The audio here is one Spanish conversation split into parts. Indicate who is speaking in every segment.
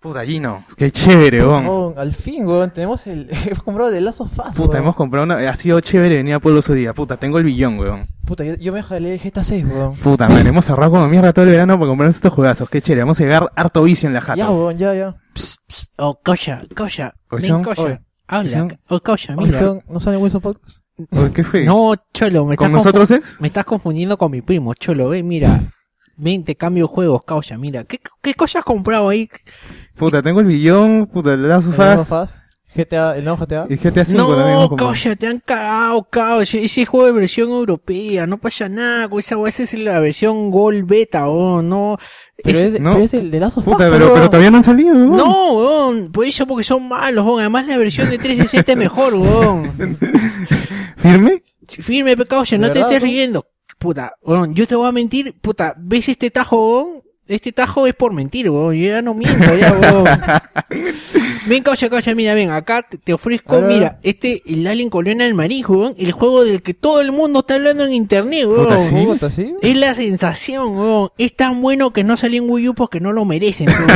Speaker 1: Puta, Gino, qué chévere, weón.
Speaker 2: Weón, al fin, weón, tenemos el. Hemos comprado de Last of Us,
Speaker 1: Puta,
Speaker 2: weón.
Speaker 1: hemos comprado una... Ha sido chévere venir a Pueblo su día. Puta, tengo el billón, weón.
Speaker 2: Puta, yo, yo me jalé el GTA 6, weón.
Speaker 1: Puta, man, hemos cerrado como mierda todo el verano para comprarnos estos juegazos. Qué chévere, vamos a llegar harto vicio en la jata.
Speaker 2: Ya, weón, ya, ya.
Speaker 3: Psst, psst. Oh, coya, coya.
Speaker 1: Oye,
Speaker 3: Ven, coya.
Speaker 2: oye.
Speaker 1: Oye.
Speaker 3: Habla. Oh,
Speaker 1: Ah,
Speaker 3: coya,
Speaker 2: Oye,
Speaker 3: mira.
Speaker 2: weón, ¿No sale Wilson Podcast?
Speaker 1: Uy, ¿Qué fue?
Speaker 3: No, cholo, me estás
Speaker 1: ¿Con
Speaker 3: confu-
Speaker 1: nosotros es?
Speaker 3: Me estás confundiendo con mi primo, cholo. Ven, mira. Ven, te cambio juegos, coya, mira. ¿Qué, qué coya has comprado ahí?
Speaker 1: Puta, tengo el billón, puta, el Last
Speaker 2: ¿El
Speaker 1: of
Speaker 2: nuevo
Speaker 1: Us
Speaker 2: Fast? GTA, el nuevo GTA.
Speaker 1: y GTA V también hemos
Speaker 3: No,
Speaker 1: comprado.
Speaker 3: coya, te han cagado, coya. Ese juego de versión europea, no pasa nada, con esa esa es la versión Gold Beta, oh, no.
Speaker 2: Pero
Speaker 3: Es-
Speaker 2: es,
Speaker 1: no.
Speaker 2: pero es el de Last of Us.
Speaker 1: Puta, pero,
Speaker 2: weón.
Speaker 1: pero todavía no han salido, weón.
Speaker 3: No, weón, por eso porque son malos, weón. Además la versión de 360 es mejor, weón.
Speaker 1: ¿Firme?
Speaker 3: Firme, pecado, ya no
Speaker 2: ¿De
Speaker 3: te
Speaker 2: verdad,
Speaker 3: estés
Speaker 2: weón?
Speaker 3: riendo. Puta, weón, yo te voy a mentir, puta, ¿ves este tajo, weón? Este tajo es por mentir, weón. Yo ya no miento, ya, weón. Ven, causa, causa, mira, ven, acá te- te ofrezco,
Speaker 2: Ahora-
Speaker 3: mira, este, el Alien Colonia del Marí, weón, el juego del que todo el mundo está hablando en internet, weón.
Speaker 1: Puta, sí.
Speaker 2: Puta, ¿sí?
Speaker 3: Es la sensación, weón. Es tan bueno que no salió en Wii U porque no lo merecen, weón.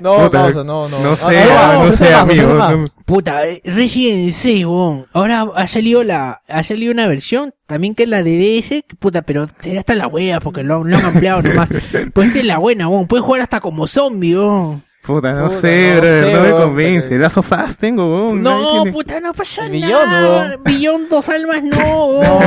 Speaker 2: No,
Speaker 1: Puta,
Speaker 2: causa, no, no.
Speaker 1: No
Speaker 2: Ah,
Speaker 1: sé,
Speaker 2: ah,
Speaker 1: no,
Speaker 2: pero
Speaker 1: sé,
Speaker 2: es más,
Speaker 1: amigo.
Speaker 2: pero es más.
Speaker 1: no-
Speaker 3: Puta, eh, Resident 6, weón. Ahora ha salido la, ha salido una versión, también que es la de DS, que puta, pero te da hasta la wea porque lo, han- lo han ampliado nomás. Pues esta es la buena, weón. Puedes jugar hasta como zombie, weón.
Speaker 1: Puta, no
Speaker 2: Puta,
Speaker 1: sé,
Speaker 2: no
Speaker 1: brother,
Speaker 2: sé,
Speaker 1: no me
Speaker 2: weón,
Speaker 1: convence.
Speaker 2: puta.
Speaker 1: El Last of Us tengo, weón. nadie
Speaker 3: No, pues,
Speaker 1: tiene-
Speaker 3: puta, no pasa
Speaker 2: El
Speaker 3: nada.
Speaker 2: Beyond,
Speaker 3: Billón dos almas, no,
Speaker 2: No,
Speaker 3: weón.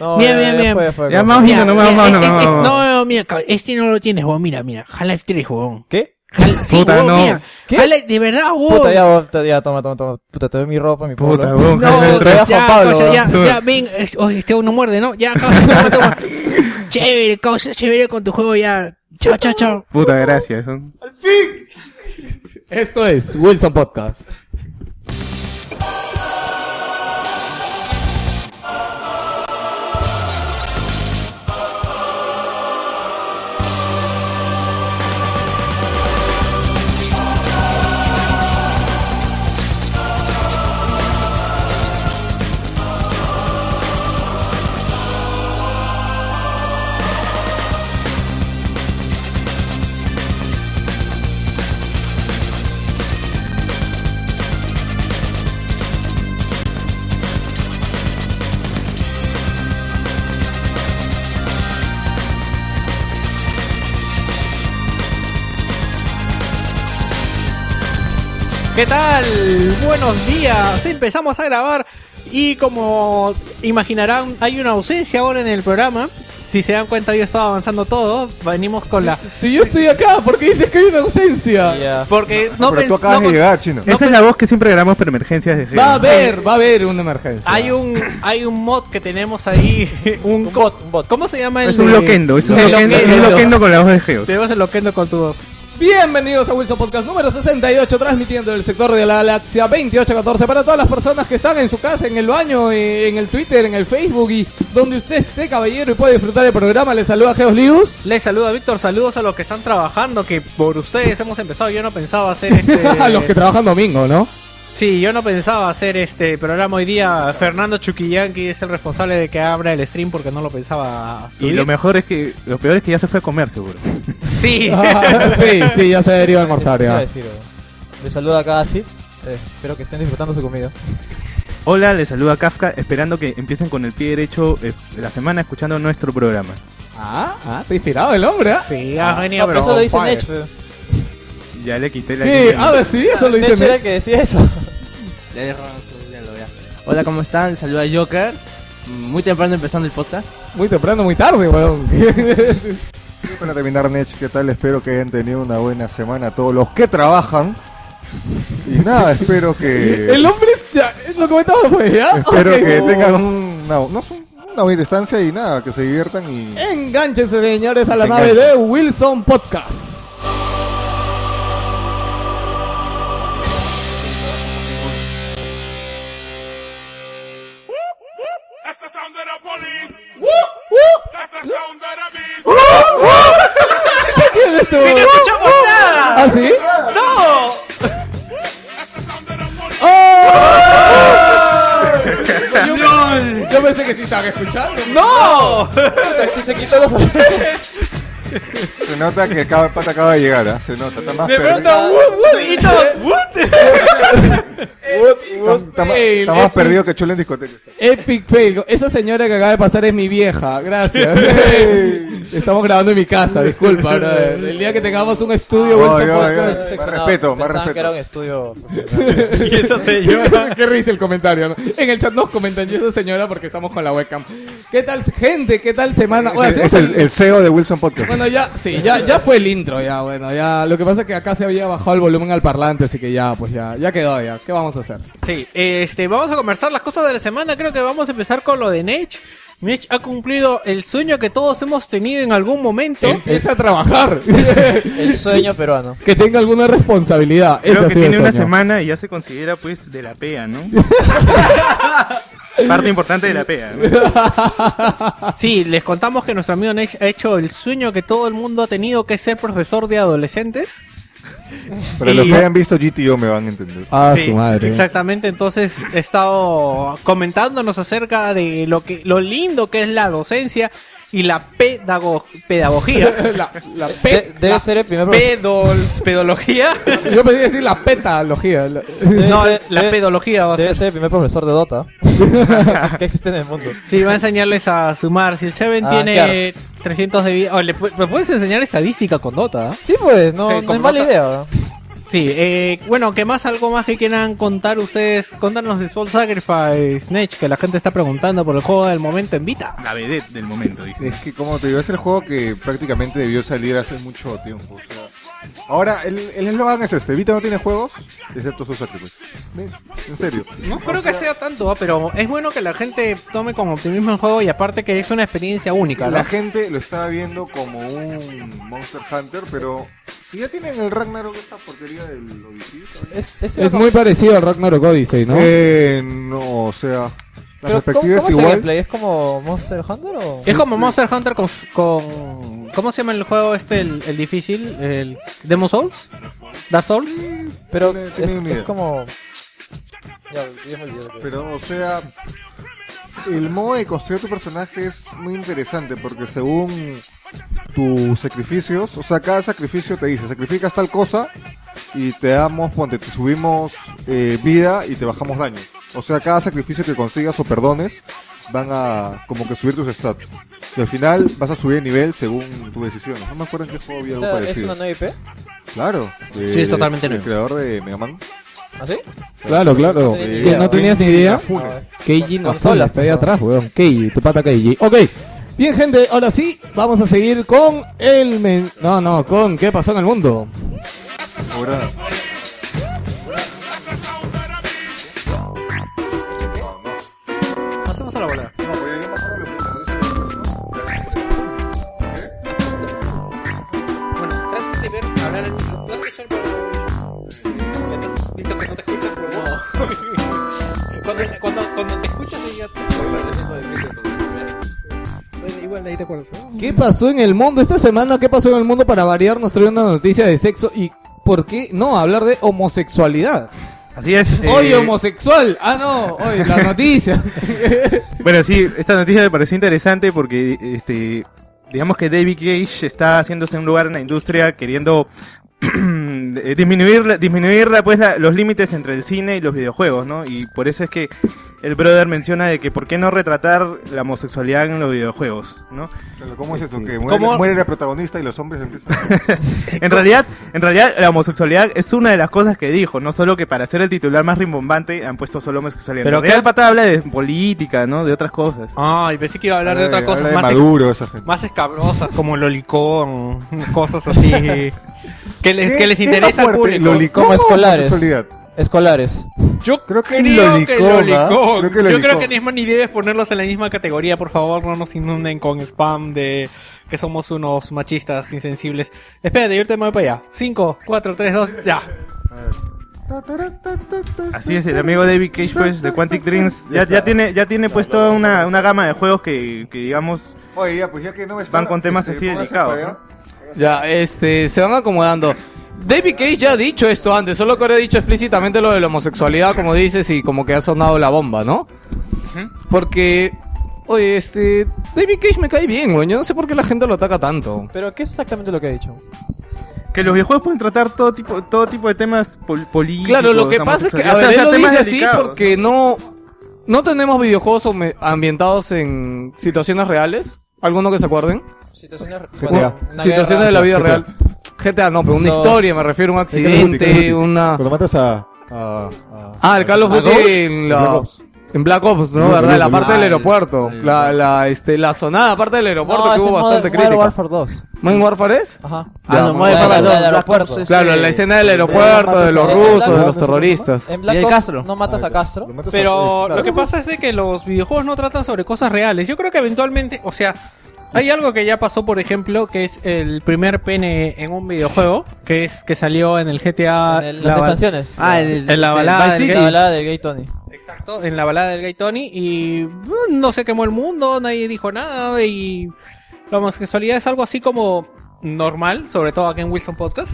Speaker 2: no,
Speaker 3: Bien,
Speaker 2: ya,
Speaker 3: bien,
Speaker 2: ya
Speaker 3: bien.
Speaker 2: fue, fue,
Speaker 1: Ya,
Speaker 2: fue.
Speaker 1: más bien.
Speaker 3: Mira,
Speaker 1: no, no, no,
Speaker 3: mira, eh,
Speaker 1: no,
Speaker 3: eh,
Speaker 1: no, no.
Speaker 3: no, no, mira, ca- este no lo tienes, weón. Mira, mira. Half-Life 3, weón.
Speaker 2: ¿Qué?
Speaker 3: Hal- Sí,
Speaker 1: Puta,
Speaker 3: weón,
Speaker 1: no.
Speaker 3: mira.
Speaker 2: ¿Qué?
Speaker 3: Half-Life, de verdad, weón.
Speaker 2: Puta, ya, weón, te- ya, toma, toma, toma. Puta, te doy mi ropa, mi
Speaker 1: Puta,
Speaker 2: polo.
Speaker 1: weón.
Speaker 3: No,
Speaker 1: Half-Life
Speaker 2: te doy
Speaker 3: ya,
Speaker 2: a Juan Pablo,
Speaker 3: causa, ya,
Speaker 2: weón.
Speaker 1: weón.
Speaker 3: ya, ven, es- oye, este uno muerde, ¿no? Ya, causa, toma, toma. Chévere, causa, chévere con tu juego ya. Chao, chao, chao.
Speaker 1: Puta, gracias. ¿no?
Speaker 4: Esto es Wilson Podcast.
Speaker 3: ¿Qué tal? Buenos días. Empezamos a grabar y como imaginarán, hay una ausencia ahora en el programa. Si se dan cuenta, yo estaba avanzando todo. Venimos con la...
Speaker 4: Si yo estoy acá, ¿por qué dices que hay una ausencia?
Speaker 2: Ya.
Speaker 3: Porque no,
Speaker 5: Pero tú
Speaker 3: pens-
Speaker 5: acabas
Speaker 3: no
Speaker 5: de llegar, chino.
Speaker 1: Esa es la voz que siempre grabamos para emergencias de
Speaker 4: Va a
Speaker 1: gente.
Speaker 4: haber, va a haber una emergencia.
Speaker 3: Hay un, hay un mod que tenemos ahí. un,
Speaker 2: Un
Speaker 3: co-
Speaker 2: bot, un bot.
Speaker 3: ¿Cómo se llama el
Speaker 1: Es un
Speaker 3: de-
Speaker 1: loquendo, es un
Speaker 3: el
Speaker 1: loquendo, es un
Speaker 3: loquendo.
Speaker 1: loquendo con la voz de Geos.
Speaker 3: Te vas el loquendo con tu voz.
Speaker 4: Bienvenidos a Wilson Podcast número 68, transmitiendo del sector de la galaxia 2814 para todas las personas que están en su casa, en el baño, eh, en el Twitter, en el Facebook y donde usted esté, caballero, y puede disfrutar el programa. Les saluda Geos Lius.
Speaker 3: Les saluda Víctor, saludos a los que están trabajando, que por ustedes hemos empezado. Yo no pensaba hacer este.
Speaker 4: A los que trabajan domingo, ¿no?
Speaker 3: Sí, yo no pensaba hacer este programa hoy día. Fernando Chuquillanqui es el responsable de que abra el stream porque no lo pensaba
Speaker 1: Y
Speaker 3: subir.
Speaker 1: lo mejor es que, lo peor es que ya se fue a comer, seguro.
Speaker 3: Sí.
Speaker 4: Ah, sí, sí, ya se deriva ah. almorzar
Speaker 2: Eso te iba a
Speaker 4: ya.
Speaker 2: decir, weón. Les saluda acá a Sid. Eh, espero que estén disfrutando su comida.
Speaker 1: Hola, les saluda Kafka, esperando que empiecen con el pie derecho eh, la semana escuchando nuestro programa.
Speaker 4: Ah, ah, te inspirado el hombre, ¿ah?
Speaker 3: Sí, has venido,
Speaker 2: No, pero
Speaker 3: pero.
Speaker 2: eso lo dice
Speaker 3: compadre.
Speaker 2: Nech, weón.
Speaker 1: Ya le quité la
Speaker 4: Sí,
Speaker 1: línea.
Speaker 4: ah, sí, eso lo
Speaker 2: Nech
Speaker 4: dice
Speaker 2: era
Speaker 4: Nech.
Speaker 2: el que decía eso.
Speaker 6: Hola, ¿cómo están? Saluda Joker. Muy temprano empezando el podcast.
Speaker 4: Muy temprano, muy tarde, weón.
Speaker 5: Para terminar, Nech, ¿qué tal? Espero que hayan tenido una buena semana todos los que trabajan. Y nada, espero
Speaker 4: El
Speaker 5: que.
Speaker 4: hombre es- ya, lo comentaba fue, ¿ya?
Speaker 5: Espero
Speaker 4: Ok.
Speaker 5: que tengan un- una, no, sé, una buena distancia y nada, que se diviertan y.
Speaker 4: Engánchense, señores, a la
Speaker 5: Se
Speaker 4: nave de
Speaker 5: enganchan.
Speaker 4: Wilson Podcast.
Speaker 7: That's the sound of the police. That's the sound of the beast.
Speaker 4: ¿Qué es esto? ¡No escuchamos nada! ¿Ah, sí?
Speaker 7: That's the sound of the police.
Speaker 4: ¡Oh! Yo, yo pensé que sí estaban escuchando.
Speaker 2: Si se quitó los.
Speaker 5: Se nota que acaba- el pata acaba de llegar, ¿ah? se nota. Está más
Speaker 8: De
Speaker 5: perdido.
Speaker 8: pronto, ¡woot, woot! Y todos, ¡woot!
Speaker 5: Está- Está, más-
Speaker 4: fail,
Speaker 5: está más
Speaker 4: epic-
Speaker 5: perdido que Chula en discoteca.
Speaker 4: Epic fail. Esa señora que acaba de pasar es mi vieja. Gracias. Estamos grabando en mi casa, disculpa. brother. El día que tengamos un estudio,
Speaker 5: Ay,
Speaker 4: Wilson
Speaker 5: ay,
Speaker 4: Podcast-
Speaker 5: ay. Más respeto, más
Speaker 2: Pensaban que
Speaker 5: respeto.
Speaker 2: era un estudio.
Speaker 8: Y esa señora.
Speaker 4: Qué risa el comentario. ¿no? En el chat nos comentan, y esa señora, porque estamos con la webcam. ¿Qué tal, gente? ¿Qué tal semana? Bueno,
Speaker 5: Es, el-
Speaker 4: hacemos
Speaker 5: es el, el CEO de Wilson Podcast.
Speaker 4: Bueno, ya, sí, ya, ya fue el intro, ya, bueno, ya. Lo que pasa es que acá se había bajado el volumen al parlante, así que ya, pues ya, ya quedó, ya. ¿Qué vamos a hacer?
Speaker 9: Sí, este, vamos a conversar las cosas de la semana. Creo que vamos a empezar con lo de Nech. Nech ha cumplido el sueño que todos hemos tenido en algún momento.
Speaker 4: Empieza a trabajar.
Speaker 2: El sueño peruano.
Speaker 4: Em, eh, que tenga alguna responsabilidad. Ese
Speaker 1: Creo
Speaker 4: ha
Speaker 1: que
Speaker 4: sido el
Speaker 1: tiene una
Speaker 4: sueño.
Speaker 1: semana y ya se considera pues de la PEA, ¿no? Parte importante de la PEA. ¿no?
Speaker 4: Ah.
Speaker 9: Sí, les contamos que nuestro amigo Nech ha hecho el sueño que todo el mundo ha tenido, que es ser profesor de adolescentes.
Speaker 5: Pero los
Speaker 9: y-
Speaker 5: que hayan visto GTO me van a entender.
Speaker 4: Ah,
Speaker 9: Sí,
Speaker 4: su madre.
Speaker 9: Exactamente, entonces he estado comentándonos acerca de lo que lo lindo que es la docencia y la pedago- pedagogía.
Speaker 4: La, la
Speaker 2: De-
Speaker 4: pe-
Speaker 2: debe
Speaker 4: la-
Speaker 2: ser el primer profesor.
Speaker 9: Pedol- pedología.
Speaker 4: Yo pensé decir la petalogía. la-
Speaker 2: Debe
Speaker 9: No,
Speaker 2: ser-
Speaker 9: la
Speaker 2: debe-
Speaker 9: pedología va a
Speaker 2: Debe
Speaker 9: ser.
Speaker 2: ser el primer profesor de Dota que existe en el mundo.
Speaker 9: Sí, va a enseñarles a sumar. Si el Seven
Speaker 2: Ah,
Speaker 9: tiene 300 de vida. O le pu- le puedes enseñar estadística con Dota. ¿eh?
Speaker 2: Sí, pues, no,
Speaker 9: Sí,
Speaker 2: no
Speaker 9: como
Speaker 2: es mala
Speaker 9: Dota.
Speaker 2: idea.
Speaker 9: Sí, eh, bueno, ¿qué más? ¿Algo más que quieran contar ustedes? Contanos de Soul Sacrifice, Snatch, que la gente está preguntando por el juego del momento en Vita.
Speaker 1: La vedette del momento, dice.
Speaker 5: Es que, como te digo, es el juego que prácticamente debió salir hace mucho tiempo. o sea. ahora, el el eslogan es este: Vita no tiene juegos, excepto sus sacrificios. En serio.
Speaker 9: No creo que sea tanto, ¿ah? pero es bueno que la gente tome con optimismo el juego y aparte que es una experiencia única, ¿no?
Speaker 5: La gente lo estaba viendo como un Monster Hunter, pero si ya tienen el Ragnarok, esa porquería del Odyssey. ¿sabes?
Speaker 2: Es, es,
Speaker 4: Es muy parecido al Ragnarok Odyssey, ¿no?
Speaker 5: Eh, no, o sea, la
Speaker 2: Pero, ¿cómo, cómo
Speaker 5: perspectiva es
Speaker 2: es el
Speaker 5: igual.
Speaker 2: gameplay? ¿Es como Monster Hunter o...?
Speaker 9: es como Monster Hunter con, con- ¿Cómo se llama el juego este, el, el difícil? ¿El Demon Souls? ¿Dark Souls?
Speaker 2: Pero
Speaker 5: Tiene-
Speaker 2: es,
Speaker 5: tiene una
Speaker 2: es
Speaker 5: idea.
Speaker 2: como... Ya, ya me olvidé lo que es.
Speaker 5: Pero, o sea, el modo de construir tu personaje es muy interesante porque según tus sacrificios, o sea, cada sacrificio te dice, sacrificas tal cosa y te damos, ponte, te subimos eh, vida y te bajamos daño. O sea, cada sacrificio que consigas o perdones van a como que subir tus stats. Y al final vas a subir de nivel según tu decisión. No me acuerdo en qué juego había algo
Speaker 2: Esta- ¿Es
Speaker 5: parecido.
Speaker 2: una nueva IP?
Speaker 5: Claro.
Speaker 9: Sí, es totalmente nuevo.
Speaker 5: El creador de Mega Man.
Speaker 2: ¿Ah, sí?
Speaker 4: Claro, claro.
Speaker 2: Sí.
Speaker 4: Que no tenías ni idea.
Speaker 5: Inafune.
Speaker 2: A ver.
Speaker 4: Keiji
Speaker 2: Con-
Speaker 4: Nafula
Speaker 2: consolas,
Speaker 4: está ahí
Speaker 2: por favor.
Speaker 4: atrás, weón. Keiji, tu pata Keiji. Ok. Bien, gente, ahora sí, vamos a seguir con el... men- No, no, con ¿Qué pasó en el mundo?
Speaker 5: Ahora.
Speaker 9: Pasemos a la bola.
Speaker 5: pues,
Speaker 9: Bueno, trata de ver, hablar en ¿Puedes escuchar por Visto que no te escuchas, por cuando, cuando, cuando te escuchas, ya te Bueno, igual ahí te acuerdas. ¿no?
Speaker 4: ¿Qué pasó en el mundo? Esta semana, ¿qué pasó en el mundo? Para variar, nos trae una noticia de sexo y... ¿Por qué no hablar de homosexualidad?
Speaker 1: Así es. eh,
Speaker 4: Hoy homosexual. Ah, no, hoy la noticia.
Speaker 1: Bueno, sí, esta noticia me pareció interesante porque, este, digamos que David Cage está haciéndose un lugar en la industria queriendo eh, disminuir, la- disminuir la, pues, la- los límites entre el cine y los videojuegos, ¿no? Y por eso es que el brother menciona de que por qué no retratar la homosexualidad en los videojuegos, ¿no?
Speaker 5: Pero, ¿Cómo es esto?
Speaker 1: Este,
Speaker 5: Que muere,
Speaker 1: ¿cómo?
Speaker 5: muere la protagonista y los hombres empiezan.
Speaker 1: En realidad, en realidad la homosexualidad es una de las cosas que dijo, no solo que para hacer el titular más rimbombante han puesto solo homosexualidad.
Speaker 9: Pero
Speaker 1: Pero en realidad
Speaker 9: qué-
Speaker 1: el pata habla de política, ¿no? De otras cosas.
Speaker 9: Ay, pensé que iba a hablar de otra cosa
Speaker 5: Habla de
Speaker 9: más,
Speaker 5: Maduro, esa gente.
Speaker 9: más escabrosas, como lolicón, cosas así. que les,
Speaker 5: ¿Qué-
Speaker 9: que les
Speaker 5: qué
Speaker 9: interesa
Speaker 5: más
Speaker 9: al
Speaker 5: fuerte,
Speaker 9: público.
Speaker 5: lolicón
Speaker 2: Como
Speaker 5: o
Speaker 2: escolares.
Speaker 5: homosexualidad?
Speaker 2: Escolares.
Speaker 9: Yo
Speaker 5: Creo que
Speaker 9: que
Speaker 5: Lolicón, ¿ah?
Speaker 9: Lolicón. Yo
Speaker 5: Creo que
Speaker 9: creo
Speaker 5: Lolicón.
Speaker 9: que ni es buena idea es ponerlos en la misma categoría. Por favor, no nos inunden con spam de que somos unos machistas insensibles. Espérate, yo te muevo para allá. 5, 4, 3, 2, ya.
Speaker 1: Así es, el amigo David Cage pues de Quantic Dreams ya, ya tiene ya tiene pues toda una, una gama de juegos que, que digamos
Speaker 5: Oye, ya, pues ya que no está.
Speaker 1: Van con temas así
Speaker 5: póngase
Speaker 1: delicados,
Speaker 5: para allá.
Speaker 4: ya, este, se van acomodando. David Cage ya ha dicho esto antes, solo que ahora ha dicho explícitamente lo de la homosexualidad, como dices, y como que ha sonado la bomba, ¿no? Porque Oye, este. David Cage me cae bien, weón. Yo no sé por qué la gente lo ataca tanto.
Speaker 2: Pero, ¿qué es exactamente lo que ha dicho?
Speaker 1: Que los videojuegos pueden tratar todo tipo, todo tipo de temas pol- políticos.
Speaker 4: Claro, lo que pasa es que. A ver, él
Speaker 1: homosexualidad,
Speaker 4: lo
Speaker 1: o sea, temas
Speaker 4: dice así
Speaker 1: delicados.
Speaker 4: porque no. No tenemos videojuegos ome- ambientados en situaciones reales. ¿Alguno que se acuerden?
Speaker 2: Situaciones,
Speaker 5: GTA.
Speaker 4: situaciones de la vida
Speaker 5: GTA.
Speaker 4: real. GTA no, pero una
Speaker 2: Los-
Speaker 4: historia, me refiero a un
Speaker 5: El Call of Duty, Call of Duty.
Speaker 4: accidente, una.
Speaker 5: Cuando matas a. a- a-
Speaker 4: Ah, el Call of
Speaker 5: a
Speaker 4: Duty
Speaker 5: Ghost,
Speaker 4: en
Speaker 5: Black
Speaker 4: la.
Speaker 5: Ops.
Speaker 4: En Black Ops, ¿no?
Speaker 5: No,
Speaker 4: ¿Verdad?
Speaker 5: no,
Speaker 4: La
Speaker 5: no,
Speaker 4: parte
Speaker 8: no.
Speaker 4: del
Speaker 8: Ah,
Speaker 4: aeropuerto.
Speaker 8: el-
Speaker 4: La, la, este, la sonada parte del aeropuerto que hubo bastante
Speaker 2: Modern
Speaker 4: crítica.
Speaker 2: Warfare 2.
Speaker 4: ¿Modern Warfare es?
Speaker 2: Ajá.
Speaker 8: Ah, no, mueve
Speaker 2: bueno,
Speaker 8: para
Speaker 2: el
Speaker 8: los-
Speaker 2: aeropuerto.
Speaker 8: los-
Speaker 4: Claro,
Speaker 8: este-
Speaker 4: la escena del
Speaker 5: matas
Speaker 4: aeropuerto,
Speaker 5: a-
Speaker 4: de los
Speaker 5: en
Speaker 4: rusos,
Speaker 5: Black
Speaker 4: de
Speaker 5: Ops,
Speaker 4: los
Speaker 5: ¿no?
Speaker 4: terroristas.
Speaker 2: En Black
Speaker 8: Y el
Speaker 2: Ops
Speaker 8: Castro.
Speaker 2: no matas a Castro.
Speaker 5: Lo matas a-
Speaker 3: Pero
Speaker 5: claro.
Speaker 3: lo que pasa es de que los videojuegos no tratan sobre cosas reales. Yo creo que eventualmente, o sea, hay algo que ya pasó, por ejemplo, que es el primer pene en un videojuego, que es que salió en el GTA
Speaker 2: En el-
Speaker 3: la
Speaker 2: las
Speaker 3: bal-
Speaker 2: expansiones.
Speaker 8: Ah, el, Ah,
Speaker 3: En la
Speaker 8: el
Speaker 3: balada
Speaker 8: Vice
Speaker 3: del
Speaker 8: City.
Speaker 2: La balada del gay Tony.
Speaker 3: Exacto, en la balada del gay Tony y uh, no se quemó el mundo, nadie dijo nada y la homosexualidad es algo así como normal, sobre todo aquí en Wilson Podcast.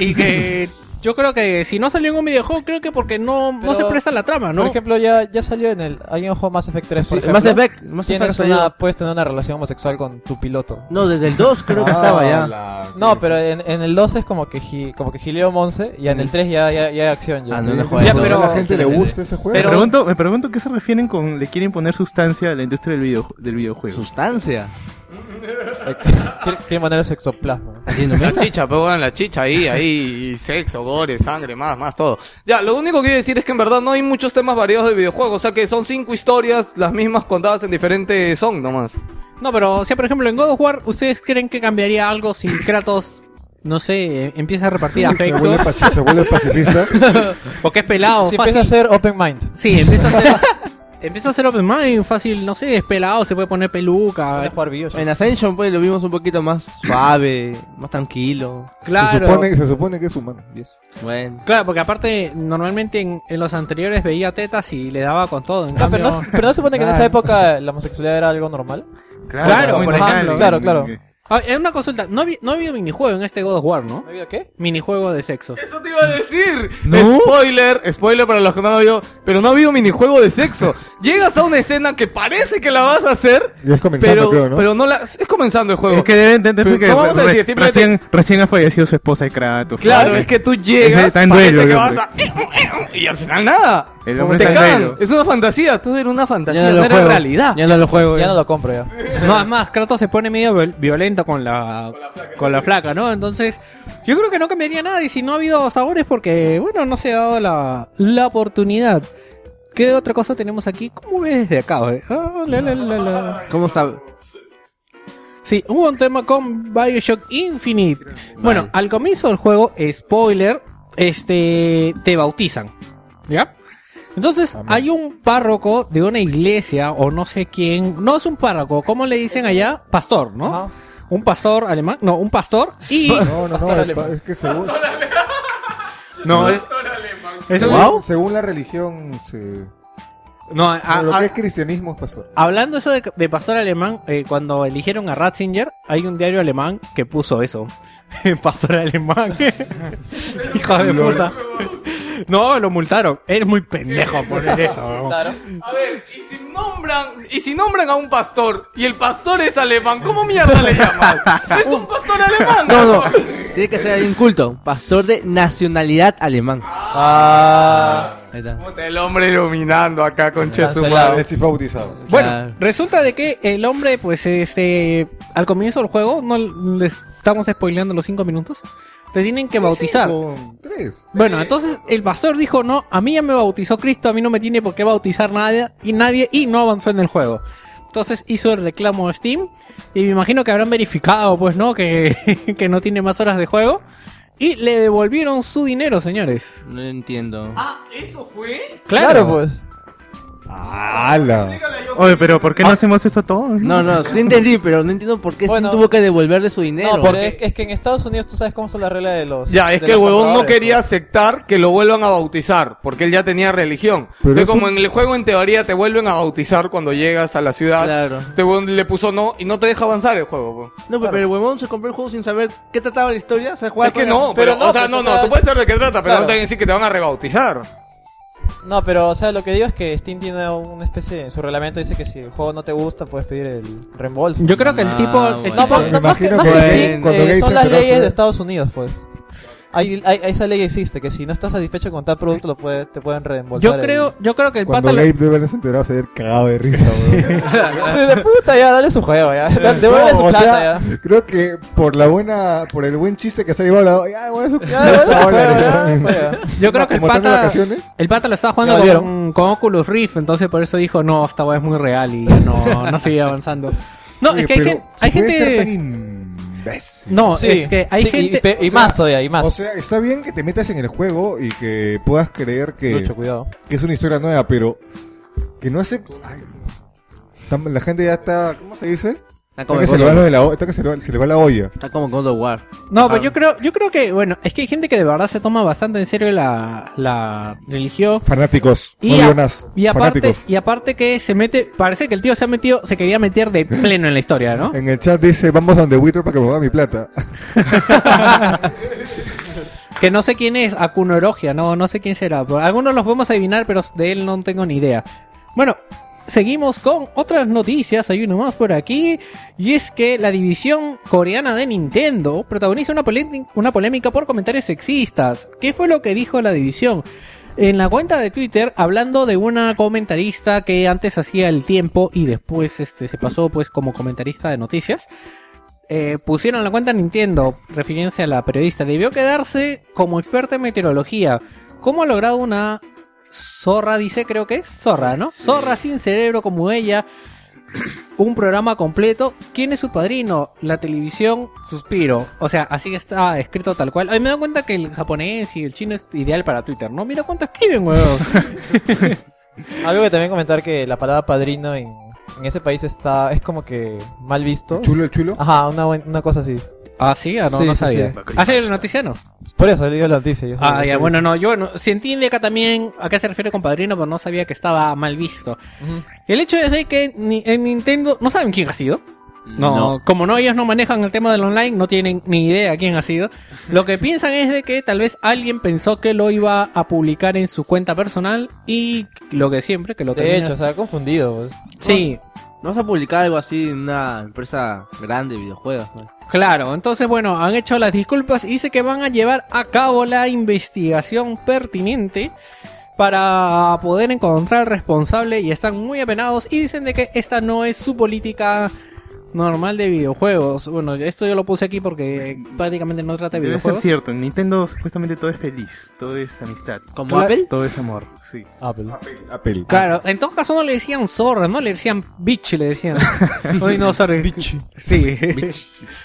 Speaker 3: y que yo creo que si no salió en un videojuego, creo que porque no, no
Speaker 2: Pero,
Speaker 3: se presta la trama, ¿no?
Speaker 2: Por ejemplo, ya, ya salió en el. Alguien jugó Mass Effect 3.
Speaker 8: Sí,
Speaker 2: Por ejemplo.
Speaker 8: Mass Effect. Mass Effect
Speaker 2: Tienes
Speaker 8: salió.
Speaker 2: una, puedes tener una relación homosexual con tu piloto.
Speaker 8: No, desde el 2 creo que
Speaker 5: Ah,
Speaker 8: estaba ya.
Speaker 5: la-
Speaker 2: No, pero en, en el 2 es como que gi- como que gileo Monse y en el 3 ya, ya, ya hay acción.
Speaker 8: Mm.
Speaker 2: Ya.
Speaker 8: Ah, no, no
Speaker 5: Joder,
Speaker 8: juegues.
Speaker 5: ¿por qué
Speaker 3: pero-
Speaker 5: a la gente le gusta ese juego.
Speaker 1: Me pregunto, me pregunto qué se refieren con le quieren poner sustancia a la industria del, video, del videojuego.
Speaker 8: Sustancia.
Speaker 2: Quiere- Quiere mandar el sexoplasma.
Speaker 8: Así no
Speaker 4: La chicha, pero bueno, la chicha ahí, ahí, y sexo, gore, sangre, más, más, todo. Ya, lo único que quiero decir es que en verdad no hay muchos temas variados de videojuegos, o sea que son cinco historias, las mismas contadas en diferentes song nomás.
Speaker 3: No, pero, o sea, por ejemplo, en God of War, ¿ustedes creen que cambiaría algo si Kratos, no sé, empieza a repartir
Speaker 5: se vuelve,
Speaker 3: afecto?
Speaker 5: paci- se vuelve pacifista.
Speaker 3: Porque es pelado,
Speaker 2: Si
Speaker 3: fácil.
Speaker 2: empieza a ser open mind.
Speaker 3: Sí, empieza a ser... Empieza a ser open mind, fácil, no sé, es pelado, se puede poner peluca.
Speaker 2: Puedes jugar Bioshock.
Speaker 8: En Ascension pues lo vimos un poquito más suave, más tranquilo.
Speaker 3: Claro.
Speaker 5: Se, supone, se supone que es humano. y eso.
Speaker 8: Bueno.
Speaker 3: Claro, porque aparte, normalmente en, en los anteriores veía tetas y le daba con todo. En
Speaker 2: Ah,
Speaker 3: cambio,
Speaker 2: pero, no, pero no se supone que en esa época la homosexualidad era algo normal.
Speaker 3: Claro,
Speaker 1: muy
Speaker 3: por
Speaker 1: normal,
Speaker 3: ejemplo.
Speaker 1: en-
Speaker 2: Claro, claro.
Speaker 1: en-
Speaker 3: Ah, en una consulta, no había, no había minijuego en este God of War, ¿no?
Speaker 2: ¿No había qué?
Speaker 3: Minijuego de sexo.
Speaker 4: Eso te iba a decir. Spoiler, spoiler para los que no lo vio, pero no ha habido minijuego de sexo. Llegas a una escena que parece que la vas a hacer,
Speaker 5: Y es comenzando,
Speaker 4: pero,
Speaker 5: creo, ¿no?
Speaker 4: pero no la... Es comenzando el juego.
Speaker 1: Es que deben entenderse
Speaker 4: Pero
Speaker 1: que
Speaker 4: no vamos a
Speaker 1: re-
Speaker 4: decir, simplemente-
Speaker 1: recién, recién ha fallecido su esposa de Kratos.
Speaker 4: Claro,
Speaker 1: Ay,
Speaker 4: es que tú
Speaker 1: Ese
Speaker 4: llegas,
Speaker 1: está en
Speaker 4: parece
Speaker 1: duelo,
Speaker 4: que
Speaker 1: el
Speaker 4: vas a... eh, Y al final nada.
Speaker 1: El hombre
Speaker 4: te
Speaker 1: está en
Speaker 4: cagan.
Speaker 1: duelo.
Speaker 4: Es una fantasía, todo era una fantasía,
Speaker 8: Ya no
Speaker 4: no
Speaker 8: lo
Speaker 4: era
Speaker 8: juego.
Speaker 4: realidad.
Speaker 8: Ya no lo juego.
Speaker 2: Ya no lo compro ya.
Speaker 3: No, es más, Kratos se pone medio viol- violento con la, con la flaca, ¿no? Entonces, yo creo que no cambiaría nada y si no ha habido sabores porque, bueno, no se ha dado la, la oportunidad. ¿Qué otra cosa tenemos aquí? ¿Cómo ves desde acá? eh? Ah, la, la, la, la.
Speaker 8: ¿Cómo sabe?
Speaker 3: Sí, hubo un tema con Bioshock Infinite. Bueno,
Speaker 8: Vale.
Speaker 3: al comienzo del juego, spoiler, este, te bautizan. ¿Ya? Entonces, hay un párroco de una iglesia, o no sé quién, no es un párroco, ¿cómo le dicen allá? Pastor, ¿no?
Speaker 2: Ajá.
Speaker 3: Un pastor alemán, no, un pastor, y...
Speaker 5: No, no, no. es pa- Es que según,
Speaker 3: no, es, es un-
Speaker 5: según, según la religión, se-
Speaker 3: no, a-
Speaker 9: Ah,
Speaker 5: pero lo
Speaker 3: a-
Speaker 5: que es cristianismo es pastor.
Speaker 3: Hablando eso de, de pastor alemán, eh, cuando eligieron a Ratzinger, hay un diario alemán que puso eso. pastor alemán. Hijo de puta. No, lo multaron. Eres muy pendejo por eso. ¿no?
Speaker 4: A ver, y si nombran, y si nombran a un pastor y el pastor es alemán, ¿cómo mierda le llamas? Es un pastor alemán.
Speaker 8: No, no. Tiene que ser alguien culto. Pastor de nacionalidad alemán.
Speaker 2: Ah,
Speaker 8: Ahí está.
Speaker 4: Puta, El hombre dominando acá con
Speaker 9: Ah.
Speaker 2: Cancelado.
Speaker 4: Chesumar.
Speaker 5: Es bautizado.
Speaker 3: Bueno,
Speaker 8: Claro.
Speaker 3: resulta de que el hombre, pues, este, al comienzo del juego, no les estamos spoileando los cinco minutos, te tienen que bautizar.
Speaker 5: Con tres.
Speaker 3: Bueno, entonces el pastor dijo, no, a mí ya me bautizó Cristo, a mí no me tiene por qué bautizar nadie y nadie y no avanzó en el juego. Entonces hizo el reclamo a Steam y me imagino que habrán verificado, pues, ¿no? Que, que no tiene más horas de juego. Y le devolvieron su dinero, señores.
Speaker 8: No entiendo.
Speaker 4: Ah, ¿eso fue?
Speaker 2: claro, pues.
Speaker 5: ¡Hala!
Speaker 1: Oye, pero ¿por qué
Speaker 4: Ah.
Speaker 1: no hacemos eso todos?
Speaker 8: No, no, sí entendí, pero no entiendo por qué
Speaker 2: Bueno.
Speaker 8: Steam tuvo que devolverle su dinero.
Speaker 2: No, pero es, es que en Estados Unidos tú sabes cómo son la regla de los.
Speaker 4: Ya, es
Speaker 2: de
Speaker 4: que el
Speaker 2: los pues.
Speaker 4: huevón no
Speaker 2: compradores,
Speaker 4: quería aceptar que lo vuelvan a bautizar, porque él ya tenía religión.
Speaker 5: Pero
Speaker 4: Entonces,
Speaker 5: es
Speaker 4: como
Speaker 5: un-
Speaker 4: en el juego, en teoría, te vuelven a bautizar cuando llegas a la ciudad.
Speaker 8: Claro.
Speaker 4: Este huevón le puso no y no te deja avanzar el juego. pues. po.
Speaker 8: No, pero el huevón se compró el juego sin saber qué trataba la historia. O sea, jugaba
Speaker 4: Es que
Speaker 8: con-
Speaker 4: no, pero,
Speaker 2: pero no,
Speaker 4: o sea,
Speaker 2: pues,
Speaker 4: no,
Speaker 2: o
Speaker 4: no,
Speaker 2: sea,
Speaker 4: tú puedes saber de qué trata, pero
Speaker 2: claro.
Speaker 4: no te van a decir que te van a rebautizar.
Speaker 2: No, pero o sea, lo que digo es que Steam tiene una especie, en su reglamento dice que si el juego no te gusta puedes pedir el reembolso.
Speaker 3: Yo creo que el
Speaker 8: Ah,
Speaker 3: tipo. el
Speaker 8: bueno.
Speaker 3: tipo-
Speaker 5: Me imagino
Speaker 2: más
Speaker 5: que
Speaker 2: que
Speaker 5: ahí,
Speaker 2: Steam,
Speaker 5: cuando
Speaker 2: eh,
Speaker 5: Gates
Speaker 2: son
Speaker 5: se
Speaker 2: las
Speaker 5: enteró,
Speaker 2: leyes
Speaker 5: se-
Speaker 2: de Estados Unidos, pues. Hay, hay- esa ley existe, que si no estás satisfecho con tal producto lo puede, te pueden reembolsar.
Speaker 3: yo creo, yo creo que el
Speaker 5: Cuando
Speaker 3: pata. lo-
Speaker 5: Gabe debe haberse enterado, se debe haber cagado de risa, weón.
Speaker 2: el... De puta, ya, dale su juego, ya. Devuelve
Speaker 5: No,
Speaker 2: su
Speaker 5: o
Speaker 2: plata,
Speaker 5: sea,
Speaker 2: ya.
Speaker 5: creo que por la buena, por el buen chiste que se ha llevado, la- ya, bueno, eso- ah,
Speaker 2: Ya, devuelve su juego,
Speaker 5: dólares.
Speaker 2: ya, ya.
Speaker 3: Yo creo que el
Speaker 5: Como están de
Speaker 3: pata,
Speaker 5: vacaciones.
Speaker 3: el pata lo estaba
Speaker 2: Ya
Speaker 3: jugando
Speaker 2: volvieron.
Speaker 3: con, con Oculus Rift, entonces por eso dijo, no, esta weá es muy real y ya no, no sigue avanzando. No,
Speaker 5: Oye,
Speaker 3: es que hay,
Speaker 5: eh, pero
Speaker 3: gen-
Speaker 5: se
Speaker 3: hay
Speaker 5: puede
Speaker 3: gente...
Speaker 5: ser tan imbécil.
Speaker 3: No,
Speaker 2: Sí,
Speaker 3: es que hay
Speaker 2: sí, y-
Speaker 3: gente...
Speaker 2: Y, pe- y
Speaker 5: o sea,
Speaker 2: más todavía, y más.
Speaker 5: O sea, está bien que te metas en el juego y que puedas creer que,
Speaker 2: Lucho, cuidado.
Speaker 5: que es una historia nueva, pero que no hace... Ay, tam- la gente ya está... ¿Cómo se dice?
Speaker 8: Está
Speaker 5: Está
Speaker 8: como
Speaker 5: que
Speaker 8: el
Speaker 5: se le va
Speaker 8: God
Speaker 5: lo
Speaker 8: of-
Speaker 5: de la o- está que se le va- se le va la olla.
Speaker 8: está como God of War.
Speaker 5: ah.
Speaker 3: No, pero yo creo, yo creo que, bueno, es que hay gente que de verdad se toma bastante en serio la, la religión.
Speaker 5: Fanáticos.
Speaker 3: Y
Speaker 5: no
Speaker 3: a-
Speaker 5: digo nas,
Speaker 3: Y aparte,
Speaker 5: fanáticos.
Speaker 3: y aparte que se mete, parece que el tío se ha metido, se quería meter de pleno en la historia, ¿no?
Speaker 5: En el chat dice, vamos donde Wither para que me mueva mi plata.
Speaker 3: Que no sé quién es, Akunorogia, no, no sé quién será. Pero Algunos los podemos adivinar, pero de él no tengo ni idea. Bueno, seguimos con otras noticias, hay uno más por aquí. Y es que la división coreana de Nintendo protagoniza una, polé- una polémica por comentarios sexistas. ¿Qué fue lo que dijo la división? En la cuenta de Twitter, hablando de una comentarista que antes hacía el tiempo y después este, se pasó pues como comentarista de noticias, eh, pusieron la cuenta Nintendo, refiriéndose a la periodista, debió quedarse como experta en meteorología. ¿Cómo ha logrado una zorra, dice, creo que es zorra, ¿no? Zorra sin cerebro como ella, un programa completo. ¿Quién es su padrino? La televisión Suspiro. O sea, así está escrito tal cual. Ay, me doy cuenta que el japonés y el chino es ideal para Twitter, ¿no? Mira cuánto escriben, huevos.
Speaker 2: Algo que también comentar que la palabra padrino en, en ese país está es como que mal visto.
Speaker 5: Chulo el chulo.
Speaker 2: Ajá, una, buen- una cosa así.
Speaker 3: ah, sí, Ah, no,
Speaker 2: Sí,
Speaker 3: no
Speaker 2: sí,
Speaker 3: sabía.
Speaker 2: sí.
Speaker 3: ¿Has leído el noticiano?
Speaker 2: Por eso le digo la noticia. yo
Speaker 3: Ah,
Speaker 2: soy-
Speaker 3: ya,
Speaker 2: soy-
Speaker 3: bueno, no, yo bueno, se entiende acá también a qué se refiere con padrino, pero no sabía que estaba mal visto.
Speaker 2: Ujú.
Speaker 3: El hecho es de que ni- en Nintendo no saben quién ha sido. No,
Speaker 8: No.
Speaker 3: como no ellos no manejan el tema del online, no tienen ni idea quién ha sido. Lo que piensan es de que tal vez alguien pensó que lo iba a publicar en su cuenta personal y lo que siempre, que lo
Speaker 2: De
Speaker 3: termina-
Speaker 2: hecho, o sea, confundido. pues.
Speaker 3: sí,
Speaker 8: No vas a publicar algo así en una empresa grande de videojuegos. ¿no?
Speaker 3: Claro, entonces bueno, han hecho las disculpas y dice que van a llevar a cabo la investigación pertinente para poder encontrar al responsable y están muy apenados y dicen de que esta no es su política normal de videojuegos. Bueno, esto yo lo puse aquí porque prácticamente no trata de
Speaker 1: Debe ser
Speaker 3: videojuegos.
Speaker 1: cierto, en Nintendo supuestamente todo es feliz, todo es amistad,
Speaker 8: ¿Como
Speaker 3: Claro.
Speaker 8: Apple?
Speaker 1: todo es amor, sí.
Speaker 2: Apple.
Speaker 5: Apple.
Speaker 3: Claro, en todo caso no le decían zorra, no le decían bitch, le decían. Hoy no, sorry. Bitch. Sí.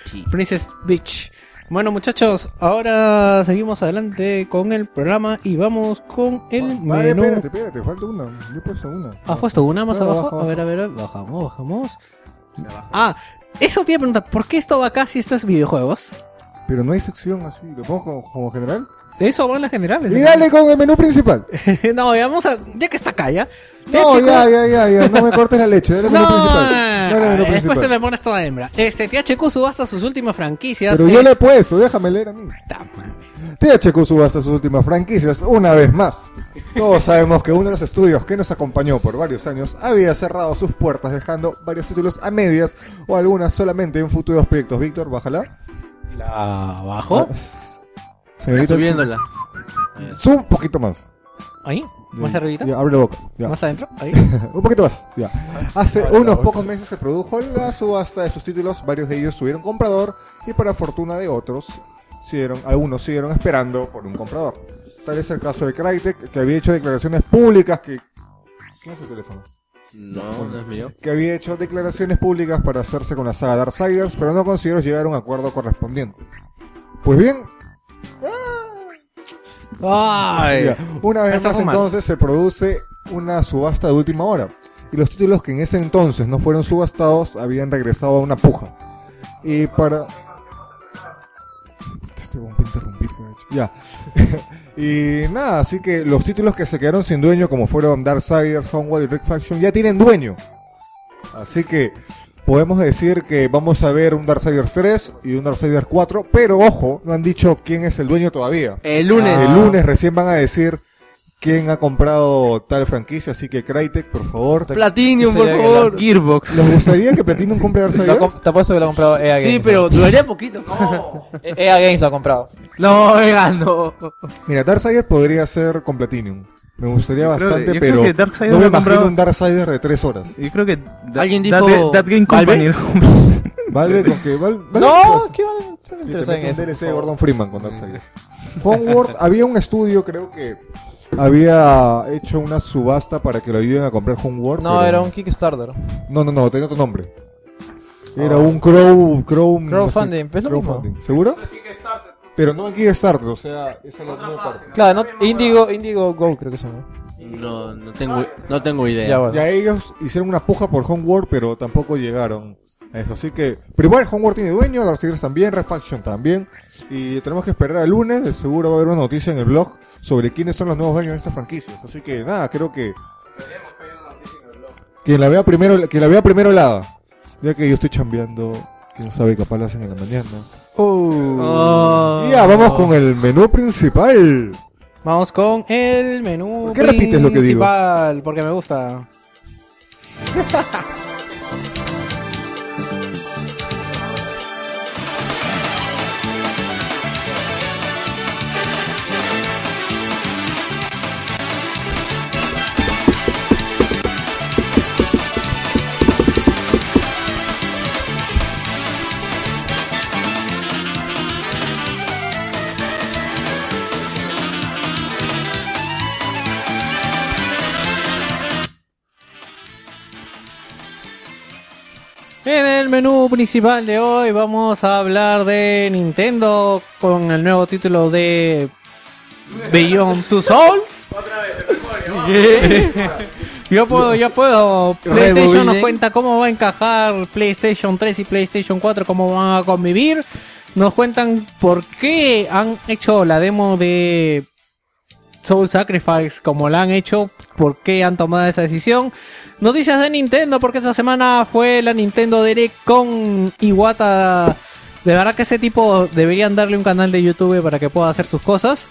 Speaker 8: Sí.
Speaker 3: Princess Beach. Bueno, muchachos, ahora seguimos adelante con el programa y vamos con el
Speaker 5: Vale,
Speaker 3: menú.
Speaker 5: espérate, espérate, falta una. Yo he puesto una.
Speaker 3: ¿Has puesto una más
Speaker 5: No,
Speaker 3: abajo?
Speaker 5: abajo,
Speaker 3: A ver, a ver, a ver, bajamos, bajamos. Ah, eso te iba a preguntar, ¿por qué esto va acá si esto es videojuegos?
Speaker 5: Pero no hay sección así, lo pongo como, como general.
Speaker 3: Eso van las generales.
Speaker 5: Y dale con el menú principal.
Speaker 3: no, ya vamos a. Ya que está acá, ya. Ya,
Speaker 5: No,
Speaker 3: chicos.
Speaker 5: ya, ya, ya, ya, no me cortes la leche, dale el menú
Speaker 3: No, eh,
Speaker 5: principal. Dale el menú
Speaker 3: después
Speaker 5: principal.
Speaker 3: te me pones toda hembra. Este, THQ subasta sus últimas franquicias.
Speaker 5: Pero yo
Speaker 3: Es-
Speaker 5: le he puesto, déjame leer a mí.
Speaker 3: Ta madre.
Speaker 5: THQ subasta sus últimas franquicias una vez más. Todos sabemos que uno de los estudios que nos acompañó por varios años había cerrado sus puertas dejando varios títulos a medias o algunas solamente en futuros proyectos. Víctor, bájala.
Speaker 3: La abajo.
Speaker 5: Señorita,
Speaker 8: Subiéndola.
Speaker 5: zoom un poquito más.
Speaker 3: Ahí, más
Speaker 5: Ya,
Speaker 3: arribita.
Speaker 5: Ya, abre la boca. ya.
Speaker 3: Más adentro, ahí.
Speaker 5: Un poquito más. Ya. Hace unos pocos meses se produjo la subasta de sus títulos. Varios de ellos tuvieron comprador y para fortuna de otros, siguieron, algunos siguieron esperando por un comprador. Tal es el caso de Crytek, que había hecho declaraciones públicas que... ¿Quién es el teléfono?
Speaker 8: No, no es mío.
Speaker 5: Que había hecho declaraciones públicas para hacerse con la saga Darksiders, pero no consiguieron llegar a un acuerdo correspondiente. Pues bien,
Speaker 3: Ay.
Speaker 5: Ya. Una vez
Speaker 3: Eso
Speaker 5: más
Speaker 3: fue más.
Speaker 5: entonces se produce una subasta de última hora. Y los títulos que en ese entonces no fueron subastados habían regresado a una puja. Y para... Este huevón puede interrumpirse, de hecho. Ya. y nada, así que los títulos que se quedaron sin dueño, como fueron Darksiders, Homeward y Rick Faction, ya tienen dueño. Así que podemos decir que vamos a ver un Darksiders 3 y un Darksiders 4, pero ojo, no han dicho quién es el dueño todavía.
Speaker 8: El lunes.
Speaker 5: El lunes recién van a decir quién ha comprado tal franquicia, así que Crytek, por favor.
Speaker 3: Ah,
Speaker 8: Platinum, por
Speaker 2: Sería que
Speaker 8: favor.
Speaker 1: Gearbox.
Speaker 5: ¿Les gustaría que Platinum compre Dark
Speaker 2: Lo ha comp- Te apuesto que lo ha comprado EA Games.
Speaker 8: Sí, pero duraría poquito.
Speaker 3: eh,
Speaker 2: E- EA Games lo ha comprado.
Speaker 8: No, oiga, no.
Speaker 5: Mira, Darksiders podría ser con Platinum. Me gustaría
Speaker 1: Yo creo-
Speaker 5: bastante,
Speaker 1: yo creo
Speaker 5: pero
Speaker 1: que Darksiders
Speaker 5: no me
Speaker 1: lo ha
Speaker 5: imagino
Speaker 1: comprado-
Speaker 5: un Darksiders de tres horas.
Speaker 1: Yo creo que da-
Speaker 8: Alguien
Speaker 1: That-
Speaker 8: dijo-
Speaker 1: That Game Company.
Speaker 8: ¿Valve?
Speaker 5: Vale, con que. Val, vale,
Speaker 2: No,
Speaker 5: pues,
Speaker 2: ¿qué van a
Speaker 5: y te
Speaker 2: interesar en
Speaker 5: mete un
Speaker 2: eso?
Speaker 5: DLC de Gordon Freeman con Darksiders. Homeworld, había un estudio, creo que había hecho una subasta para que lo ayuden a comprar Homeworld.
Speaker 2: No,
Speaker 5: pero-
Speaker 2: era un Kickstarter.
Speaker 5: No, no, no, tenía otro nombre. Era un crow, crow,
Speaker 2: Oh. Crowdfunding,
Speaker 5: no sé,
Speaker 2: es lo mismo.
Speaker 5: crowdfunding. ¿Seguro? Pero no en Kickstarter, o sea, esa es la otra parte.
Speaker 2: Claro, no, Indigo, Indigo Go creo que se llama.
Speaker 8: No, no tengo, no tengo idea.
Speaker 2: Ya bueno.
Speaker 5: Ya ellos hicieron una puja por Homeworld, pero tampoco llegaron a eso. Así que, pero igual Homeworld tiene dueño, Dark Siders también, Refaction también. Y tenemos que esperar al lunes, de seguro va a haber una noticia en el blog sobre quiénes son los nuevos dueños de estas franquicias. Así que nada, creo que... Quien la vea primero, quien la vea primero la haga. Ya que yo estoy chambeando, quién sabe, capaz lo hacen en la mañana.
Speaker 8: Oh.
Speaker 5: Y ya, vamos con el menú principal.
Speaker 3: Vamos con el menú.
Speaker 5: ¿Qué repites lo que digo?
Speaker 3: principal, Porque me gusta. En el menú principal de hoy vamos a hablar de Nintendo con el nuevo título de Beyond Two Souls. Yo puedo, yo puedo. PlayStation nos
Speaker 8: Removilen.
Speaker 3: cuenta cómo va a encajar PlayStation 3 y PlayStation 4, cómo van a convivir. Nos cuentan por qué han hecho la demo de Soul Sacrifice como la han hecho, por qué han tomado esa decisión. Noticias de Nintendo, porque esta semana fue la Nintendo Direct con Iwata. De verdad que ese tipo deberían darle un canal de YouTube para que pueda hacer sus cosas.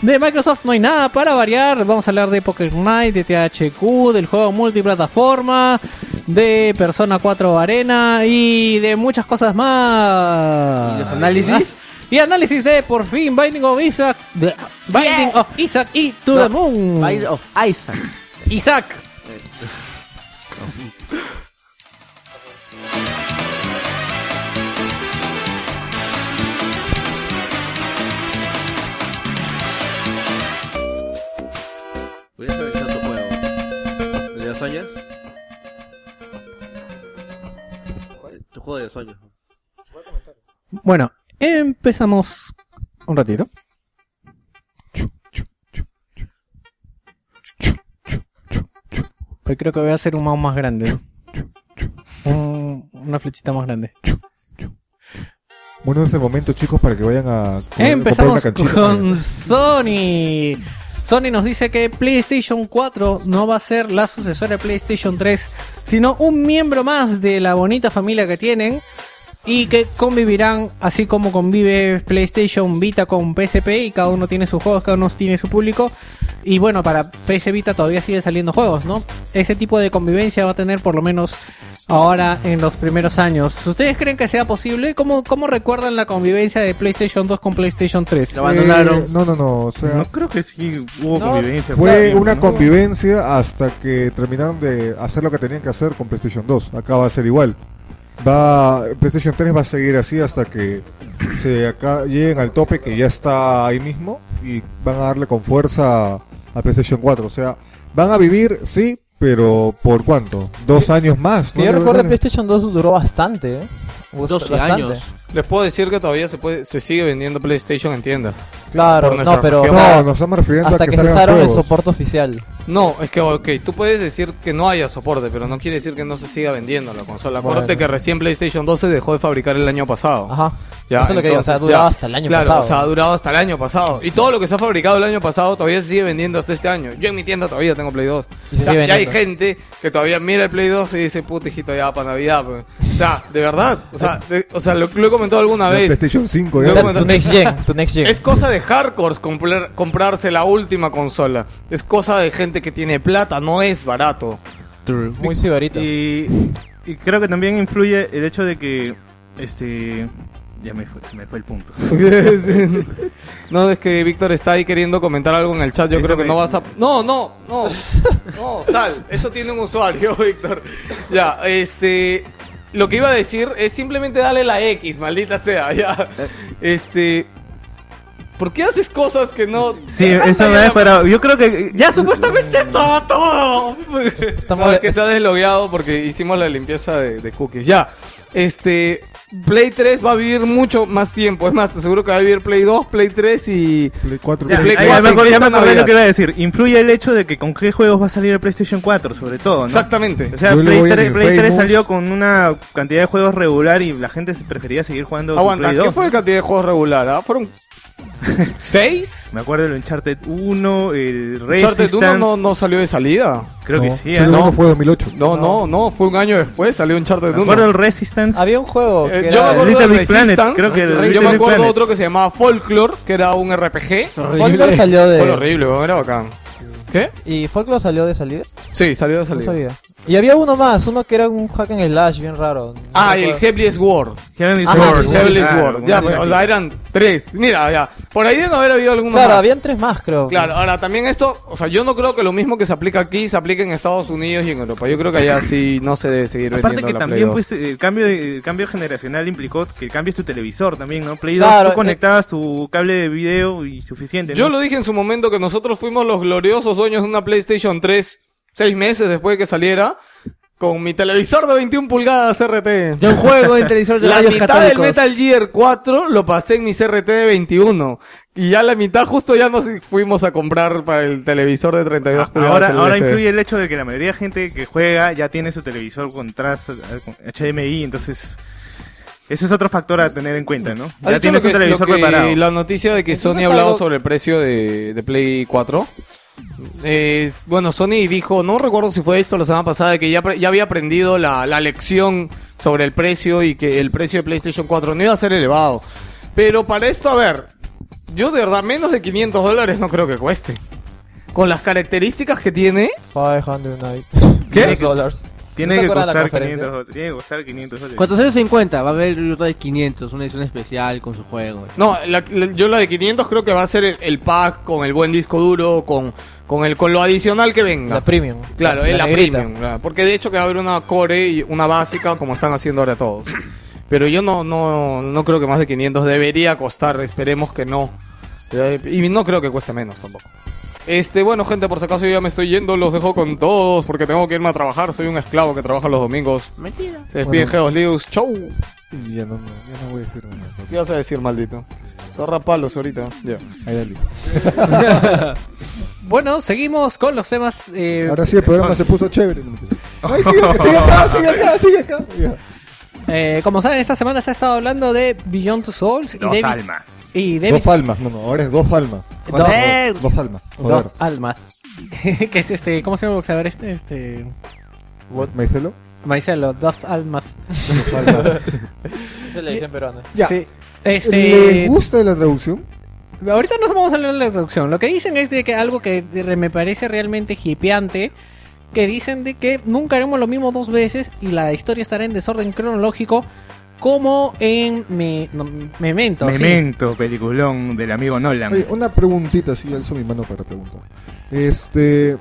Speaker 3: De Microsoft no hay nada para variar. Vamos a hablar de Poker Night, de THQ, del juego multiplataforma, de Persona 4 Arena y de muchas cosas más.
Speaker 8: ¿Y los análisis?
Speaker 3: Y análisis de por fin Binding of Isaac, de- Binding of Isaac y To the Moon.
Speaker 8: Isle of Isaac.
Speaker 3: Isaac.
Speaker 8: Voy a revisar tu juego. ¿El de los sueños? Tu juego de los sueños.
Speaker 3: Bueno, empezamos un ratito. Hoy creo que voy a hacer un mouse más grande. Un- una flechita más grande.
Speaker 5: Bueno, es el momento, chicos, para que vayan a comer-
Speaker 3: Empezamos
Speaker 5: comprar una canchita.
Speaker 3: con Sony. Sony nos dice que PlayStation 4 no va a ser la sucesora de PlayStation 3, sino un miembro más de la bonita familia que tienen y que convivirán así como convive PlayStation Vita con PSP y cada uno tiene sus juegos, cada uno tiene su público. Y bueno, para PS Vita todavía siguen saliendo juegos, ¿no? Ese tipo de convivencia va a tener por lo menos ahora en los primeros años. ¿Ustedes creen que sea posible? ¿Cómo, cómo recuerdan la convivencia de PlayStation 2 con PlayStation 3?
Speaker 8: Lo abandonaron.
Speaker 5: Eh, no, no, no, o sea,
Speaker 1: No creo que sí hubo
Speaker 2: No,
Speaker 1: convivencia.
Speaker 5: fue
Speaker 1: ¿no?
Speaker 5: una convivencia hasta que terminaron de hacer lo que tenían que hacer con PlayStation 2. Acá va a ser igual. Va, PlayStation 3 va a seguir así hasta que se acá lleguen al tope que ya está ahí mismo y van a darle con fuerza a PlayStation 4. O sea, van a vivir, sí, pero ¿por cuánto? ¿Dos años más?
Speaker 2: Que
Speaker 5: ¿no?
Speaker 2: yo recuerdo
Speaker 5: Dale.
Speaker 2: PlayStation 2 duró bastante, ¿eh? Bast-
Speaker 8: 12
Speaker 2: bastante.
Speaker 8: años.
Speaker 4: Les puedo decir que todavía se, puede, se sigue vendiendo PlayStation en tiendas.
Speaker 2: Claro,
Speaker 4: Por
Speaker 2: no,
Speaker 4: nuestra
Speaker 2: pero o
Speaker 4: región.
Speaker 2: sea,
Speaker 5: No, nos estamos refiriendo
Speaker 2: hasta
Speaker 5: a que,
Speaker 2: que,
Speaker 5: salgan
Speaker 2: cesaron el
Speaker 5: juegos.
Speaker 2: soporte oficial.
Speaker 4: No, es que, ok, tú puedes decir que no haya soporte, pero no quiere decir que no se siga vendiendo la consola. Acuérdate
Speaker 2: Bueno.
Speaker 4: que recién PlayStation 2 se dejó de fabricar el año pasado.
Speaker 2: Ajá.
Speaker 4: Ya,
Speaker 2: Eso es lo que digo, o sea,
Speaker 4: entonces,
Speaker 2: duraba
Speaker 4: ya.
Speaker 2: hasta el año
Speaker 4: claro,
Speaker 2: pasado.
Speaker 4: o sea, ha durado hasta el año pasado. Y todo lo que se ha fabricado el año pasado todavía se sigue vendiendo hasta este año. Yo en mi tienda todavía tengo Play 2.
Speaker 2: Y se
Speaker 4: O sea,
Speaker 2: sigue
Speaker 4: y hay
Speaker 2: vendiendo.
Speaker 4: gente que todavía mira el Play 2 y dice, puta hijito, ya para Navidad. pues". O sea, de verdad. O sea, de- o sea, lo, lo he comentado alguna
Speaker 5: La
Speaker 4: vez.
Speaker 5: PlayStation 5,
Speaker 4: Yo
Speaker 5: ya.
Speaker 4: como-
Speaker 2: Tu next gen, tu next gen.
Speaker 4: Es cosa de hardcores comprar- comprarse la última consola. Es cosa de gente que tiene plata, no es barato.
Speaker 2: Muy cibarito.
Speaker 1: Y, y creo que también influye el hecho de que. Este. Ya me fue, se me fue el punto.
Speaker 4: no, es que Víctor está ahí queriendo comentar algo en el chat. Yo
Speaker 1: Eso
Speaker 4: creo que
Speaker 1: me-
Speaker 4: no vas a. No, no, no. No, sal. Eso tiene un usuario, Víctor. Ya, este. Lo que iba a decir es simplemente dale la X, maldita sea, ya.
Speaker 1: Eh.
Speaker 4: Este. ¿Por qué haces cosas que no.
Speaker 1: Sí,
Speaker 4: Anda,
Speaker 1: eso
Speaker 4: ya
Speaker 1: me
Speaker 4: la-
Speaker 1: ha parado. Yo creo que.
Speaker 3: Ya supuestamente estaba todo.
Speaker 2: Estamos
Speaker 4: No, es que se ha deslogueado porque hicimos la limpieza de, de cookies. Ya, este. Play 3 va a vivir mucho más tiempo. Es más, te aseguro que va a vivir Play 2, Play 3 y.
Speaker 5: Play 4,
Speaker 1: Ya,
Speaker 4: Play
Speaker 1: ahí
Speaker 4: cuatro,
Speaker 1: me acordé- ya me
Speaker 4: esta
Speaker 1: acordé
Speaker 4: Navidad.
Speaker 1: lo que iba a decir. Influye el hecho de que con qué juegos va a salir el PlayStation 4, sobre todo, ¿no?
Speaker 4: Exactamente.
Speaker 1: O sea,
Speaker 5: Yo le
Speaker 1: Play
Speaker 5: voy a
Speaker 1: 3,
Speaker 5: mi
Speaker 1: Play 3
Speaker 5: Rainbow.
Speaker 1: salió con una cantidad de juegos regular y la gente se prefería seguir jugando con
Speaker 4: Aguanta,
Speaker 1: Play
Speaker 4: ¿qué
Speaker 1: 2.
Speaker 4: fue la cantidad de juegos regular? ah? ¿Fueron. ¿Seis?
Speaker 1: Me acuerdo del Uncharted 1 el
Speaker 4: Uncharted
Speaker 1: Resistance.
Speaker 4: 1 no, no salió de salida.
Speaker 1: Creo que sí, ¿eh?
Speaker 5: Play
Speaker 1: No.
Speaker 5: uno fue 2008.
Speaker 4: No, no, no, fue un año después, salió Uncharted
Speaker 1: Me
Speaker 4: 1.
Speaker 1: acuerdo del Resistance.
Speaker 2: Había un juego que
Speaker 4: Eh,
Speaker 2: era...
Speaker 4: yo me acuerdo
Speaker 1: Little
Speaker 4: de
Speaker 1: Big Planet,
Speaker 4: Resistance.
Speaker 1: creo que el
Speaker 4: yo
Speaker 1: Little
Speaker 4: me
Speaker 1: Big
Speaker 4: acuerdo de
Speaker 1: Planet.
Speaker 4: otro que se llamaba Folklore, que era un RPG.
Speaker 2: Folklore salió
Speaker 4: Fue
Speaker 2: de...
Speaker 4: horrible, era bacán. ¿Qué?
Speaker 2: ¿Y Folklore salió de salida?
Speaker 4: Sí, salió de
Speaker 2: No
Speaker 4: salida.
Speaker 2: sabía. Y había uno más, uno que era un hack and slash bien raro. No
Speaker 4: Ah,
Speaker 2: me
Speaker 4: y el
Speaker 2: acuerdo.
Speaker 4: Heavenly Sword.
Speaker 1: Heavenly
Speaker 2: Ajá,
Speaker 1: Sword. Ah,
Speaker 2: sí, sí, sí,
Speaker 4: Heavenly
Speaker 1: claro,
Speaker 4: Sword. Ya,
Speaker 1: una
Speaker 4: pues, o
Speaker 1: cosa
Speaker 4: sea,
Speaker 1: así.
Speaker 4: eran tres. Mira, ya. Por ahí deben haber habido algunos
Speaker 2: Claro,
Speaker 4: más.
Speaker 2: habían tres más, creo.
Speaker 4: Claro, ahora también esto, o sea, yo no creo que lo mismo que se aplica aquí se aplique en Estados Unidos y en Europa. Yo creo que allá sí no se debe seguir
Speaker 1: Aparte
Speaker 4: vendiendo
Speaker 1: que
Speaker 4: la
Speaker 1: también
Speaker 4: Play
Speaker 1: pues el cambio de- el cambio generacional implicó que cambies tu televisor también, ¿no? Play 2
Speaker 2: Claro,
Speaker 1: tú conectabas tu cable de video y suficiente,
Speaker 4: 2.
Speaker 1: ¿no?
Speaker 4: eh, Yo lo dije en su momento que nosotros fuimos los gloriosos dueños de una PlayStation 3 seis meses después de que saliera con mi televisor de 21 pulgadas RT.
Speaker 6: Yo juego en televisor de
Speaker 4: La
Speaker 6: rayos
Speaker 4: mitad del
Speaker 6: católicos.
Speaker 4: Metal Gear 4 lo pasé en mi CRT de 21. Y ya la mitad justo ya nos fuimos a comprar para el televisor de 32 pulgadas.
Speaker 1: Ah, Ahora,
Speaker 4: el
Speaker 1: ahora
Speaker 4: LCD.
Speaker 1: influye el hecho de que la mayoría de gente que juega ya tiene su televisor con, tras, con HDMI, entonces ese es otro factor a tener en cuenta, ¿no?
Speaker 4: ¿Has
Speaker 1: Ya
Speaker 4: visto
Speaker 1: tienes
Speaker 4: lo
Speaker 1: un
Speaker 4: que-
Speaker 1: televisor
Speaker 4: lo que-
Speaker 1: preparado.
Speaker 4: La noticia de que
Speaker 2: Entonces
Speaker 4: Sony ha hablado
Speaker 2: algo-
Speaker 4: sobre el precio de, de Play 4. Eh, bueno, Sony dijo, no recuerdo si fue esto la semana pasada, que ya, pre- ya había aprendido la, la lección sobre el precio y que el precio de PlayStation 4 no iba a ser elevado. Pero para esto, a ver, yo de verdad menos de 500 dólares no creo que cueste. Con las característes que tiene,
Speaker 2: 590
Speaker 1: ¿Qué?
Speaker 2: dólares.
Speaker 1: Tiene
Speaker 2: ¿No se
Speaker 1: que
Speaker 2: acuerdan la
Speaker 1: costar
Speaker 2: conferencia?
Speaker 1: 500 dólares. Tiene que costar 500 dólares.
Speaker 6: 450, va a haber otra de 500, una edición especial con su juego.
Speaker 4: No, la- la- yo la de 500 creo que va a ser el, el pack con el buen disco duro, con, con, el, con lo adicional que venga.
Speaker 2: La premium.
Speaker 4: Claro, es la
Speaker 2: negrita.
Speaker 4: premium, claro, porque de hecho que va a haber una core y una básica como están haciendo ahora todos. Pero yo no no no creo que más de 500 debería costar, esperemos que no. Eh, Y no creo que cueste menos tampoco. Este, bueno, gente, por si acaso yo ya me estoy yendo, los dejo con todos porque tengo que irme a trabajar, soy un esclavo que trabaja los domingos. Mentira. Se despide
Speaker 2: Bueno.
Speaker 4: Geos Lius, chau.
Speaker 5: Ya no, ya no voy a decir nada.
Speaker 4: ¿Qué vas a decir, maldito? Torra palos ahorita. Ya.
Speaker 5: Ahí dale.
Speaker 3: Bueno, seguimos con los temas. eh,
Speaker 5: Ahora sí, el programa se puso chévere. Ay, sigue, sigue acá, sigue acá, sigue acá. Ya.
Speaker 3: eh, como saben, esta semana se ha estado hablando de Beyond Two Souls y
Speaker 1: Dos
Speaker 3: David.
Speaker 1: almas.
Speaker 3: Y David
Speaker 5: Dos almas, no, no, ahora es dos almas.
Speaker 3: Dos.
Speaker 5: Joder, Dos almas. Joder.
Speaker 3: Dos almas. que es este. ¿Cómo se llama el boxeador este? Este.
Speaker 5: ¿Maicelo?
Speaker 3: Maicelo, dos almas.
Speaker 5: Dos almas.
Speaker 2: Esa es la edición peruana.
Speaker 5: Ya.
Speaker 3: Sí.
Speaker 5: ¿Le
Speaker 3: Este.
Speaker 5: gusta la traducción?
Speaker 3: Ahorita nos vamos a hablar de la traducción. Lo que dicen es de que algo que re- me parece realmente hipeante. Que dicen de que nunca haremos lo mismo dos veces y la historia estará en desorden cronológico como en me, no, Memento. sí.
Speaker 1: Memento, peliculón del amigo Nolan.
Speaker 5: Oye, una preguntita, sí, alzo mi mano para preguntar. Este.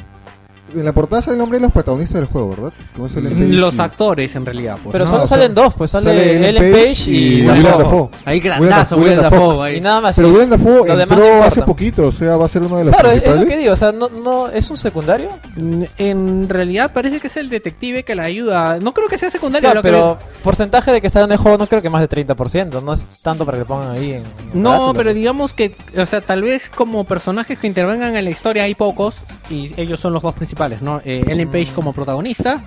Speaker 5: En la portada sale el nombre de los protagonistas del juego, ¿verdad? ¿Cómo es el NPC?
Speaker 3: Los actores en realidad. pues,
Speaker 2: Pero
Speaker 3: ¿no?
Speaker 2: solo
Speaker 5: o sea,
Speaker 2: salen dos, pues Mm, sale,
Speaker 5: sale
Speaker 2: Ellen,
Speaker 5: Ellen
Speaker 2: Page,
Speaker 5: Page
Speaker 2: y,
Speaker 5: y
Speaker 2: Willem
Speaker 5: Willem
Speaker 2: Dafoe.
Speaker 5: Dafoe.
Speaker 6: Ahí grandazo,
Speaker 5: Willem
Speaker 6: Willem
Speaker 5: Dafoe.
Speaker 6: Dafoe, ahí.
Speaker 2: Y nada más.
Speaker 5: Pero
Speaker 2: sí.
Speaker 5: Willem Dafoe
Speaker 2: Lo demás no
Speaker 5: entró hace
Speaker 2: importa.
Speaker 5: poquito, o sea, va a ser uno de los
Speaker 2: Claro, es, es lo
Speaker 5: principales.
Speaker 2: que digo, o sea, no, no, es un secundario.
Speaker 3: Mm, En realidad parece que es el detective que la ayuda. No creo que sea secundario.
Speaker 2: Claro,
Speaker 3: lo que-
Speaker 2: pero porcentaje de que sale en el juego no creo que más de 30%, no es tanto para que le pongan ahí en... en
Speaker 3: No,
Speaker 2: carátula.
Speaker 3: pero digamos que, o sea, tal vez como personajes que intervengan en la historia hay pocos y ellos son los dos principales, ¿no? Eh, Ellen Page como protagonista.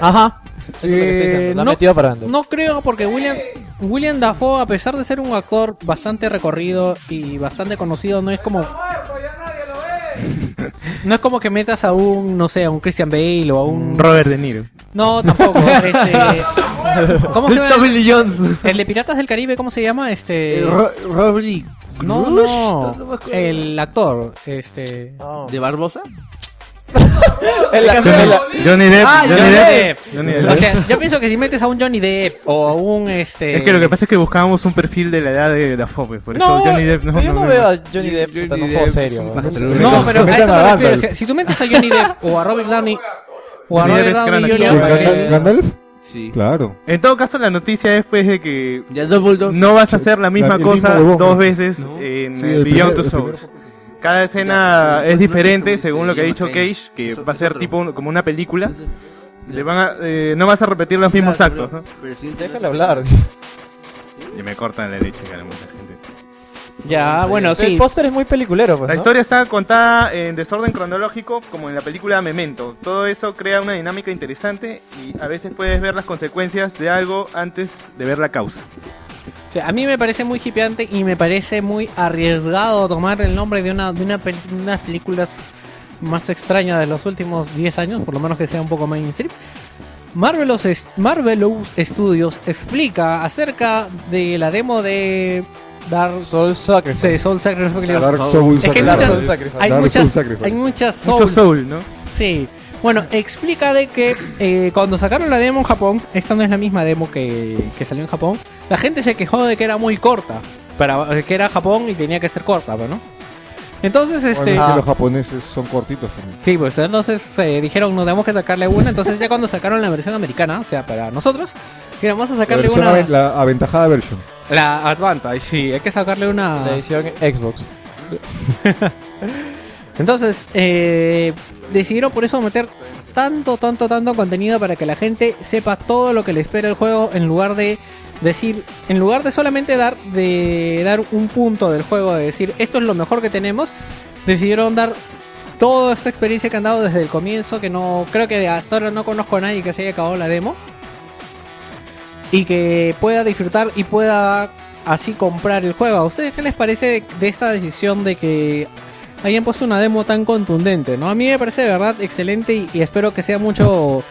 Speaker 2: Ajá. Eso es lo que estoy diciendo,
Speaker 3: Eh,
Speaker 2: la han
Speaker 3: no-
Speaker 2: metido para vender.
Speaker 3: No creo porque William, William Dafoe, a pesar de ser un actor bastante recorrido y bastante conocido, no es como... No es como que metas a un, no sé, a un Christian Bale o a un...
Speaker 1: Robert De Niro.
Speaker 3: No, tampoco. este, ¿Cómo se llama?
Speaker 6: Tommy Lee Jones.
Speaker 3: El de Piratas del Caribe, ¿cómo se llama? Este.
Speaker 6: Ro- Robly
Speaker 3: No,
Speaker 6: Grush. me
Speaker 3: no.
Speaker 6: acuerdo.
Speaker 3: El actor. Este.
Speaker 6: Eh, ¿De Barbosa?
Speaker 2: El actor, el a-
Speaker 1: Johnny Depp.
Speaker 3: Ah,
Speaker 1: Johnny
Speaker 3: Johnny
Speaker 1: Depp.
Speaker 3: Depp.
Speaker 1: Johnny
Speaker 3: O
Speaker 1: Depp.
Speaker 3: sea, yo pienso que si metes a un Johnny Depp o a un este.
Speaker 1: Es que lo que pasa es que buscábamos un perfil de la edad de Dafoe, pues, por eso
Speaker 2: No,
Speaker 1: Johnny Depp no...
Speaker 2: yo no
Speaker 1: no-
Speaker 2: veo a Johnny Depp
Speaker 6: Johnny
Speaker 2: en un
Speaker 6: Depp
Speaker 2: juego
Speaker 6: es
Speaker 2: serio.
Speaker 6: un
Speaker 2: ¿no?
Speaker 6: pastel.
Speaker 3: No, pero a
Speaker 5: Metan
Speaker 3: eso
Speaker 5: a
Speaker 3: me refiero.
Speaker 5: Gandalf.
Speaker 3: o sea, si tú metes a Johnny Depp o a Robert Downey o a
Speaker 1: Johnny
Speaker 3: Robert
Speaker 1: Depp es gran
Speaker 3: Downey
Speaker 1: actor.
Speaker 3: Jr.
Speaker 2: Gandalf.
Speaker 3: eh,
Speaker 5: ¿Gan- ¿Gandalf?
Speaker 6: Sí.
Speaker 5: Claro.
Speaker 1: En todo caso, la noticia es pues de que
Speaker 6: Ya dos bulldogs.
Speaker 1: no vas a hacer la misma
Speaker 5: el mismo
Speaker 1: cosa
Speaker 5: de Bob,
Speaker 1: dos
Speaker 5: ¿no?
Speaker 1: veces
Speaker 6: No.
Speaker 1: en
Speaker 5: Sí,
Speaker 1: eh, Beyond
Speaker 5: el primero-
Speaker 1: Two
Speaker 5: el
Speaker 1: Souls.
Speaker 5: primero-
Speaker 1: Cada escena
Speaker 6: Ya, sí,
Speaker 1: es
Speaker 6: pues, no
Speaker 1: diferente,
Speaker 6: sé cómo
Speaker 1: según
Speaker 6: se
Speaker 1: lo que ha
Speaker 6: llama,
Speaker 1: dicho
Speaker 6: Kane.
Speaker 1: Cage, que
Speaker 6: Eso
Speaker 1: va a
Speaker 6: es
Speaker 1: ser
Speaker 6: otro.
Speaker 1: tipo un- como una película. Le van a, eh, no vas a repetir los mismos
Speaker 6: Claro,
Speaker 1: actos, ¿no?
Speaker 6: pero- pero el siguiente
Speaker 2: Déjale hablar.
Speaker 1: Y me cortan la leche, cara, mucha gente.
Speaker 3: Ya, Ah, bueno,
Speaker 2: El
Speaker 3: sí.
Speaker 2: póster es muy peliculero, pues,
Speaker 1: La
Speaker 2: ¿no?
Speaker 1: historia está contada en desorden cronológico, como en la película Memento. Todo eso crea una dinámica interesante y a veces puedes ver las consecuencias de algo antes de ver la causa.
Speaker 3: O sea, a mí me parece muy hipeante y me parece muy arriesgado tomar el nombre de una de una pel- unas películas más extrañas de los últimos 10 años, por lo menos que sea un poco mainstream. Marvelous, es- Marvelous Studios explica acerca de la demo de Dark
Speaker 2: Soul Sacrifice.
Speaker 3: sí, Soul Sacrifice.
Speaker 5: Dark
Speaker 6: Soul.
Speaker 5: Souls.
Speaker 3: Es que
Speaker 2: Dark
Speaker 3: muchas-
Speaker 2: Soul Sacrifice.
Speaker 3: Hay
Speaker 5: Dark Souls
Speaker 3: muchas,
Speaker 5: Sacrifice.
Speaker 3: hay muchas
Speaker 1: Mucho
Speaker 3: souls.
Speaker 1: soul, ¿no?
Speaker 3: Sí. Bueno, explica de que eh, cuando sacaron la demo en Japón, esta no es la misma demo que, que salió en Japón, la gente se quejó de que era muy corta. Para, que era Japón y tenía que ser corta, pues, ¿no? Entonces, este...
Speaker 5: Bueno, es que
Speaker 3: ah,
Speaker 5: los japoneses son cortitos también.
Speaker 3: Sí, pues entonces se dijeron, nos tenemos que sacarle una. Entonces ya cuando sacaron la versión americana, o sea, para nosotros, dijeron, vamos a
Speaker 5: La,
Speaker 3: sacarle
Speaker 5: versión
Speaker 3: una...
Speaker 5: aven- la aventajada version.
Speaker 3: La Advantage, sí, hay que sacarle una...
Speaker 2: La edición Xbox.
Speaker 3: Entonces, eh, decidieron por eso meter tanto, tanto, tanto contenido para que la gente sepa todo lo que le espera el juego en lugar de decir, en lugar de solamente dar, de dar un punto del juego, de decir esto es lo mejor que tenemos, decidieron dar toda esta experiencia que han dado desde el comienzo, que no creo que hasta ahora no conozco a nadie que se haya acabado la demo y que pueda disfrutar y pueda así comprar el juego. ¿A ustedes qué les parece de- de esta decisión de que hayan puesto una demo tan contundente, ¿no? A mí me parece de verdad excelente y, y espero que sea mucho.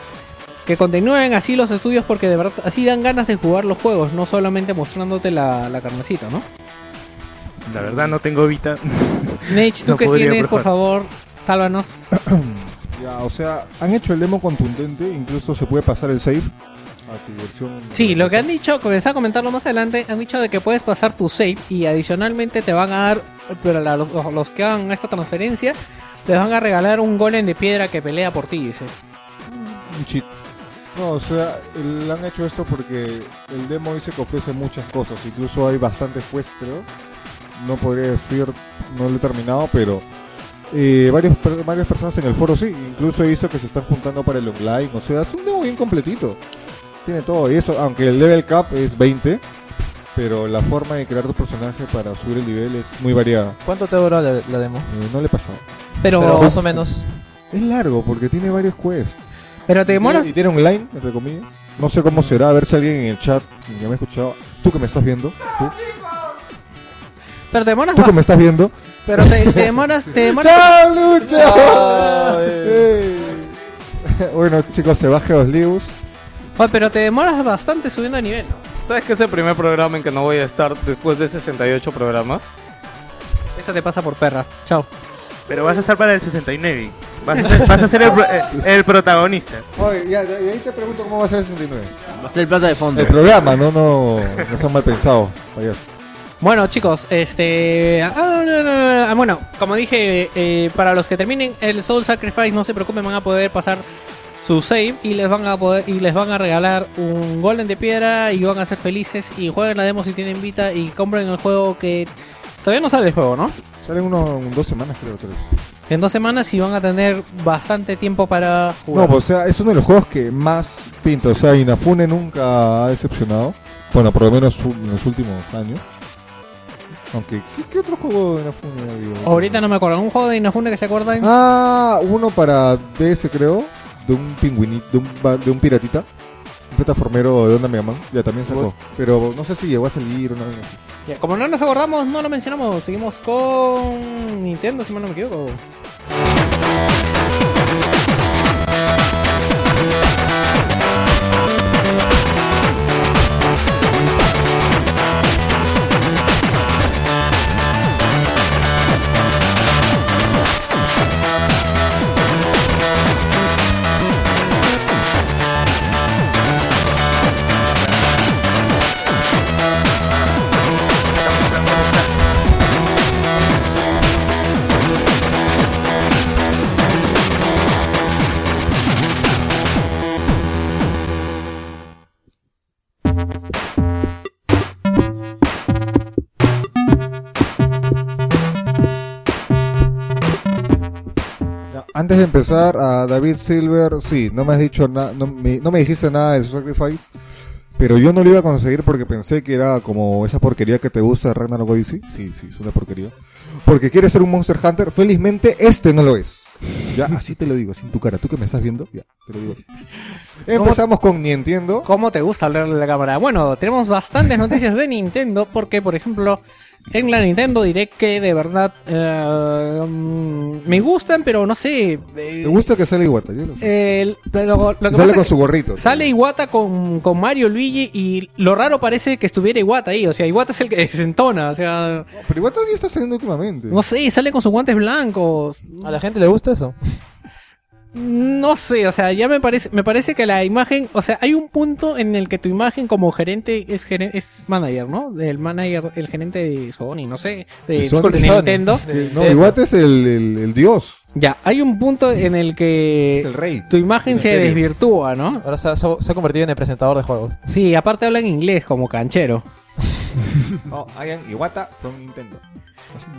Speaker 3: Que continúen así los estudios porque de verdad así dan ganas de jugar los juegos, no solamente mostrándote la, la carnecita, ¿no?
Speaker 1: La verdad no tengo vita.
Speaker 3: Nech, tú
Speaker 1: No
Speaker 3: que
Speaker 1: podría,
Speaker 3: tienes,
Speaker 1: por
Speaker 3: por favor, sálvanos.
Speaker 5: Ya, o sea, han hecho el demo contundente, incluso se puede pasar el save a Ah, tu versión.
Speaker 3: Sí, lo que han dicho, comencé a comentarlo más adelante, han dicho de que puedes pasar tu save y adicionalmente te van a dar, pero la- los, los que hagan esta transferencia, les van a regalar un golem de piedra que pelea por ti, dice.
Speaker 5: Un cheat. No, o sea, el- han hecho esto porque el demo dice que ofrece muchas cosas, incluso hay bastantes quests, creo. No podría decir, no lo he terminado, pero eh, varios, per- varias personas en el foro sí, incluso he visto que se están juntando para el online, o sea, es un demo bien completito. Tiene todo, y eso, aunque el level cap es 20, pero la forma de crear tu personaje para subir el nivel es muy variada.
Speaker 2: ¿Cuánto te duró la, la demo?
Speaker 5: Eh, no le he pasado.
Speaker 3: Pero,
Speaker 2: Pero
Speaker 3: pero,
Speaker 2: más o menos.
Speaker 5: Es largo porque tiene varios quests.
Speaker 3: te
Speaker 5: Y tiene-
Speaker 3: demoras.
Speaker 5: Y tiene online, entre comillas. No sé cómo será, a ver si alguien en el chat que me ha escuchado. Tú que me estás viendo. Tú,
Speaker 3: Pero te demoras
Speaker 5: tú que me estás viendo.
Speaker 3: Pero te, te demoras, te demoras.
Speaker 5: ¡Chao, Lucho!
Speaker 2: Chao,
Speaker 5: Ey. bueno, chicos, se baja los libros.
Speaker 3: Oye, pero te demoras bastante subiendo de nivel. ¿no?
Speaker 4: ¿Sabes que es el primer programa en que no voy a estar después de 68 programas?
Speaker 3: Eso te pasa por perra. Chao.
Speaker 1: Pero vas a estar para el 69. Vas a ser, vas a ser el, pro- eh, el protagonista.
Speaker 5: Oye, ya, ya, y ahí te pregunto cómo va a ser el 69.
Speaker 6: Va a ser el plato de fondo.
Speaker 5: El programa, no, no, no son mal pensados. payaso.
Speaker 3: Bueno, chicos, este. ah, ah, ah, ah, Bueno, como dije, eh, para los que terminen el Soul Sacrifice, no se preocupen, van a poder pasar su save y les van a poder y les van a regalar un golem de piedra y van a ser felices y jueguen la demo si tienen vita y compren el juego que todavía no sale el juego, ¿no?
Speaker 5: Salen unos en dos semanas, creo, tres.
Speaker 3: En dos semanas y van a tener bastante tiempo para
Speaker 5: No,
Speaker 3: jugar.
Speaker 5: pues, o sea, es uno de los juegos que más pinta. O sea, Inafune nunca ha decepcionado. Bueno, por lo menos u- en los últimos años. Aunque, ¿qué, qué otro juego de Inafune ha habido?
Speaker 3: Ahorita no me acuerdo. ¿Un juego de Inafune que se acuerdan?
Speaker 5: Ah, uno para DS, creo. De un pingüinito, de un, ba- de un piratita. Un plataformero de onda Mega Man. Ya también sacó. Pero no sé si llegó a salir o no.
Speaker 3: Ya, como no nos acordamos, no lo mencionamos. Seguimos con Nintendo, si mal no me equivoco.
Speaker 5: Antes de empezar, a David Silver, sí, no me has dicho nada, no me, no me dijiste nada de su Sacrifice, pero yo no lo iba a conseguir porque pensé que era como esa porquería que te gusta de Ragnarok Odyssey. Sí, sí, es una porquería. Porque quieres ser un Monster Hunter, felizmente este no lo es. Ya, así te lo digo, sin tu cara, tú que me estás viendo, ya, te lo digo. Empezamos con Nintendo.
Speaker 3: ¿Cómo te gusta leerle la cámara? Bueno, tenemos bastantes noticias de Nintendo porque, por ejemplo, en la Nintendo Direct que de verdad eh, mm, me gustan, pero no sé. eh,
Speaker 5: ¿Te gusta que sale Iwata? Yo lo sé.
Speaker 3: el- pero Eh, lo que pasa
Speaker 5: sale
Speaker 3: es
Speaker 5: con
Speaker 3: que
Speaker 5: su gorrito.
Speaker 3: Sale Iwata con, con Mario Luigi y lo raro parece que estuviera Iwata ahí. O sea, Iwata es el que se entona. O sea,
Speaker 5: Pero Iwata sí está saliendo últimamente.
Speaker 3: no sé, sale con sus guantes blancos.
Speaker 2: ¿A la gente le gusta eso?
Speaker 3: No sé, o sea, ya me parece, me parece que la imagen, o sea, hay un punto en el que tu imagen como gerente es geren- es manager, ¿no? El manager, el gerente de Sony, no sé, de,
Speaker 5: De Sony.
Speaker 3: disculpe,
Speaker 5: Sony.
Speaker 3: Nintendo.
Speaker 5: Sí, no, Iwata es el, el- el dios.
Speaker 3: Ya, hay un punto en el
Speaker 5: Es el
Speaker 3: que
Speaker 5: rey.
Speaker 3: tu imagen se
Speaker 2: Imperio.
Speaker 3: desvirtúa, ¿no?
Speaker 2: Ahora se ha, se ha- se ha convertido en el presentador de juegos.
Speaker 3: Sí, aparte habla en inglés como canchero.
Speaker 10: Oh, I am Iwata from Nintendo.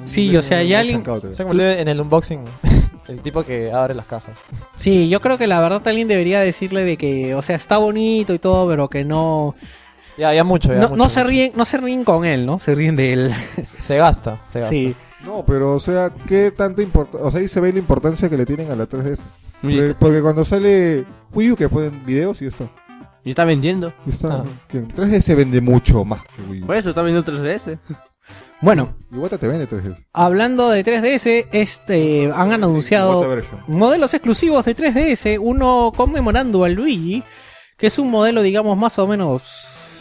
Speaker 3: Sí, o sea, ya alguien,
Speaker 5: Chancado te veo.
Speaker 2: Se ha convertido en el unboxing. El tipo que abre las cajas.
Speaker 3: Sí, yo creo que la verdad alguien debería decirle de que, o sea, está bonito y todo, pero que no,
Speaker 2: Ya, ya mucho, ya.
Speaker 3: no,
Speaker 2: mucho,
Speaker 3: no se
Speaker 2: mucho.
Speaker 3: ríen, no se ríen con él, ¿no? Se ríen de él.
Speaker 2: Se- Se gasta, se gasta.
Speaker 3: Sí.
Speaker 5: No, pero o sea, ¿qué tanta importancia? O sea, ahí se ve la importancia que le tienen a la 3DS.
Speaker 6: Y
Speaker 5: Porque,
Speaker 6: está,
Speaker 5: porque cuando sale Wii U, que ponen videos y esto.
Speaker 6: y está vendiendo.
Speaker 5: Y está
Speaker 2: Ah.
Speaker 5: que en 3DS vende mucho más que Wii U.
Speaker 6: Por eso está vendiendo 3DS.
Speaker 3: Bueno,
Speaker 5: Iwata te vende 3DS.
Speaker 3: hablando de 3DS, este, han
Speaker 5: Iwata
Speaker 3: anunciado
Speaker 5: version.
Speaker 3: modelos exclusivos de 3DS, uno conmemorando a Luigi, que es un modelo, digamos, más o menos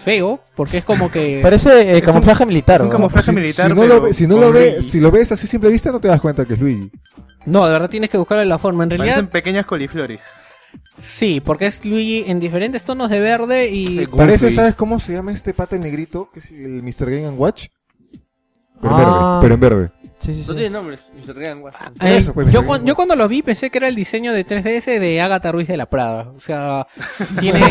Speaker 3: feo, porque es como que...
Speaker 2: Parece eh,
Speaker 1: Es un-
Speaker 2: camuflaje militar.
Speaker 1: es un
Speaker 2: ¿no?
Speaker 1: camuflaje. Traje
Speaker 5: Si-
Speaker 1: militar,
Speaker 5: si no
Speaker 1: pero
Speaker 5: lo, ve- si no
Speaker 1: con
Speaker 5: lo ve-
Speaker 1: Luigi.
Speaker 5: si lo ves a simple vista, no te das cuenta que es Luigi.
Speaker 3: No, de verdad tienes que buscarle la forma. En realidad,
Speaker 1: Parecen pequeñas coliflores.
Speaker 3: sí, porque es Luigi en diferentes tonos de verde y... eh,
Speaker 6: Sí,
Speaker 5: Parece,
Speaker 6: Goofy.
Speaker 5: ¿sabes cómo se llama este pata negrito? Que es el Mr. Game and Watch. Pero
Speaker 2: Ah.
Speaker 5: en verde, pero en verde.
Speaker 2: Sí, sí,
Speaker 6: No
Speaker 2: sí.
Speaker 6: tiene nombres. Mr. Game Watch.
Speaker 5: Por
Speaker 3: Eh,
Speaker 5: eso, pues,
Speaker 3: yo,
Speaker 5: me-
Speaker 3: cuan- yo cuando lo vi pensé que era el diseño de 3DS de Agatha Ruiz de la Prada. O sea, tiene...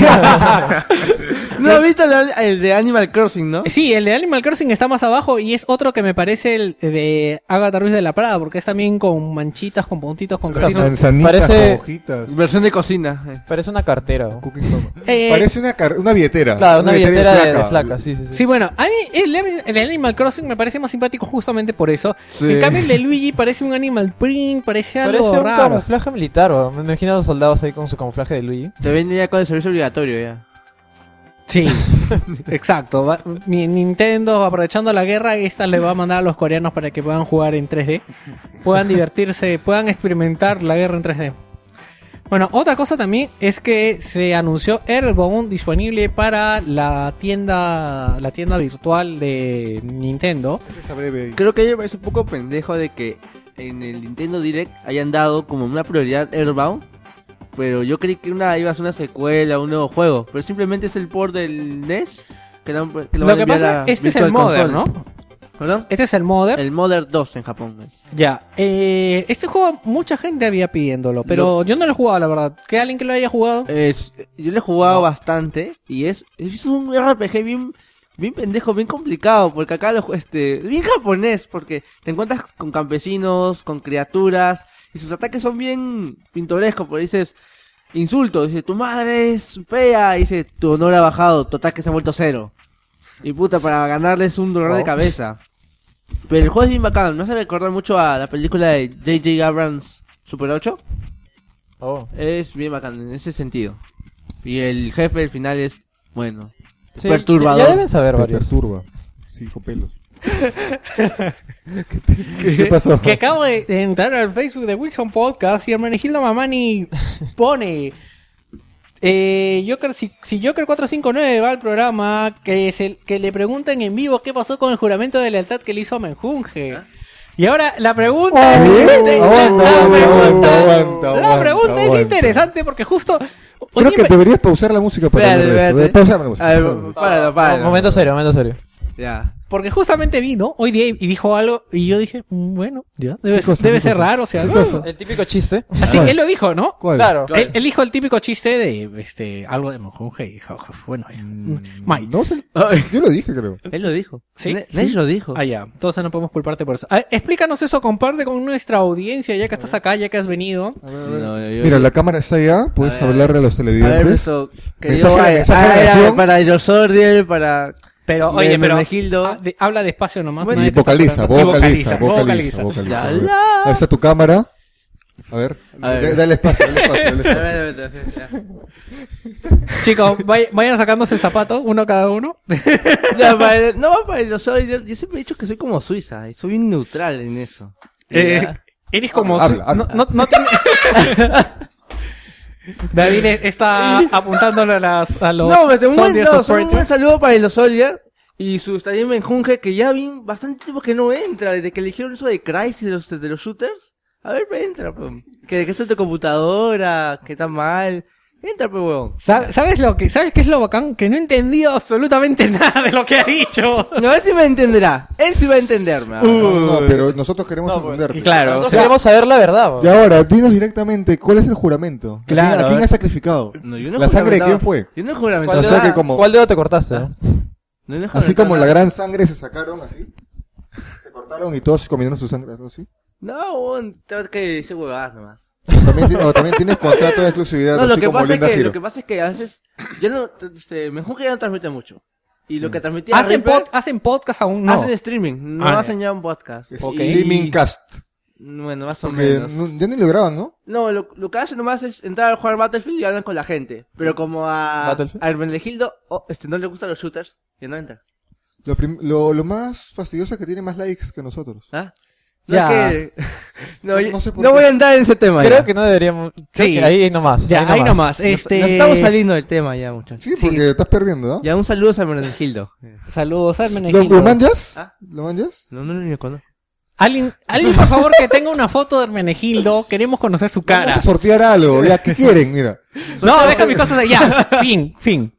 Speaker 6: ¿No has visto el, el de Animal Crossing, no?
Speaker 3: sí, el de Animal Crossing está más abajo y es otro que me parece el de Agatha Ruiz de la Prada porque es también con manchitas, con puntitos, con
Speaker 5: Las
Speaker 3: casinos.
Speaker 5: manzanitas,
Speaker 2: Parece-
Speaker 5: hojitas,
Speaker 6: Versión de cocina. eh.
Speaker 2: Parece una cartera. ¿no?
Speaker 5: cooking soda.
Speaker 3: Eh,
Speaker 5: Parece una, car- una billetera.
Speaker 2: Claro, una billetera de, de
Speaker 5: placa.
Speaker 2: flaca, sí, sí, sí.
Speaker 3: Sí, bueno, a mí el de, el de Animal Crossing me parece más simpático justamente por eso.
Speaker 6: Sí.
Speaker 3: En cambio el de Luigi parece un Animal Print, parece algo
Speaker 2: Parece un
Speaker 3: raro.
Speaker 2: camuflaje militar, ¿no? Me imagino a los soldados ahí con su camuflaje de Luigi.
Speaker 6: Te vende ya con el servicio obligatorio ya.
Speaker 3: Sí, exacto. Va- mi- Nintendo, aprovechando la guerra, esta le va a mandar a los coreanos para que puedan jugar en 3D, puedan divertirse, puedan experimentar la guerra en 3D. Bueno, otra cosa también es que se anunció Airbound disponible para la tienda, la tienda virtual de Nintendo.
Speaker 5: Esa breve ahí.
Speaker 6: Creo que a mí me parece un poco pendejo de que en el Nintendo Direct hayan dado como una prioridad Airbound. Pero yo creí que una iba a ser una secuela, un nuevo juego. Pero simplemente es el port del NES. Que lo, han- que
Speaker 3: Lo
Speaker 6: lo van a
Speaker 3: que
Speaker 6: enviar
Speaker 3: pasa,
Speaker 6: a
Speaker 3: este es
Speaker 6: Virtual
Speaker 3: el modder,
Speaker 6: Console.
Speaker 3: ¿no?
Speaker 6: ¿Perdón?
Speaker 3: Este es el modder.
Speaker 6: El Modern 2 en Japón. es.
Speaker 3: Ya, eh, este juego mucha gente había pidiéndolo, pero yo no lo he jugado, la verdad. Que alguien que lo haya jugado.
Speaker 6: Es- yo le he jugado bastante y es, es un RPG bien, bien pendejo, bien complicado, porque acá lo ju- este, bien japonés, porque te encuentras con campesinos, con criaturas, y sus ataques son bien pintorescos, porque dices insultos, dice tu madre es fea, y dice tu honor ha bajado, tu ataque se ha vuelto cero. Y puta, para ganarles un dolor de
Speaker 2: Wow.
Speaker 6: cabeza. Pero el juego es bien bacán, me hace recordar mucho a la película de J.J. Abrams Super 8.
Speaker 2: Oh.
Speaker 6: Es bien bacán en ese sentido. Y el jefe del final es bueno.
Speaker 2: Sí,
Speaker 6: Perturbador.
Speaker 2: Ya, ya deben saber
Speaker 5: Te
Speaker 2: varios.
Speaker 5: perturba. Sí, con pelos. ¿Qué, te- qué pasó?
Speaker 3: Que acabo de de entrar al Facebook de Wilson Podcast y Hermenegildo Mamani pone. Eh, Joker, si, si Joker 459 va al programa, que, se- que le pregunten en vivo qué pasó con el juramento de lealtad que le hizo a Menjunje. Y ahora la pregunta
Speaker 5: Oh,
Speaker 3: es
Speaker 5: ¿eh? Aguanta,
Speaker 3: la
Speaker 5: aguanta,
Speaker 3: pregunta-
Speaker 5: aguanta,
Speaker 3: la
Speaker 5: aguanta,
Speaker 3: pregunta es
Speaker 5: aguanta.
Speaker 3: interesante porque justo hoy
Speaker 5: Creo
Speaker 3: día
Speaker 5: que
Speaker 3: me-
Speaker 5: deberías pausar la música para
Speaker 6: Espérate,
Speaker 5: hablar de esto.
Speaker 6: espérate.
Speaker 5: Pausame la música.
Speaker 6: A ver,
Speaker 5: pausame la música.
Speaker 6: páralo,
Speaker 2: Oh,
Speaker 6: páralo.
Speaker 2: momento serio, momento serio.
Speaker 6: Ya.
Speaker 3: Porque justamente vino hoy día y y dijo algo y yo dije, "Mm, bueno, ya, debe,
Speaker 2: ¿Qué cosa,
Speaker 3: debe
Speaker 2: qué
Speaker 3: ser
Speaker 2: cosa?
Speaker 3: raro, o sea,
Speaker 2: ¿Qué cosa?
Speaker 3: el típico chiste. Así
Speaker 2: ¿Cuál?
Speaker 3: él lo dijo, ¿no?
Speaker 2: ¿Cuál? Claro.
Speaker 3: Él, él dijo el típico chiste de este algo de Monjonge y dijo, bueno, ya. Mike.
Speaker 5: No Yo lo dije, creo.
Speaker 3: Él lo dijo. ¿Sí?
Speaker 5: Ne- Nech
Speaker 3: lo dijo. Ah, ya. Entonces no podemos culparte por eso. A ver, explícanos eso, comparte con nuestra audiencia, ya que estás acá, ya que has venido.
Speaker 5: Mira, la cámara está allá, puedes hablarle a los
Speaker 6: A ver,
Speaker 5: televidentes.
Speaker 6: eso,
Speaker 5: Esa-
Speaker 6: querido, ay,
Speaker 5: esa
Speaker 6: ay, ay,
Speaker 5: generación-
Speaker 6: para Dinosaurio, para...
Speaker 3: Pero,
Speaker 6: Me-
Speaker 3: oye,
Speaker 6: me
Speaker 3: pero
Speaker 6: Regildo.
Speaker 3: ah, de- habla despacio nomás.
Speaker 5: Y
Speaker 3: nadie te está
Speaker 5: vocaliza,
Speaker 3: escuchando. Y
Speaker 5: vocaliza,
Speaker 3: vocaliza.
Speaker 5: vocaliza, vocaliza. A ver, Ahí está tu cámara. A ver,
Speaker 3: A ver.
Speaker 5: da- dale espacio, dale espacio, dale espacio.
Speaker 6: A ver, a ver, a ver,
Speaker 3: Chicos, vay- vayan sacándose el zapato, uno cada uno.
Speaker 6: Ya, para- no va para Dinosaurio, yo, yo siempre he dicho que soy como Suiza, y soy bien neutral en eso.
Speaker 3: Eh,
Speaker 6: Ya.
Speaker 3: eres como...
Speaker 6: Habla,
Speaker 3: su-
Speaker 6: habla.
Speaker 3: No, no, no te- David está apuntándole a, las, a los
Speaker 6: No, pero un buen,
Speaker 3: soldiers
Speaker 6: no,
Speaker 3: of
Speaker 6: solo un
Speaker 3: fortune.
Speaker 6: buen saludo para los Soldier y su estadio en Junge, que ya vi bastante tiempo que no entra, desde que eligieron eso de Crysis de los, de los shooters. A ver, pues, entra, pues. Que que es tu computadora, que está mal. Entra, pues, huevón.
Speaker 3: Sa- ¿Sabes lo que sabes qué es lo bacán? Que no he entendido absolutamente nada de lo que ha dicho.
Speaker 6: No, él sí me entenderá. Él sí va a entenderme.
Speaker 5: No, no, pero nosotros queremos
Speaker 3: pues,
Speaker 5: entenderte.
Speaker 6: claro,
Speaker 5: O sea,
Speaker 6: saber la verdad.
Speaker 5: Y ahora, dinos directamente, ¿cuál es el juramento? ¿A quién-
Speaker 2: Claro,
Speaker 5: ¿A
Speaker 2: a
Speaker 5: quién
Speaker 2: ver.
Speaker 5: has sacrificado?
Speaker 6: No, yo no
Speaker 5: ¿La sangre de quién
Speaker 6: juramentaba.
Speaker 5: fue?
Speaker 6: Yo no juramentaba.
Speaker 5: O
Speaker 6: ¿Cuál
Speaker 5: sea
Speaker 6: dedo?
Speaker 5: que como...
Speaker 2: ¿Cuál dedo te cortaste?
Speaker 6: No, no
Speaker 5: Así
Speaker 6: juramentaba
Speaker 5: como la
Speaker 6: nada.
Speaker 5: gran sangre se sacaron así. Se cortaron y todos comieron su sangre ¿no? ¿Sí?
Speaker 6: No, huevón, tengo que decir huevadas nomás.
Speaker 5: También, ti- o también tienes contrato de exclusividad
Speaker 6: No, lo
Speaker 5: así
Speaker 6: que,
Speaker 5: como
Speaker 6: pasa es
Speaker 5: Linda
Speaker 6: que,
Speaker 5: Giro.
Speaker 6: lo que pasa es que a veces ya no, este, me juzgo que ya no transmite mucho. Y
Speaker 5: Mm.
Speaker 6: lo que transmitía
Speaker 3: ¿Hacen,
Speaker 6: Ripper,
Speaker 3: pod- hacen podcast aún no.
Speaker 6: hacen streaming, no
Speaker 3: Ah,
Speaker 6: hacen ya un podcast.
Speaker 5: Es
Speaker 6: Y-
Speaker 5: Streaming cast.
Speaker 6: Bueno, más o
Speaker 5: Porque
Speaker 6: menos.
Speaker 5: no- ya ni lo graban, ¿no?
Speaker 6: No, lo, lo que hacen nomás es entrar a jugar Battlefield y hablan con la gente. Pero como a,
Speaker 5: ¿Battlefield?
Speaker 6: a Hermenegildo oh, este, no le gustan los shooters, que no entra.
Speaker 5: Lo, prim- lo, lo más fastidioso es que tiene más likes que nosotros.
Speaker 6: ¿Ah? No,
Speaker 5: Ya.
Speaker 6: es que- no,
Speaker 5: No-
Speaker 6: yo-
Speaker 5: no sé por
Speaker 6: no
Speaker 5: qué.
Speaker 6: voy a entrar en ese tema.
Speaker 2: Creo
Speaker 6: ya.
Speaker 2: que no deberíamos. creo
Speaker 6: Sí.
Speaker 2: que Ahí nomás.
Speaker 6: Ya, ahí nomás,
Speaker 2: Nos-
Speaker 6: este-
Speaker 2: nos
Speaker 6: Estamos saliendo del tema ya, muchachos.
Speaker 5: Sí, porque estás perdiendo, ¿no?
Speaker 6: Ya, un saludo a Hermenegildo.
Speaker 3: Saludos,
Speaker 5: ¿Lo,
Speaker 3: Hermenegildo.
Speaker 5: lo manjas?
Speaker 6: ¿Ah?
Speaker 5: ¿Lo manjas?
Speaker 6: No, no, no, no, no.
Speaker 3: Alguien, alguien, por favor, que tenga una foto de Hermenegildo. Queremos conocer su cara.
Speaker 5: Vamos a sortear algo. Ya, ¿qué quieren? Mira.
Speaker 3: No, deja mis cosas allá. Fin, fin.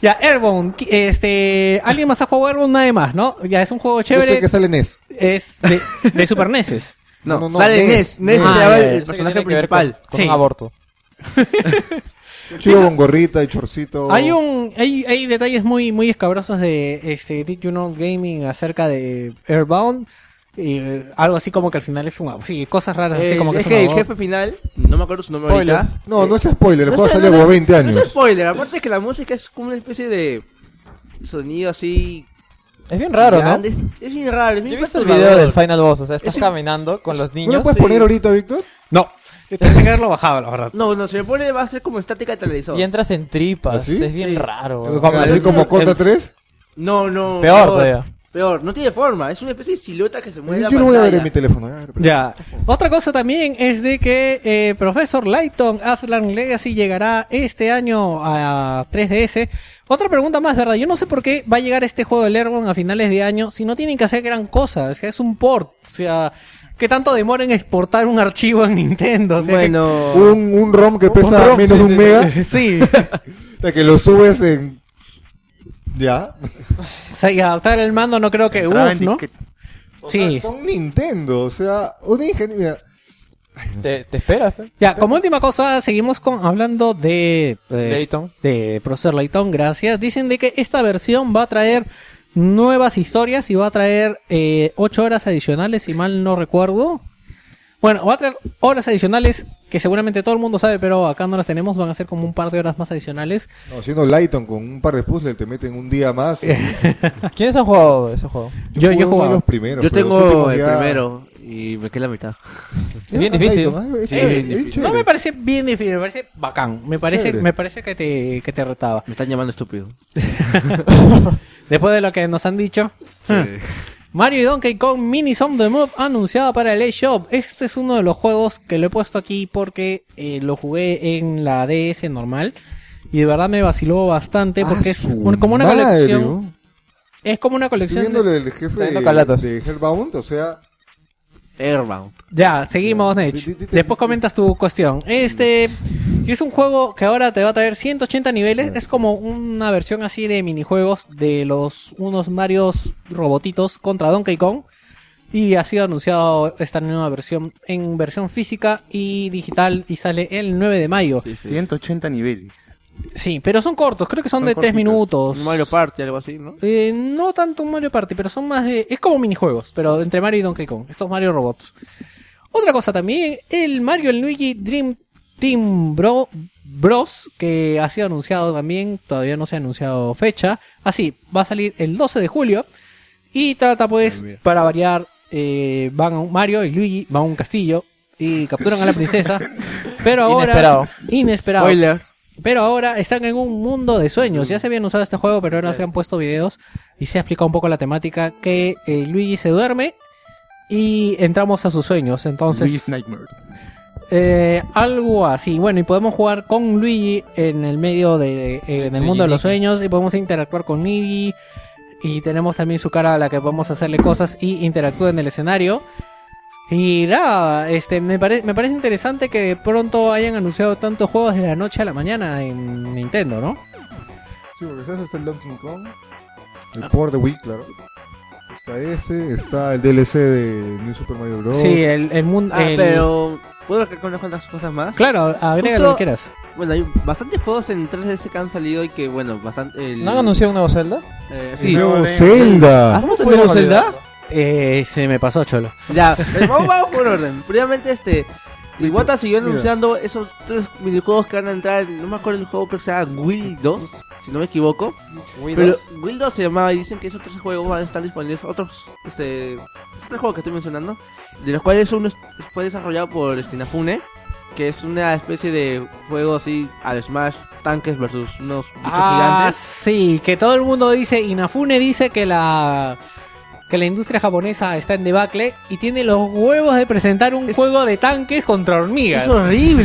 Speaker 3: Ya, Airbound. qui- Este, alguien más ha jugado Airbound, nadie más, ¿no? Ya es un juego
Speaker 5: Yo
Speaker 3: chévere.
Speaker 5: sé que sale NES.
Speaker 3: Es de, de Super E NES.
Speaker 6: No,
Speaker 5: No, no, no,
Speaker 6: sale Ness.
Speaker 5: Ness,
Speaker 6: Ness
Speaker 5: Ness.
Speaker 6: se
Speaker 5: Ah,
Speaker 6: llama
Speaker 2: ya, ya,
Speaker 6: el
Speaker 2: eso que
Speaker 6: personaje
Speaker 2: tiene que ver con-
Speaker 6: principal.
Speaker 2: Con
Speaker 3: Sí.
Speaker 2: un aborto.
Speaker 5: Chivo con gorrita y chorcito.
Speaker 3: Hay un, hay, hay detalles muy, muy escabrosos de este Did You Know Gaming acerca de Airbound. Y, eh, algo así como que al final es un ab- sí, cosas raras así
Speaker 6: Eh,
Speaker 3: como que
Speaker 6: es
Speaker 3: es,
Speaker 6: que el
Speaker 3: un ab-
Speaker 6: jefe final, no me acuerdo su nombre
Speaker 2: Spoilers.
Speaker 6: ahorita.
Speaker 5: No, no es
Speaker 6: Eh,
Speaker 5: spoiler. El
Speaker 6: no
Speaker 5: juego
Speaker 6: sé,
Speaker 5: salió
Speaker 6: no,
Speaker 5: como
Speaker 6: no,
Speaker 5: 20
Speaker 6: No es
Speaker 5: años.
Speaker 6: spoiler, aparte es que la música es como una especie de sonido así.
Speaker 2: Es bien raro, ¿no?
Speaker 6: grande, Es, es bien raro. Es bien
Speaker 2: Yo he visto el
Speaker 6: perturbador.
Speaker 2: video del Final Boss, o sea, estás
Speaker 6: Es un-
Speaker 2: caminando con los
Speaker 5: ¿No lo
Speaker 2: niños.
Speaker 5: puedes
Speaker 6: sí.
Speaker 5: poner ahorita, Víctor?
Speaker 3: No, tendría que haberlo bajado, la verdad.
Speaker 6: No, no, se me pone, va a ser como estática de televisor.
Speaker 2: Y entras en tripas,
Speaker 5: ¿Así?
Speaker 2: es bien
Speaker 6: Sí.
Speaker 2: raro.
Speaker 3: Como-
Speaker 2: weón.
Speaker 5: Así
Speaker 3: el-
Speaker 5: ¿Ah, como
Speaker 3: el-
Speaker 5: Cota 3.
Speaker 6: No, no.
Speaker 2: Peor todavía.
Speaker 6: Peor, no tiene forma. Es una especie de silueta que se mueve. en
Speaker 5: Yo
Speaker 6: la
Speaker 5: lo voy a ver
Speaker 6: pantalla.
Speaker 5: en mi teléfono. a ver,
Speaker 3: Ya. Otra cosa también es de que eh, Profesor Lighton Aslan Legacy llegará este año a 3DS. Otra pregunta más, ¿verdad? Yo no sé por qué va a llegar este juego del Airborne a finales de año si no tienen que hacer gran cosa. O sea, es un port. O sea, ¿qué tanto demora en exportar un archivo en Nintendo? O sea, que-
Speaker 6: Bueno.
Speaker 5: Un, un ROM que pesa
Speaker 2: ROM,
Speaker 5: menos
Speaker 2: sí,
Speaker 5: de un
Speaker 2: sí,
Speaker 5: mega,
Speaker 3: Sí,
Speaker 5: hasta que lo subes en... Ya.
Speaker 3: o sea, y adaptar el mando no creo que...
Speaker 1: Entraba en
Speaker 3: Uf, ¿no?
Speaker 1: disquete.
Speaker 5: O
Speaker 3: Sí.
Speaker 5: sea, son Nintendo, o sea, un ingeniero... Mira,
Speaker 2: Te, te esperas, pe.
Speaker 3: Ya, como última cosa, seguimos con, hablando de, eh,
Speaker 2: Layton.
Speaker 3: de Profesor Layton, gracias. Dicen de que esta versión va a traer nuevas historias y va a traer eh, ocho horas adicionales, si mal no recuerdo. Bueno, va a traer horas adicionales que seguramente todo el mundo sabe, pero acá no las tenemos. Van a ser como un par de horas más adicionales.
Speaker 5: no, siendo Lighton con un par de puzzles te meten un día más. Yo,
Speaker 2: ¿Quiénes han jugado ese juego?
Speaker 3: Eh, Yo,
Speaker 5: jugué
Speaker 3: yo
Speaker 5: uno de
Speaker 3: jugaba.
Speaker 5: los primeros.
Speaker 6: Yo
Speaker 5: pero los
Speaker 6: tengo
Speaker 5: últimos
Speaker 6: el
Speaker 5: ya-
Speaker 6: primero y me quedé la mitad.
Speaker 2: Es bien difícil.
Speaker 5: Lighton, ah, es
Speaker 3: Sí,
Speaker 5: chévere,
Speaker 3: sí,
Speaker 5: es
Speaker 3: sí.
Speaker 5: chévere.
Speaker 3: Eh, no me parece bien difícil, me parece bacán. Me parece,
Speaker 5: Chévere.
Speaker 3: me parece que, te, que te retaba.
Speaker 6: Me están llamando estúpido.
Speaker 3: Después de lo que nos han dicho. hmm. Mario y Donkey Kong Mini Song the Move anunciada para el eShop. Este es uno de los juegos que lo he puesto aquí porque eh, lo jugué en la DS normal. Y de verdad me vaciló bastante porque
Speaker 5: Ah,
Speaker 3: es
Speaker 5: su
Speaker 3: un- como una
Speaker 5: madre,
Speaker 3: colección.
Speaker 5: ¿no?
Speaker 3: Es como una
Speaker 5: Estoy
Speaker 3: colección. de-
Speaker 5: viéndole el jefe
Speaker 2: Está viendo
Speaker 5: de,
Speaker 2: calatas.
Speaker 5: de Hellbound, o sea...
Speaker 6: Airbound.
Speaker 3: Ya, seguimos, Nech.
Speaker 5: Di- di- di-
Speaker 3: Después comentas tu cuestión. Este. Y es un juego que ahora te va a traer 180 niveles. Es como una versión así de minijuegos de los unos Marios robotitos contra Donkey Kong. Y ha sido anunciado esta nueva versión en versión física y digital y sale el 9 de mayo.
Speaker 1: 180 niveles.
Speaker 3: Sí, pero son cortos, creo que son,
Speaker 1: Son
Speaker 3: de 3
Speaker 1: cortitos.
Speaker 3: minutos.
Speaker 1: Un
Speaker 6: Mario Party, algo así, ¿no?
Speaker 3: Eh, no tanto un Mario Party, pero son más de... Es como minijuegos, pero entre Mario y Donkey Kong. Estos Mario Robots. Otra cosa también, el Mario y Luigi Dream Team Bro, Bros, que ha sido anunciado también, todavía no se ha anunciado fecha. Así, va a salir el 12 de julio. Y trata pues, para variar, eh, van a un Mario y Luigi, van a un castillo y capturan a la princesa. Pero ahora...
Speaker 2: Inesperado.
Speaker 3: Inesperado.
Speaker 6: Spoiler.
Speaker 3: Pero ahora están en un mundo de sueños. Ya se habían usado este juego, pero ahora se han puesto videos y se ha explicado un poco la temática que eh, Luigi se duerme y entramos a sus sueños. Entonces,
Speaker 1: Luigi's Nightmare.
Speaker 3: eh, algo así. Bueno, y podemos jugar con Luigi en el medio de, eh, en el mundo de los sueños y podemos interactuar con Luigi y tenemos también su cara a la que podemos hacerle cosas y interactúa en el escenario. Y nada, este, me, pare- me parece interesante que de pronto hayan anunciado tantos juegos de la noche a la mañana en Nintendo, ¿no?
Speaker 5: Sí, porque sabes, está el Donkey Kong, el
Speaker 3: Ah.
Speaker 5: Power de Wii, claro. Está ese, está el DLC de New Super Mario Bros.
Speaker 3: Sí, el, el mundo...
Speaker 6: Ah,
Speaker 3: el-
Speaker 6: pero... ¿Puedo agregar unas cuantas cosas más?
Speaker 3: Claro, agrega lo
Speaker 6: Justo-
Speaker 3: que quieras.
Speaker 6: Bueno, hay bastantes juegos en 3DS que han salido y que, bueno, bastante... El,
Speaker 2: ¿No han anunciado un nuevo Zelda?
Speaker 6: eh,
Speaker 5: El
Speaker 6: sí. Ah,
Speaker 5: nuevo
Speaker 1: no,
Speaker 5: Zelda.
Speaker 6: ¿Vamos a
Speaker 2: ¿Nuevo
Speaker 6: tener un
Speaker 2: Zelda?
Speaker 6: Zelda?
Speaker 3: Eh, se me pasó, Cholo.
Speaker 6: Ya, pero vamos, vamos por orden. Primeramente, este. Iwata siguió anunciando esos tres minijuegos que van a entrar. No me acuerdo el juego, creo que sea Will 2, si no me equivoco. Pero Will 2 se llamaba y dicen que esos tres juegos van a estar disponibles. Otros, este. Esos tres juegos que estoy mencionando, de los cuales uno es- fue desarrollado por este, Inafune, que es una especie de juego así al Smash, tanques versus unos bichos
Speaker 3: Ah,
Speaker 6: gigantes.
Speaker 3: sí, que todo el mundo dice, Inafune dice que la que la industria japonesa está en debacle y tiene los huevos de presentar un juego de tanques contra hormigas.
Speaker 6: ¡Es horrible!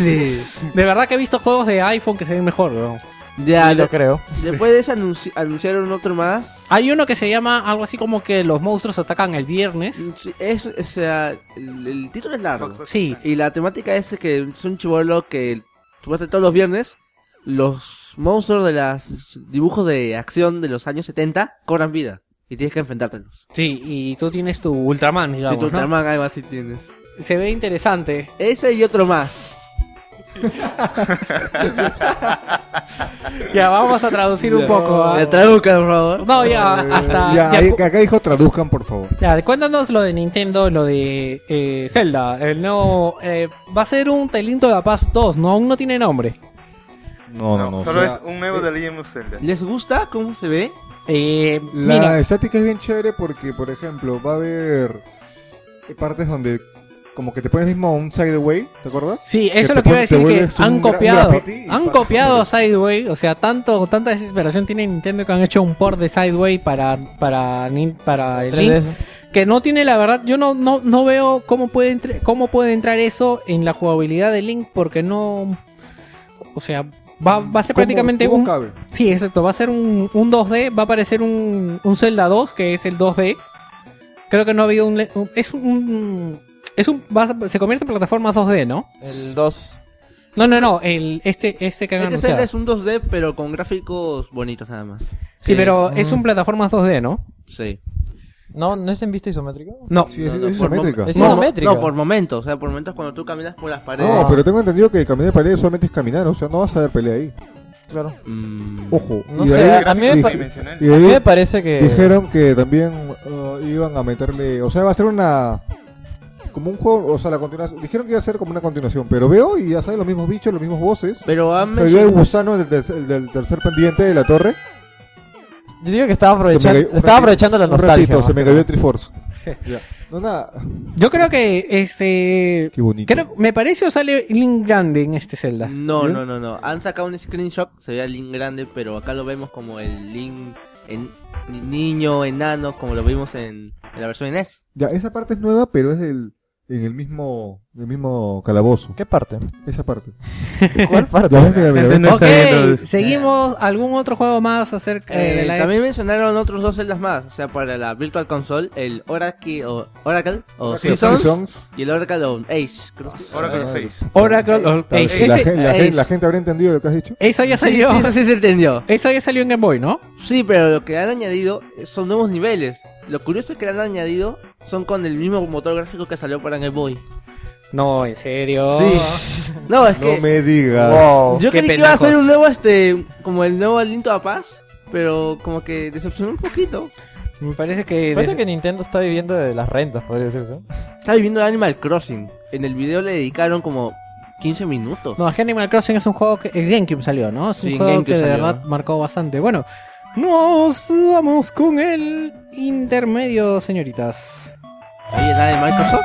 Speaker 3: De verdad que he visto juegos de iPhone que se ven mejor, weón.
Speaker 6: Ya,
Speaker 2: Sí, lo
Speaker 6: de-
Speaker 2: creo.
Speaker 6: después de eso anunci- anunciaron otro más.
Speaker 3: Hay uno que se llama algo así como que los monstruos atacan el viernes.
Speaker 6: Sí, es, o sea, el, el título es largo.
Speaker 3: Sí,
Speaker 6: Y la temática es que es un chivolo que tú vas a todos los viernes. Los monstruos de los dibujos de acción de los años 70 cobran vida. Y tienes que enfrentártelos.
Speaker 3: sí, y tú tienes tu Ultraman, digamos,
Speaker 6: si tu
Speaker 3: ¿no?
Speaker 6: Ultraman algo así tienes.
Speaker 3: Se ve interesante.
Speaker 6: Ese y otro más.
Speaker 3: Ya, vamos a traducir un poco. ¿ah?
Speaker 6: Me traduzcan, por favor.
Speaker 3: No, ya,
Speaker 5: Eh,
Speaker 3: hasta...
Speaker 5: ya,
Speaker 3: ya,
Speaker 5: ahí-
Speaker 3: pu-
Speaker 5: acá dijo traduzcan, por favor.
Speaker 3: Ya, cuéntanos lo de Nintendo, lo de eh, Zelda. El nuevo. eh, va a ser un Telinto de la Paz 2, ¿no? Aún no tiene nombre.
Speaker 1: No,
Speaker 5: No, no, no.
Speaker 1: solo
Speaker 5: o sea,
Speaker 1: es un nuevo de Legend of Zelda.
Speaker 6: ¿Les gusta cómo se ve?
Speaker 3: Eh,
Speaker 5: La
Speaker 3: mira,
Speaker 5: estática es bien chévere porque, por ejemplo, va a haber partes donde como que te pones mismo un sideway, ¿te acuerdas?
Speaker 3: sí, eso
Speaker 5: te
Speaker 3: es lo que iba a
Speaker 5: pon- te
Speaker 3: decir que
Speaker 5: vuelves
Speaker 3: han
Speaker 5: un gra- un
Speaker 3: copiado.
Speaker 5: graffiti y
Speaker 3: Han
Speaker 5: pa-
Speaker 3: copiado a Sideway. O sea, tanto, tanta desesperación tiene Nintendo que han hecho un port de Sideway para, para, nin- para el Link.
Speaker 2: 3DS.
Speaker 3: Que no tiene, la verdad, yo no, no, no veo cómo puede, entr- cómo puede entrar eso en la jugabilidad de Link porque no. O sea, va, va a ser
Speaker 5: ¿Cómo-
Speaker 3: prácticamente
Speaker 5: cómo
Speaker 3: un.
Speaker 5: cabe?
Speaker 3: Sí, exacto. Va a ser un, un 2D. Va a aparecer un, un Zelda 2, que es el 2D. Creo que no ha habido un. le- un- es un. Es un va a- se convierte en plataforma 2D, ¿no?
Speaker 2: El 2.
Speaker 3: No, no, no. El, este, este que han
Speaker 6: Este
Speaker 3: anunciado.
Speaker 6: Zelda es un 2D, pero con gráficos bonitos nada más.
Speaker 3: Sí,
Speaker 6: Eh,
Speaker 3: pero es
Speaker 2: mm.
Speaker 3: un plataforma 2D, ¿no?
Speaker 6: Sí.
Speaker 2: No, ¿no es en vista isométrica?
Speaker 3: No.
Speaker 5: Sí, es,
Speaker 6: No, no,
Speaker 5: es
Speaker 6: por mom-
Speaker 5: isométrica.
Speaker 2: Es
Speaker 6: No,
Speaker 2: isométrica.
Speaker 6: No, por momentos. O sea, por momentos cuando tú caminas por las paredes.
Speaker 5: No, pero tengo entendido que caminar de pelea solamente es caminar, o sea, no vas a ver pelea ahí.
Speaker 2: Claro.
Speaker 6: Mm.
Speaker 5: Ojo.
Speaker 2: No
Speaker 5: y
Speaker 2: sé,
Speaker 5: ahí-
Speaker 2: a mí me
Speaker 5: y-
Speaker 2: pa-
Speaker 1: Dimensional.
Speaker 5: y
Speaker 2: A
Speaker 5: ahí
Speaker 2: mí me parece que.
Speaker 5: dijeron que también uh, iban a meterle, o sea, va a ser una como un juego, o sea, la continuación. Dijeron que iba a ser como una continuación, pero veo y ya sabes los mismos bichos, los mismos voces.
Speaker 6: Pero han
Speaker 5: Pero yo el
Speaker 6: mencionado-
Speaker 5: gusano del, ter- el del tercer pendiente de la torre.
Speaker 2: Yo digo que estaba
Speaker 5: se me
Speaker 2: aprovechando,
Speaker 5: cayó- un
Speaker 2: estaba
Speaker 5: ratito-
Speaker 2: aprovechando la
Speaker 5: un
Speaker 2: nostalgia.
Speaker 5: ratito,
Speaker 2: más
Speaker 5: se me
Speaker 2: que
Speaker 5: cayó
Speaker 2: nada.
Speaker 5: el Triforce. Ya. No, nada.
Speaker 3: Yo creo que este.
Speaker 5: Qué bonito.
Speaker 3: Creo, me parece o sale Link grande en este Zelda.
Speaker 6: No,
Speaker 5: ¿Sí?
Speaker 6: no, no, no. Han sacado un screenshot, se ve al Link grande, pero acá lo vemos como el Link en, niño, enano, como lo vimos en, en la versión E de NES.
Speaker 5: Ya, esa parte es nueva, pero es del en el mismo, en el mismo calabozo.
Speaker 2: ¿Qué parte?
Speaker 5: Esa parte.
Speaker 2: ¿Cuál parte?
Speaker 5: La ves, mira, mira,
Speaker 1: Gente,
Speaker 5: ves.
Speaker 1: no está viendo.
Speaker 3: ok, seguimos. ¿Algún otro juego más acerca
Speaker 6: Eh,
Speaker 3: de la E
Speaker 6: también mencionaron otros dos celdas más, o sea, para la Virtual Console, el Oracle o, Oracle, o
Speaker 5: Sí,
Speaker 6: Seasons,
Speaker 5: Seasons.
Speaker 6: y el Oracle of Age. creo que sí.
Speaker 1: Oracle
Speaker 5: Madre.
Speaker 1: Face.
Speaker 3: Oracle of
Speaker 5: La,
Speaker 3: Age?
Speaker 5: la
Speaker 3: Ese-
Speaker 5: gen- la
Speaker 6: eh,
Speaker 5: gen-
Speaker 6: es-
Speaker 5: la gente habrá entendido lo que has dicho.
Speaker 3: Esa ya
Speaker 6: Sí,
Speaker 3: salió.
Speaker 6: sí, no sé si se entendió.
Speaker 3: Esa ya salió en Game Boy, ¿no?
Speaker 6: Sí, pero lo que han añadido son nuevos niveles. Lo curioso que han añadido son con el mismo motor gráfico que salió para Game Boy.
Speaker 3: No, en serio.
Speaker 6: No, es que
Speaker 5: No me digas.
Speaker 6: yo
Speaker 3: qué
Speaker 6: creí que iba a ser
Speaker 3: penacos.
Speaker 6: un nuevo, este, como el nuevo Aliento a Paz, pero como que decepcionó un poquito.
Speaker 3: Me parece que.
Speaker 6: Pues
Speaker 2: Parece que Nintendo está viviendo de las rentas, podría decirse.
Speaker 6: Estaba viviendo el Animal Crossing. En el video le dedicaron como 15 minutos.
Speaker 3: No, es que Animal Crossing es un juego que en GameCube salió, ¿no? Es un
Speaker 6: Sí, en
Speaker 3: juego
Speaker 6: GameCube
Speaker 3: que de
Speaker 6: salió.
Speaker 3: verdad marcó bastante. Bueno, nos vamos con el intermedio, señoritas.
Speaker 6: Ahí era de
Speaker 3: Eh,
Speaker 6: Microsoft.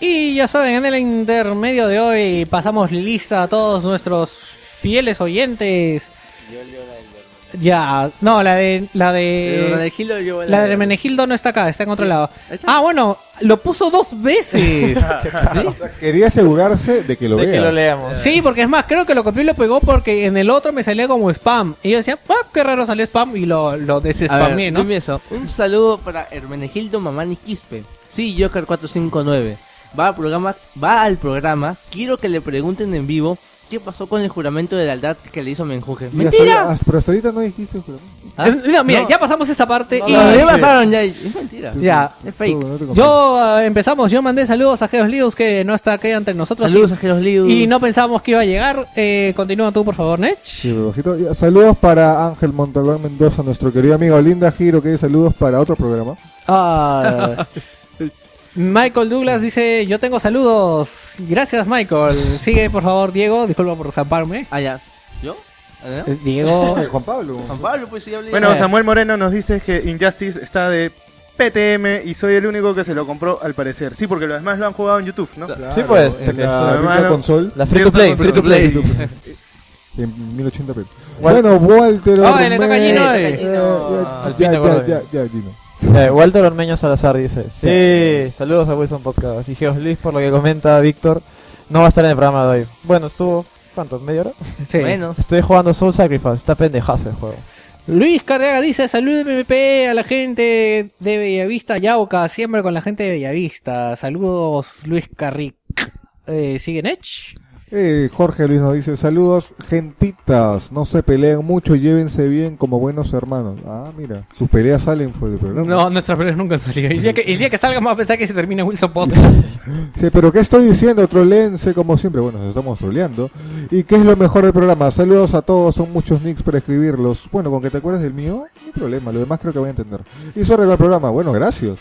Speaker 3: Y ya saben, en el intermedio de hoy pasamos lista a todos nuestros fieles oyentes. Ya, no, la de. La
Speaker 6: Pero la
Speaker 3: de.
Speaker 6: de Hilo yo
Speaker 3: La de Menegildo no está acá, está en otro lado.
Speaker 6: Ahí está.
Speaker 3: Ah, bueno, lo puso dos veces.
Speaker 5: Quería asegurarse de que lo
Speaker 2: De que
Speaker 5: veas.
Speaker 2: lo leamos.
Speaker 3: Sí, porque es más, creo que lo copió y lo pegó porque en el otro me salía como spam. Y yo decía, ah, qué raro salió spam y lo, lo
Speaker 6: A ver,
Speaker 3: desespamé, ¿no?
Speaker 6: dime eso. Un saludo para Hermenegildo Mamani Quispe. Sí, Joker 459. Va al programa, va al programa. Quiero que le pregunten en vivo qué pasó con el juramento de lealtad que le hizo Menjuje.
Speaker 5: Y hasta-
Speaker 6: Mentira.
Speaker 5: hasta- pero hasta ahorita no dijiste, pero-
Speaker 3: Eh, No, mira,
Speaker 6: No.
Speaker 3: ya pasamos esa parte
Speaker 6: No,
Speaker 3: y...
Speaker 6: ya pasaron ya. Es mentira.
Speaker 5: Ah, Tú-
Speaker 3: Ya,
Speaker 5: tú-
Speaker 6: es fake.
Speaker 5: tú no te confías.
Speaker 3: Yo ah, empezamos, yo mandé saludos a Geos Lius que no está aquí entre nosotros
Speaker 6: Saludos a Geros Lius.
Speaker 3: y, y no pensábamos que iba a llegar. Eh, continúa tú, por favor, Nech.
Speaker 5: Sí, bebajito. Y Saludos para Ángel Montalbán Mendoza, nuestro querido amigo Linda Giro, que saludos para otro programa.
Speaker 3: Ah, Michael Douglas dice, yo tengo saludos. Gracias, Michael. Sigue, por favor, Diego. Disculpa por zamparme.
Speaker 6: Ah, ya. ¿Yo? ¿Ah, no?
Speaker 3: Eh, Diego...
Speaker 5: Oye, Juan Pablo.
Speaker 6: Juan Pablo, pues sí, hablé.
Speaker 1: Bueno,
Speaker 6: Ah,
Speaker 1: Samuel Moreno nos dice que Injustice está de PTM y soy el único que se lo compró al parecer. Sí, porque los demás lo han jugado en YouTube, ¿no?
Speaker 5: Claro,
Speaker 2: Sí, pues, se
Speaker 5: en
Speaker 2: les-
Speaker 5: la
Speaker 1: hermano.
Speaker 5: Virtual console
Speaker 2: La free to play.
Speaker 1: Free to
Speaker 6: play.
Speaker 5: pues. en 1080p. Bueno, Walter.
Speaker 3: Ah, le toca a Gino,
Speaker 5: Ormeño.
Speaker 3: eh.
Speaker 5: Eh,
Speaker 2: Al fin
Speaker 5: Ya,
Speaker 2: te
Speaker 5: ya,
Speaker 2: acuerdas.
Speaker 5: ya, ya, Gino.
Speaker 2: Eh, Walter Ormeño Salazar dice: Sí, saludos a Wilson Podcast. Y Geos Liz, por lo que comenta Víctor, no va a estar en el programa de hoy. Bueno, estuvo. ¿Cuánto? ¿Media hora?
Speaker 3: Sí.
Speaker 6: Bueno.
Speaker 2: Estoy jugando Soul Sacrifice. Está pendejazo el juego.
Speaker 3: Luis Carriaga dice, salud MMP a la gente de Bellavista, Yauca, siempre con la gente de Bellavista. Saludos, Luis Carric. Eh, ¿Sigue Nech?
Speaker 5: Eh, Jorge Luis nos dice: Saludos, gentitas. No se peleen mucho, llévense bien como buenos hermanos. Ah, mira, sus peleas salen fuera del programa.
Speaker 3: No, nuestras peleas nunca han salido. El día que, el día que salga vamos a pensar que se termina Wilson Podcast.
Speaker 5: Sí, pero ¿qué estoy diciendo? Trolense como siempre. Bueno, nos estamos troleando. ¿Y qué es lo mejor del programa? Saludos a todos, son muchos nicks para escribirlos. Bueno, con que te acuerdes del mío, no hay problema. Lo demás creo que voy a entender. Y suerte con el programa. Bueno, gracias.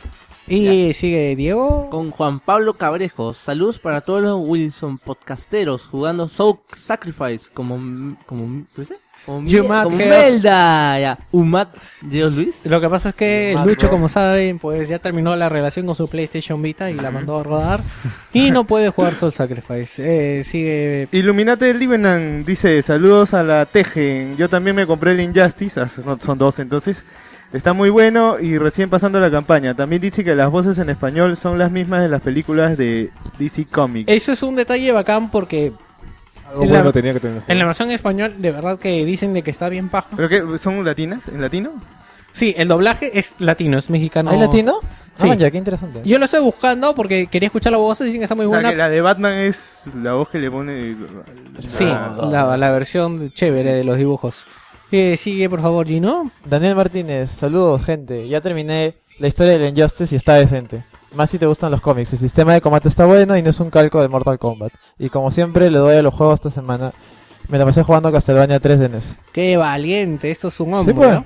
Speaker 3: y sigue Diego.
Speaker 6: Con Juan Pablo Cabrejo, saludos para todos los Wilson podcasteros jugando Soul Sacrifice como como ¿qué dice? Como, mi-
Speaker 3: Yumat
Speaker 6: como
Speaker 3: Geos.
Speaker 6: Melda, ya. Umat Dios Luis.
Speaker 3: Lo que pasa es que
Speaker 2: Más,
Speaker 3: Lucho,
Speaker 2: bro.
Speaker 3: como saben, pues ya terminó la relación con su PlayStation Vita y la mandó a rodar. Y no puede jugar Soul Sacrifice. Eh, sigue...
Speaker 1: Illuminate Livenan dice, saludos a la Tejen, yo también me compré el Injustice, ah, son, son dos entonces, está muy bueno y recién pasando la campaña. También dice que las voces en español son las mismas de las películas de DC Comics.
Speaker 3: Eso es un detalle bacán porque
Speaker 5: Algo
Speaker 3: En la-
Speaker 5: bueno tenía que tener.
Speaker 3: en la versión en español de verdad que dicen de que está bien paja.
Speaker 1: ¿Pero qué? ¿Son latinas? ¿En latino?
Speaker 3: Sí, el doblaje es latino, es mexicano.
Speaker 2: ¿Hay latino?
Speaker 3: Sí.
Speaker 2: Ah, ya, qué interesante.
Speaker 3: Yo lo estoy buscando porque quería escuchar la voz, dicen que está muy
Speaker 1: O sea,
Speaker 3: buena.
Speaker 1: que la de Batman es la voz que le pone...
Speaker 3: Sí,
Speaker 1: Ah,
Speaker 3: la, la versión chévere de los dibujos. Eh, sigue, por favor, Gino.
Speaker 2: Daniel Martínez, saludos, gente. Ya terminé la historia del Injustice y está decente. Más si te gustan los cómics. El sistema de combate está bueno y no es un calco de Mortal Kombat. Y como siempre, le doy a los juegos esta semana. Me la pasé jugando Castlevania 3 de E NES.
Speaker 3: Qué valiente, esto es un hombre.
Speaker 2: pues.
Speaker 3: ¿no?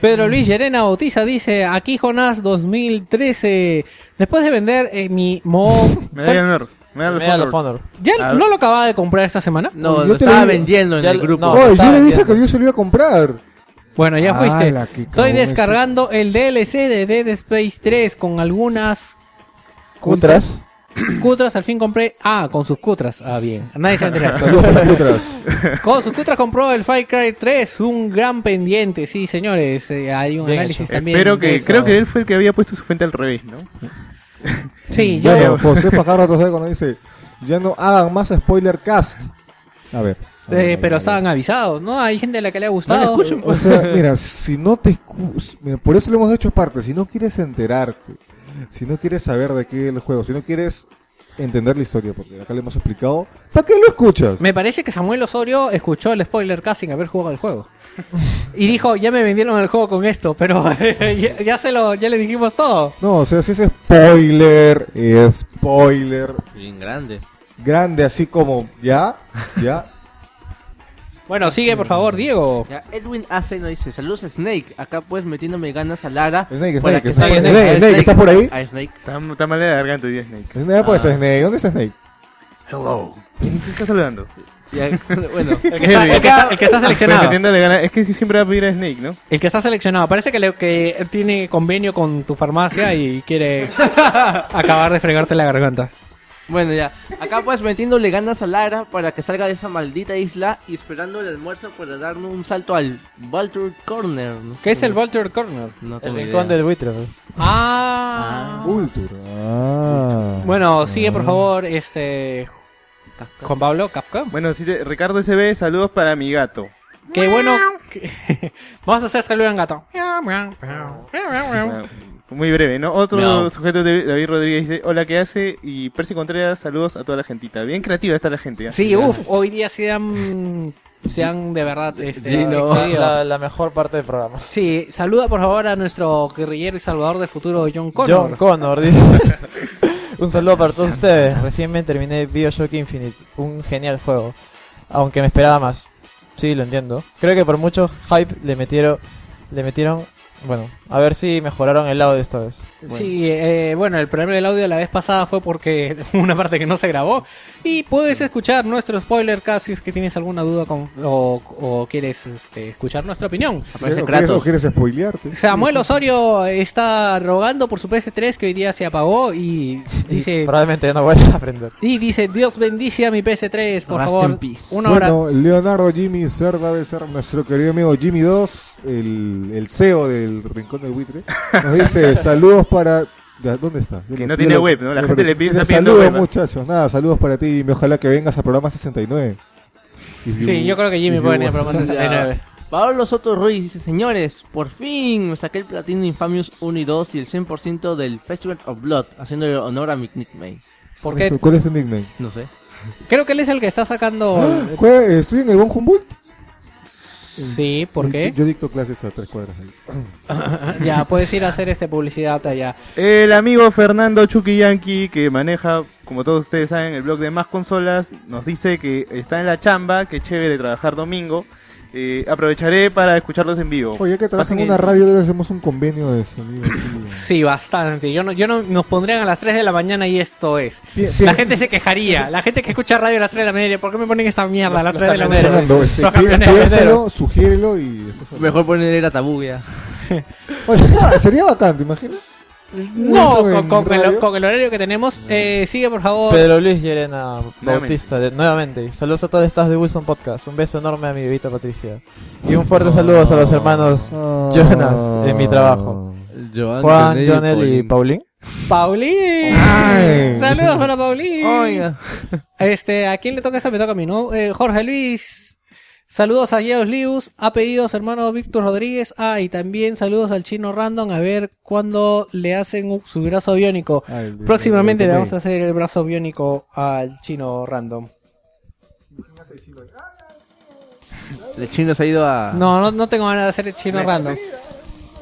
Speaker 3: Pedro Luis Llerena Bautiza dice, aquí Jonás 2013, después de vender eh, mi Mo...
Speaker 1: Medalla de honor. Medalla
Speaker 2: Medal
Speaker 1: de
Speaker 2: of
Speaker 1: honor.
Speaker 2: Honor.
Speaker 3: ¿Ya
Speaker 1: A
Speaker 3: no
Speaker 1: ver.
Speaker 3: lo acababa de comprar esta semana?
Speaker 6: No,
Speaker 5: Yo
Speaker 6: lo
Speaker 5: te
Speaker 6: estaba
Speaker 5: digo-
Speaker 6: vendiendo en
Speaker 2: ya
Speaker 6: el
Speaker 2: lo-
Speaker 6: grupo.
Speaker 2: no,
Speaker 5: Oye,
Speaker 2: estaba
Speaker 5: yo le dije
Speaker 2: vendiendo.
Speaker 5: que yo se lo iba a comprar.
Speaker 3: Bueno, ya fuiste.
Speaker 5: Ala, qué
Speaker 3: Estoy
Speaker 5: cabrón
Speaker 3: descargando el DLC de Dead Space 3 con algunas
Speaker 2: Cutras.
Speaker 3: cutras. Al fin compré. Ah, con sus cutras. Ah, bien. Nadie se va a enterar.
Speaker 5: Saludos para Cutras.
Speaker 3: Con sus cutras compró el Far Cry 3. Un gran pendiente. Sí, señores. eh, hay un
Speaker 2: Bien
Speaker 3: análisis también.
Speaker 1: Espero
Speaker 3: de
Speaker 1: que,
Speaker 3: eso.
Speaker 1: creo que él fue el que había puesto su frente al revés, ¿no?
Speaker 3: Sí, yo.
Speaker 5: Bueno, José Fajardo Rosé cuando dice, ya no hagan más spoiler cast. A ver. a ver, a
Speaker 3: eh,
Speaker 5: ver,
Speaker 3: pero
Speaker 5: a ver.
Speaker 3: estaban avisados, ¿no? Hay gente a la pues. que le ha gustado.
Speaker 5: O sea, mira, si no te escu- mira, por eso lo hemos hecho aparte, si no quieres enterarte, si no quieres saber de qué es el juego, si no quieres entender la historia, porque acá le hemos explicado, ¿para qué lo escuchas?
Speaker 3: Me parece que Samuel Osorio escuchó el spoiler cast sin haber jugado el juego. y dijo, ya me vendieron el juego con esto, pero ya, ya se lo, ya le dijimos todo.
Speaker 5: No, o sea, si es spoiler, spoiler,
Speaker 8: Bien grande.
Speaker 5: grande así como ya, ya.
Speaker 3: Bueno, sigue por favor, Diego.
Speaker 6: Ya, Edwin Ace nos dice, saludos a Snake, acá pues metiéndome ganas a Lara.
Speaker 5: Snake,
Speaker 6: Por la
Speaker 5: Snake,
Speaker 6: que
Speaker 5: Snake,
Speaker 6: soy-
Speaker 5: Snake, Snake,
Speaker 6: a
Speaker 5: Snake, ¿estás por ahí?
Speaker 6: A Snake.
Speaker 1: Está, está mal de la garganta hoy día, Snake.
Speaker 5: Snake, pues,
Speaker 3: Ah.
Speaker 5: Snake, ¿dónde está Snake?
Speaker 6: Hello.
Speaker 1: ¿Quién te está saludando?
Speaker 6: Ya, bueno,
Speaker 3: El que está, el que está- el que está seleccionado.
Speaker 1: Metiéndole ganas- Es que siempre va a pedir a Snake, ¿no?
Speaker 3: El que está seleccionado. Parece que, le- que tiene convenio con tu farmacia y quiere acabar de fregarte la garganta.
Speaker 6: bueno ya. Acá pues metiéndole ganas a Lara para que salga de esa maldita isla y esperando el almuerzo para darme un salto al Vulture Corner. No
Speaker 3: ¿Qué
Speaker 6: sé.
Speaker 3: es el Vulture Corner?
Speaker 6: No
Speaker 2: El
Speaker 6: tengo
Speaker 2: rincón
Speaker 6: idea.
Speaker 2: del buitre.
Speaker 3: Ah.
Speaker 5: Vulture. Ah.
Speaker 3: Bueno, sigue por favor este Juan Pablo Kafka.
Speaker 1: Bueno, sí, te- Ricardo SB, saludos para mi gato.
Speaker 3: Que bueno. que- Vamos a hacer saludo en gato.
Speaker 1: Ah, Muy breve, ¿no? Otro
Speaker 3: Miau.
Speaker 1: sujeto de David Rodríguez dice, hola, ¿qué hace? Y Percy Contreras, saludos a toda la gentita. Bien creativa está la gente. ¿ah?
Speaker 3: Sí, uff, hoy día se han, se han de verdad este, excedido.
Speaker 2: La, la mejor parte del programa.
Speaker 3: Sí, saluda por favor a nuestro guerrillero y salvador del futuro John Connor.
Speaker 2: John Connor dice. un saludo para todos ustedes. Recién me terminé Bioshock Infinite, un genial juego. Aunque me esperaba más. Sí, lo entiendo. Creo que por mucho hype le metieron. Le metieron. Bueno, a ver si mejoraron el audio esta vez.
Speaker 3: Sí, eh, bueno, el problema del audio la vez pasada fue porque una parte que no se grabó. Y puedes escuchar nuestro spoiler cast si es que tienes alguna duda con- o, o quieres este, escuchar nuestra opinión.
Speaker 6: Aparece
Speaker 5: ¿O quieres,
Speaker 6: pues, Kratos.
Speaker 5: o quieres spoilearte?
Speaker 3: Samuel Osorio está rogando por su PS3 que hoy día se apagó y
Speaker 2: Y
Speaker 3: dice...
Speaker 2: probablemente ya no vuelva a aprender.
Speaker 3: Y dice, Dios bendice a mi PS3, por
Speaker 6: Rest
Speaker 3: favor.
Speaker 6: in peace.
Speaker 3: Una hora.
Speaker 5: Bueno, Leonardo Jimmy Cerda debe ser nuestro querido amigo Jimmy 2, el, el CEO del Rincón del Buitre. Nos dice saludos para. ya, ¿Dónde está? Yo
Speaker 1: Que
Speaker 5: lo-
Speaker 1: no
Speaker 5: yo
Speaker 1: tiene
Speaker 5: lo-
Speaker 1: web, ¿no? La
Speaker 5: yo
Speaker 1: gente
Speaker 5: lo-
Speaker 1: le pide- está pidiendo
Speaker 5: Saludos,
Speaker 1: web, ¿no?
Speaker 5: muchachos. Nada, saludos para ti. Jimmy. Ojalá que vengas a programa 69. If you-
Speaker 3: Sí, yo creo que Jimmy
Speaker 5: if
Speaker 3: puede
Speaker 5: you
Speaker 3: venir a
Speaker 5: want.
Speaker 3: programa 69.
Speaker 6: Pablo Soto Ruiz dice, señores, por fin me saqué el platino Infamous 1 y 2 y el 100% del Festival of Blood, haciéndole honor a mi nickname.
Speaker 3: Porque
Speaker 5: Eso, ¿Cuál es tu nickname?
Speaker 6: No sé.
Speaker 3: creo que él es el que está sacando...
Speaker 5: Jue- eh, Estoy en el Bon Humboldt.
Speaker 3: Sí, ¿por qué?
Speaker 5: Yo dicto clases a tres cuadras. ahí.
Speaker 3: Ya, puedes ir a hacer este publicidad allá.
Speaker 1: El amigo Fernando Chucky Yankee, que maneja, como todos ustedes saben, el blog de Más Consolas, nos dice que está en la chamba, que chévere trabajar domingo. Eh, aprovecharé para escucharlos en vivo.
Speaker 5: Oye, que trabajan
Speaker 1: Pasen
Speaker 5: en una
Speaker 1: el-
Speaker 5: radio, debe hacemos un convenio de sonido. así.
Speaker 3: Sí, bastante. Yo no, yo no nos pondrían a las 3 de la mañana y esto es.
Speaker 5: Bien,
Speaker 3: La
Speaker 5: bien.
Speaker 3: gente se quejaría. La gente que escucha radio a las 3 de la mañana, ¿por qué me ponen esta mierda a las
Speaker 2: Los
Speaker 3: 3 de la
Speaker 2: camioneros.
Speaker 3: mañana?
Speaker 5: Fernando, este,
Speaker 3: Los
Speaker 5: pi-
Speaker 3: camioneros.
Speaker 5: piénsalo, sugiérelo y después hablamos.
Speaker 6: Mejor poner era tabú ya.
Speaker 5: Oye, sería, sería bacán, ¿te imaginas?
Speaker 3: No, con,
Speaker 5: Wilson en
Speaker 3: con- con el,
Speaker 5: radio.
Speaker 3: con el horario que tenemos. Eh, sigue, por favor.
Speaker 2: Pedro Luis Llerena
Speaker 1: Nuevamente.
Speaker 2: Bautista, de- nuevamente. Saludos a todos los staff de Wilson Podcast. Un beso enorme a mi bebita Patricia. Y un fuerte saludo a los hermanos Jonas en mi trabajo. Juan, Jonel y Paulín.
Speaker 3: Paulín.
Speaker 5: Ay.
Speaker 3: Saludos para Paulín.
Speaker 6: Oiga.
Speaker 3: Este, ¿a quién le toca esta? Me toca a mí, ¿no? Eh, Jorge Luis. Saludos a Yeos Lius, a pedidos hermano Víctor Rodríguez, ah, y también saludos al chino Random, a ver cuándo le hacen un- su brazo biónico.
Speaker 5: Ay, el-
Speaker 3: Próximamente
Speaker 5: el-
Speaker 3: le
Speaker 5: el-
Speaker 3: vamos a hacer el brazo biónico al chino Random.
Speaker 6: El chino se ha ido a... Ah.
Speaker 3: No, no, no tengo ganas de hacer el chino Random.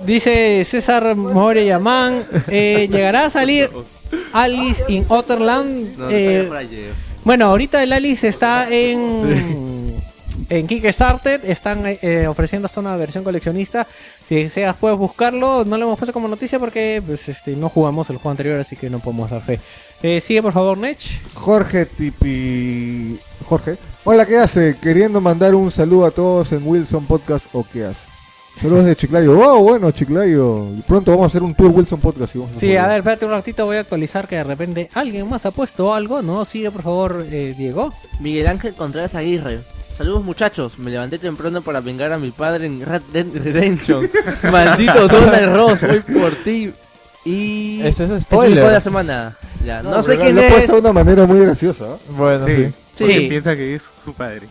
Speaker 3: Dice César Moreyamán, eh, llegará a salir Alice in Otterland.
Speaker 6: No, no
Speaker 3: Eh,
Speaker 6: salió por ayer.
Speaker 3: bueno, ahorita el Alice está en en Kickstarter, están eh, eh, ofreciendo hasta una versión coleccionista. Si deseas puedes buscarlo, no lo hemos puesto como noticia porque pues, este, no jugamos el juego anterior, así que no podemos dar fe. Eh, sigue por favor, Nech.
Speaker 5: Jorge Tipi. Jorge. Hola, ¿qué hace? Queriendo mandar un saludo a todos en Wilson Podcast o qué hace. Saludos de Chiclayo. ¡Wow! Bueno, Chiclayo. Pronto vamos a hacer un tour Wilson Podcast. y vamos a
Speaker 3: Sí, a
Speaker 5: jugar.
Speaker 3: ver, espérate un ratito, voy a actualizar que de repente alguien más ha puesto algo, ¿no? Sigue por favor, eh, Diego.
Speaker 6: Miguel Ángel Contreras Aguirre. Saludos muchachos, me levanté temprano para vengar a mi padre en Red Dead Redemption. Maldito Donald Ross, voy por ti. Y
Speaker 2: Ese es
Speaker 6: mi
Speaker 2: spoiler.
Speaker 6: juego de la semana. Ya, no, sé
Speaker 5: pero
Speaker 6: quién
Speaker 5: lo
Speaker 6: es.
Speaker 5: pasa de una manera muy graciosa.
Speaker 2: Bueno, sí.
Speaker 1: Porque
Speaker 6: Sí.
Speaker 1: piensa que es su padre.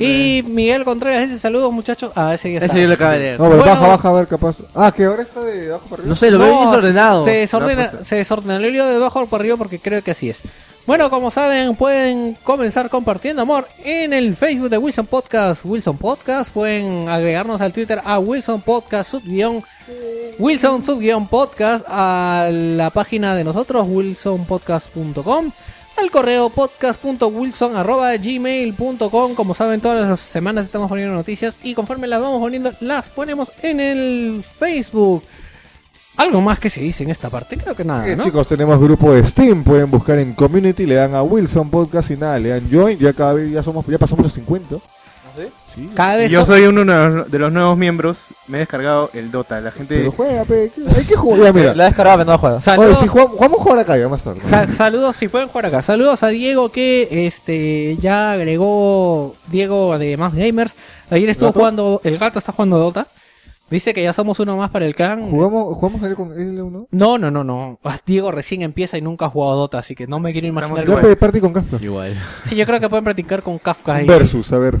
Speaker 3: Y Miguel Contreras, ese saludos muchachos. Ah, ese ya está.
Speaker 6: Ese yo lo acabo de leer.
Speaker 5: No, pero
Speaker 3: Bueno.
Speaker 5: baja, baja, a ver, capaz. Ah, que ahora está de abajo para arriba.
Speaker 6: No sé, lo veo
Speaker 3: No,
Speaker 6: desordenado.
Speaker 3: Se
Speaker 6: No,
Speaker 3: desordena,
Speaker 6: pues,
Speaker 3: se desordena. Lo he leído de abajo por arriba porque creo que así es. Bueno, como saben, pueden comenzar compartiendo amor en el Facebook de Wilson Podcast. Wilson Podcast. Pueden agregarnos al Twitter a Wilson Podcast sub guión, Wilson sub guión podcast a la página de nosotros wilsonpodcast.com al correo podcast.wilson.gmail.com Como saben, todas las semanas estamos poniendo noticias y conforme las vamos poniendo, las ponemos en el Facebook. ¿Algo más que se dice en esta parte? Creo que
Speaker 2: Ah,
Speaker 3: nada,
Speaker 5: Eh,
Speaker 3: ¿no?
Speaker 5: Chicos, tenemos grupo de Steam, pueden buscar en Community, le dan a Wilson Podcast y nada, le dan Join, ya cada vez ya somos, ya pasamos los 50.
Speaker 2: ¿Ah,
Speaker 5: Sí.
Speaker 3: Cada vez
Speaker 1: Yo
Speaker 3: son-
Speaker 1: soy uno de los- de los nuevos miembros. Me he descargado el Dota. La gente.
Speaker 5: Pero juega, pe, que- hay que jugar, ya,
Speaker 2: La
Speaker 5: mira.
Speaker 2: descargaba, pero no la juega.
Speaker 5: Oye,
Speaker 3: saludos,
Speaker 5: si jugamos, vamos a jugar acá ya más tarde.
Speaker 3: sa- saludos, si pueden jugar acá. Saludos a Diego que este ya agregó Diego de Más Gamers. Ayer estuvo
Speaker 5: ¿Gato?
Speaker 3: jugando, el gato está jugando Dota. Dice que ya somos uno más para el clan.
Speaker 5: ¿Jugamos, jugamos ayer con L1?
Speaker 3: No, no, no, no. Ah, Diego recién empieza y nunca ha jugado Dota, así que no me quiero imaginar.
Speaker 1: Estamos
Speaker 5: Ya
Speaker 1: igual.
Speaker 5: pe, party con Casper.
Speaker 8: Igual.
Speaker 3: Sí, yo creo que pueden practicar con Kafka. y-
Speaker 5: Versus, a ver.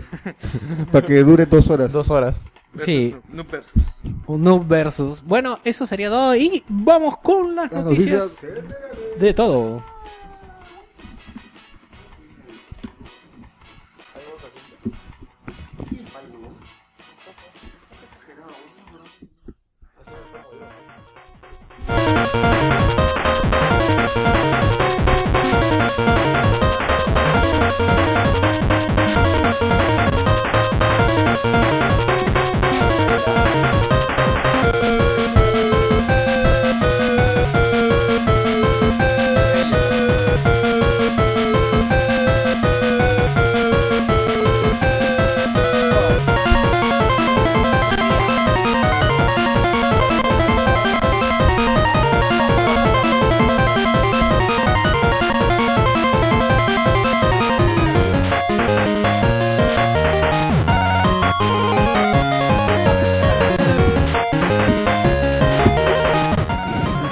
Speaker 5: Para que dure dos horas.
Speaker 2: Dos horas.
Speaker 3: Sí,
Speaker 1: No, versus.
Speaker 3: un noob versus. Bueno, eso sería todo. Y vamos con las
Speaker 5: Las
Speaker 3: noticias,
Speaker 5: noticias, eh,
Speaker 3: de todo.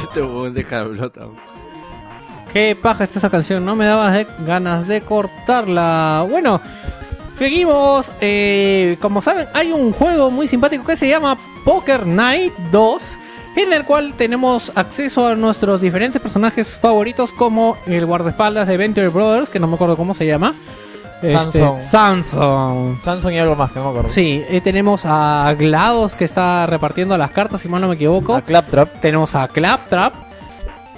Speaker 8: Este huevón de cablota.
Speaker 3: Qué paja está esa canción, no me daba de- ganas de cortarla. Bueno, seguimos. eh, como saben, hay un juego muy simpático que se llama Poker Night 2, en el cual tenemos acceso a nuestros diferentes personajes favoritos, como el guardaespaldas de Venture Brothers, que no me acuerdo cómo se llama. Este,
Speaker 2: Samson.
Speaker 3: Samson.
Speaker 2: Samsung y algo más, que no me acuerdo.
Speaker 3: Sí, eh, tenemos a GLaDOS que está repartiendo las cartas, si mal no me equivoco.
Speaker 2: A Claptrap
Speaker 3: Tenemos a Claptrap.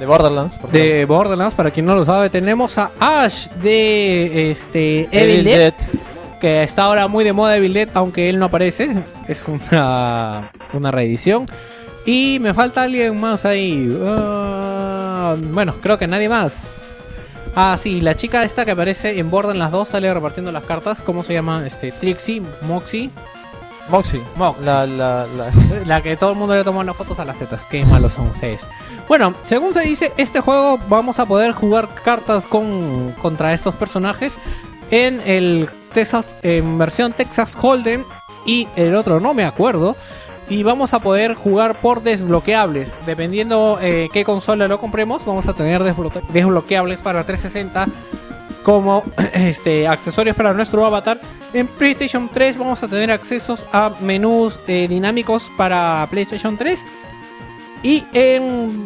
Speaker 2: de Borderlands. por ejemplo.
Speaker 3: De Borderlands, para quien no lo sabe, tenemos a Ash de este Evil
Speaker 2: Evil
Speaker 3: Dead,
Speaker 2: Dead.
Speaker 3: que está ahora muy de moda Evil Dead, aunque él no aparece. Es una, una reedición. Y me falta alguien más ahí. Ah, bueno, creo que nadie más. Ah, sí, la chica esta que aparece en Borderlands 2 sale repartiendo las cartas. ¿Cómo se llama? Este, Trixie, Moxie.
Speaker 2: Moxie.
Speaker 3: Moxie.
Speaker 2: La, la, la.
Speaker 3: La que todo el mundo le toma las fotos a las tetas. Qué malos son ustedes. Bueno, según se dice, este juego vamos a poder jugar cartas con, contra estos personajes en el Texas, en versión Texas Hold'em y el otro no me acuerdo. Y vamos a poder jugar por desbloqueables. Dependiendo eh, qué consola lo compremos, vamos a tener desbloque- desbloqueables para 360 como este, accesorios para nuestro avatar. En PlayStation 3 vamos a tener accesos a menús eh, dinámicos para PlayStation 3. Y en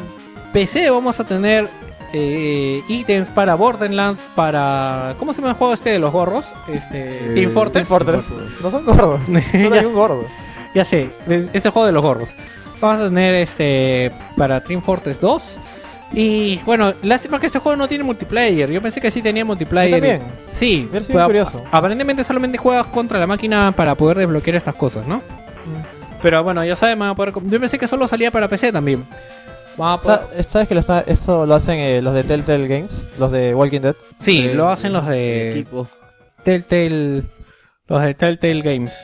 Speaker 3: PC vamos a tener eh, ítems para Borderlands, para... ¿Cómo se llama el juego este de los gorros? Este,
Speaker 5: Eh,
Speaker 3: Team Fortress.
Speaker 2: Fortress. No son gordos. Solo
Speaker 3: Ya
Speaker 2: hay
Speaker 3: sé.
Speaker 2: un gordo.
Speaker 3: Ya sé, es, es el juego de los gorros. Vamos a tener este para Team Fortress 2. Y bueno, lástima que este juego no tiene multiplayer. Yo pensé que sí tenía multiplayer.
Speaker 2: Yo también.
Speaker 3: Sí,
Speaker 2: Hubiera sido
Speaker 3: pero
Speaker 2: curioso.
Speaker 3: ap- Aparentemente solamente juegas contra la máquina para poder desbloquear estas cosas, ¿no?
Speaker 2: Mm.
Speaker 3: Pero bueno, ya saben, van a poder. Yo pensé que solo salía para PC también. Van a poder-
Speaker 2: Sa- ¿Sabes que lo está- esto lo hacen eh, los de Telltale Games? Los de Walking Dead.
Speaker 3: Sí, lo hacen los de
Speaker 6: Equipo.
Speaker 3: Telltale. Los de Telltale Games.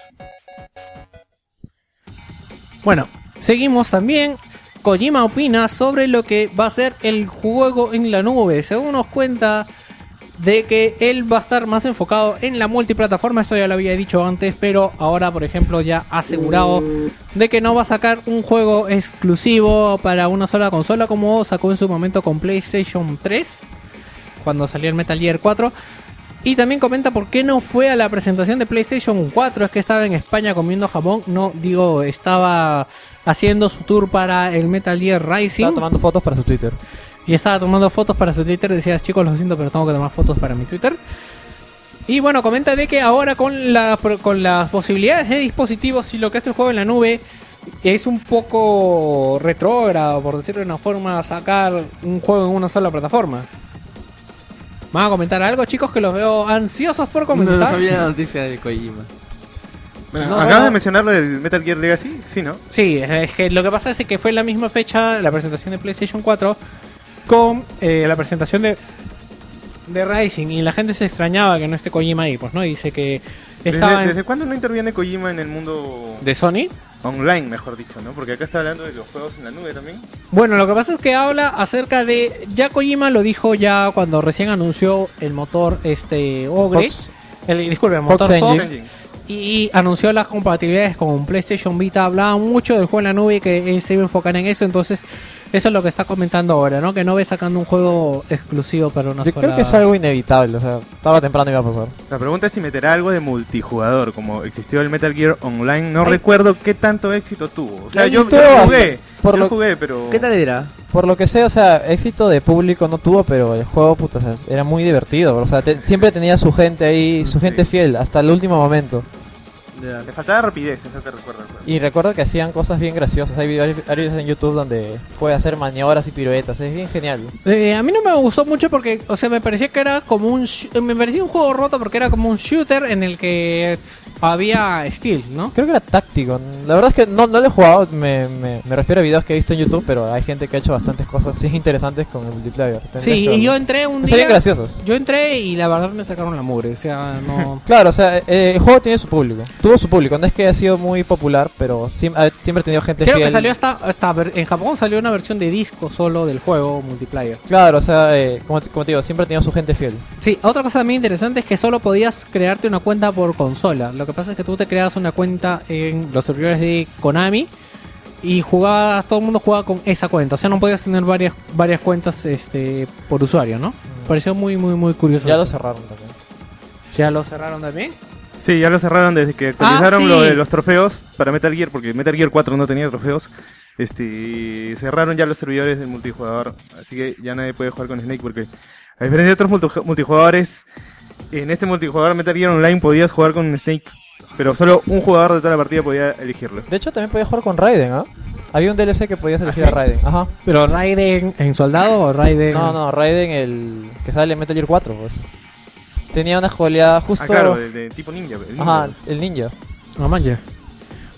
Speaker 3: Bueno, seguimos también. Kojima opina sobre lo que va a ser el juego en la nube. Según nos cuenta de que él va a estar más enfocado en la multiplataforma, esto ya lo había dicho antes, pero ahora por ejemplo ya ha asegurado de que no va a sacar un juego exclusivo para una sola consola como sacó en su momento con PlayStation 3 cuando salió el Metal Gear 4. Y también comenta por qué no fue a la presentación de PlayStation 4. Es que estaba en España comiendo jamón. No, digo, estaba haciendo su tour para el Metal Gear Rising.
Speaker 2: Estaba tomando fotos para su Twitter.
Speaker 3: Y estaba tomando fotos para su Twitter. Decías, chicos, lo siento, pero tengo que tomar fotos para mi Twitter. Y bueno, comenta de que ahora con, la- con las posibilidades de dispositivos y lo que es el juego en la nube, es un poco retrógrado, por decirlo de una forma, sacar un juego en una sola plataforma. ¿Van a comentar algo, chicos, que los veo ansiosos por
Speaker 6: No,
Speaker 3: comentar?
Speaker 6: no sabía la noticia de Kojima.
Speaker 1: Bueno,
Speaker 3: No,
Speaker 1: ¿Acabas
Speaker 3: no.
Speaker 1: de mencionar lo del Metal Gear Legacy? Sí, ¿no?
Speaker 3: Sí, es que lo que pasa es que fue la misma fecha la presentación de PlayStation 4 con eh, la presentación de de Rising y la gente se extrañaba que no esté Kojima ahí, pues no, Y dice que estaba
Speaker 1: ¿Desde,
Speaker 3: en-
Speaker 1: desde cuándo no interviene Kojima en el mundo
Speaker 3: de Sony.
Speaker 1: online, mejor dicho, no? Porque acá está hablando de los juegos en la nube también.
Speaker 3: Bueno, lo que pasa es que habla acerca de ya Kojima lo dijo ya cuando recién anunció el motor este Ogre,
Speaker 2: Fox.
Speaker 3: el disculpe, el
Speaker 2: Fox
Speaker 3: motor Fox,
Speaker 2: Engine.
Speaker 3: y anunció las compatibilidades con PlayStation Vita. Hablaba mucho del juego en la nube y que él se iba a enfocar en eso. Entonces, eso es lo que está comentando ahora, ¿no? Que no ve sacando un juego exclusivo para una
Speaker 2: Yo
Speaker 3: sola.
Speaker 2: creo que es algo inevitable. O sea, tarde o temprano iba a pasar.
Speaker 1: La pregunta es si meterá algo de multijugador, como existió el Metal Gear Online. No recuerdo qué tanto éxito tuvo. O sea,
Speaker 2: Ahí
Speaker 1: yo,
Speaker 2: estuvo
Speaker 1: yo
Speaker 2: bastante.
Speaker 1: jugué,
Speaker 2: Por
Speaker 1: yo
Speaker 2: lo-
Speaker 1: jugué, pero...
Speaker 6: ¿Qué tal era?
Speaker 2: Por lo que sé, o sea, éxito de público no tuvo, pero el juego, puta, o sea, era muy divertido. O sea, te- siempre tenía su gente ahí, su
Speaker 1: Sí.
Speaker 2: gente fiel, hasta el último momento.
Speaker 6: Ya.
Speaker 1: Le faltaba rapidez, eso te recuerdo. pues. el juego.
Speaker 2: Y recuerdo que hacían cosas bien graciosas. Hay vari- varios en YouTube donde puedes hacer maniobras y piruetas. Es bien genial.
Speaker 3: Eh, a mí no me gustó mucho porque, o sea, me parecía que era como un. sh- eh, Me parecía un juego roto porque era como un shooter en el que había steel, ¿no?
Speaker 2: Creo que era táctico. La verdad es que no, no lo he jugado. Me, me- me refiero a videos que he visto en YouTube, pero hay gente que ha hecho bastantes cosas bien interesantes con el multiplayer. Tendrías
Speaker 3: Sí,
Speaker 2: que
Speaker 3: y yo
Speaker 2: verlo.
Speaker 3: entré un
Speaker 2: Serían
Speaker 3: día.
Speaker 2: graciosos.
Speaker 3: Yo entré y la verdad me sacaron la mugre, o sea, no.
Speaker 2: Claro, o sea, eh, el juego tiene su público. Tuvo su público. No es que ha sido muy popular, pero siem- ha- siempre ha tenido gente
Speaker 3: Creo
Speaker 2: fiel.
Speaker 3: que salió hasta, hasta ver- en Japón salió una versión de disco solo del juego multiplayer.
Speaker 2: Claro, o sea, eh, como, te- como te digo, siempre ha tenido su gente fiel.
Speaker 3: Sí, otra cosa también interesante es que solo podías crearte una cuenta por consola. Lo que pasa es que tú te creabas una cuenta en los servidores de Konami y jugabas, todo el mundo jugaba con esa cuenta. O sea, no podías tener varias varias cuentas este por usuario, ¿no? Pareció muy muy muy curioso.
Speaker 2: Ya lo
Speaker 3: eso.
Speaker 2: cerraron también.
Speaker 3: ya lo cerraron también.
Speaker 1: Sí, ya lo cerraron desde
Speaker 2: Ah,
Speaker 1: que actualizaron
Speaker 3: sí.
Speaker 1: lo de los trofeos para Metal Gear, porque Metal Gear 4 no tenía trofeos. Este, cerraron ya los servidores del multijugador, así que ya nadie puede jugar con Snake porque a diferencia de otros multi- multijugadores, en este multijugador Metal Gear Online podías jugar con Snake, pero solo un jugador de toda la partida podía elegirlo. Ah,
Speaker 2: De hecho, también podías jugar con Raiden, ¿ah? Había un DLC que
Speaker 3: ¿Ah,
Speaker 2: podías elegir
Speaker 1: sí?
Speaker 2: a Raiden. Ajá.
Speaker 3: Pero Raiden en soldado o Raiden
Speaker 2: No, no, Raiden, el que sale en Metal Gear 4, pues. Tenía una jugabilidad justo.
Speaker 1: Ah, claro, de, de tipo ninja. el ninja.
Speaker 2: Ajá, el ninja.
Speaker 3: No manches.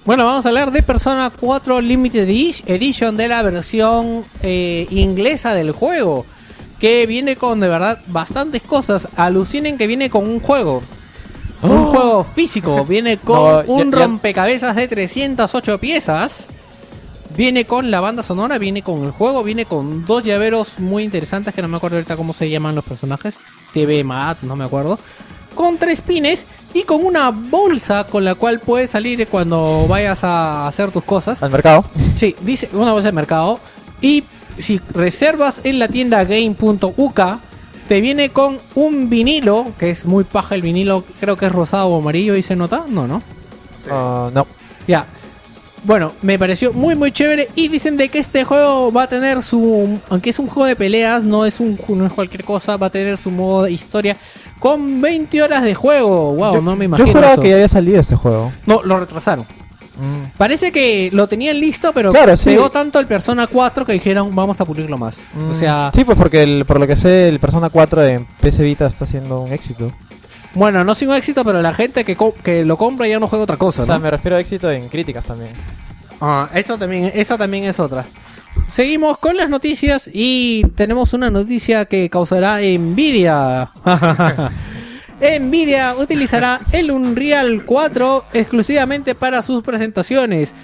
Speaker 3: Bueno, vamos a hablar de Persona 4 Limited Edish- Edition de la versión eh, inglesa del juego. Que viene con de verdad bastantes cosas. Alucinen que viene con un juego. Un juego físico. Viene con
Speaker 2: Oh. No, ya-
Speaker 3: un
Speaker 2: ya-
Speaker 3: rompecabezas de 308 piezas. Viene con la banda sonora, viene con el juego, viene con dos llaveros muy interesantes que no me acuerdo ahorita cómo se llaman los personajes. TV Mat, no me acuerdo. Con tres pines y con una bolsa con la cual puedes salir cuando vayas a hacer tus cosas.
Speaker 2: Al mercado.
Speaker 3: Sí, dice una bolsa de mercado. Y si reservas en la tienda game.uk, te viene con un vinilo, que es muy paja el vinilo, creo que es rosado o amarillo y se nota. No, no.
Speaker 1: Sí.
Speaker 2: Ah, no.
Speaker 3: Ya. Bueno, me pareció muy muy chévere y dicen de que este juego va a tener su aunque es un juego de peleas, no es un no es cualquier cosa, va a tener su modo de historia con 20 horas de juego. Wow, no me imagino
Speaker 2: Yo juraba
Speaker 3: eso. Mm.
Speaker 2: que ya había salido este juego.
Speaker 3: No, lo retrasaron. Parece que lo tenían listo, pero
Speaker 2: Claro, sí.
Speaker 3: pegó tanto el Persona 4 que dijeron, vamos a pulirlo más. O sea,
Speaker 2: Sí, pues porque el- por lo que sé, el Persona 4 en PC Vita está siendo un éxito.
Speaker 3: bueno, no sin un éxito, pero la gente que, co- que lo compra ya no juega otra cosa,
Speaker 2: O sea,
Speaker 3: ¿no?
Speaker 2: me refiero a éxito en críticas también.
Speaker 3: Ah, eso también, esa también es otra. Seguimos con las noticias y tenemos una noticia que causará envidia. Nvidia utilizará el Unreal 4 exclusivamente para sus presentaciones.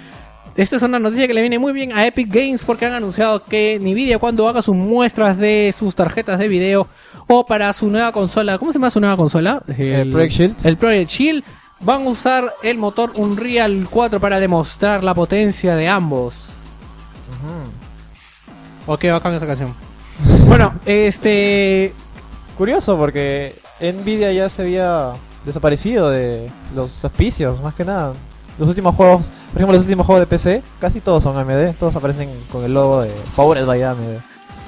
Speaker 3: Esta es una noticia que le viene muy bien a Epic Games porque han anunciado que Nvidia cuando haga sus muestras de sus tarjetas de video o para su nueva consola, ¿cómo se llama su nueva consola?
Speaker 2: El Eh, Project Shield.
Speaker 3: El Project Shield van a usar el motor Unreal 4 para demostrar la potencia de ambos. Ok, bacán esa canción. bueno, este
Speaker 2: Curioso porque Nvidia ya se había desaparecido de los auspicios, más que nada. Los últimos juegos, por ejemplo, los últimos juegos de PC, casi todos son AMD, todos aparecen con el logo de Powered by AMD.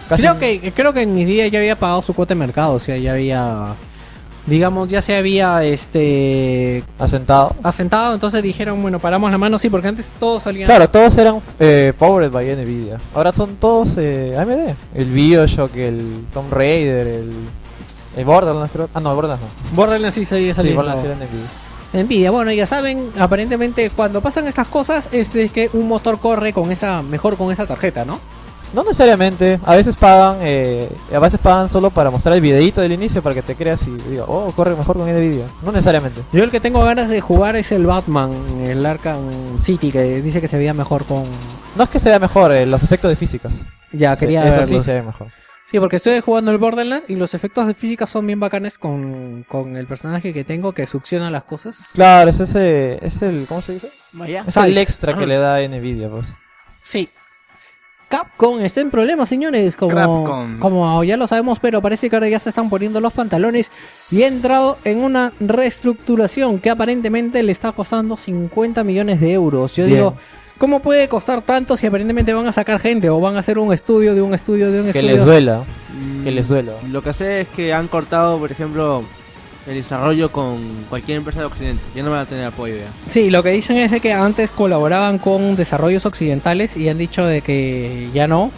Speaker 2: Casi
Speaker 3: creo que creo que en mis días ya había pagado su cuota de mercado, o sea, ya había digamos, ya se había este
Speaker 2: asentado.
Speaker 3: asentado, entonces dijeron, bueno, paramos la mano sí, porque antes todos salían
Speaker 2: Claro, todos eran eh, powered by Nvidia. Ahora son todos eh, AMD. El Bioshock, el Tomb Raider, el, el Borderlands, creo. Ah, no, el Borderlands no.
Speaker 3: Borderlands sí se
Speaker 2: Sí, Borderlands era Nvidia.
Speaker 3: Nvidia, bueno, ya saben, aparentemente cuando pasan estas cosas es de que un motor corre con esa mejor con esa tarjeta, ¿no?
Speaker 2: No necesariamente. A veces pagan, eh, a veces pagan solo para mostrar el videito del inicio para que te creas y digas, oh, corre mejor con Nvidia. No necesariamente.
Speaker 3: Yo el que tengo ganas de jugar es el Batman, el Arkham City, que dice que se veía mejor con...
Speaker 2: No es que sea mejor eh, los efectos de físicas.
Speaker 3: Ya,
Speaker 2: Sí,
Speaker 3: quería
Speaker 2: Eso sí
Speaker 3: verlos.
Speaker 2: se ve mejor.
Speaker 3: Sí, porque estoy jugando el Borderlands y los efectos de física son bien bacanes con, con el personaje que tengo que succiona las cosas.
Speaker 2: Claro, es ese, es el, ¿cómo se dice?
Speaker 3: Vaya.
Speaker 2: Es el extra
Speaker 3: Ah.
Speaker 2: que le da Nvidia, pues.
Speaker 3: Sí. Capcom está en problemas, señores, como,
Speaker 1: Capcom.
Speaker 3: como ya lo sabemos, pero parece que ahora ya se están poniendo los pantalones y ha entrado en una reestructuración que aparentemente le está costando 50 millones de euros. Yo
Speaker 2: Bien.
Speaker 3: digo, ¿cómo puede costar tanto si aparentemente van a sacar gente o van a hacer un estudio de un estudio de un
Speaker 2: Que
Speaker 3: estudio? Mm.
Speaker 2: les duela. Que les duela.
Speaker 6: Mm, Lo que sé es que han cortado, por ejemplo, el desarrollo con cualquier empresa de Occidente. Ya no van a tener apoyo ya.
Speaker 3: Sí, lo que dicen es de que antes colaboraban con desarrollos occidentales y han dicho de que ya no,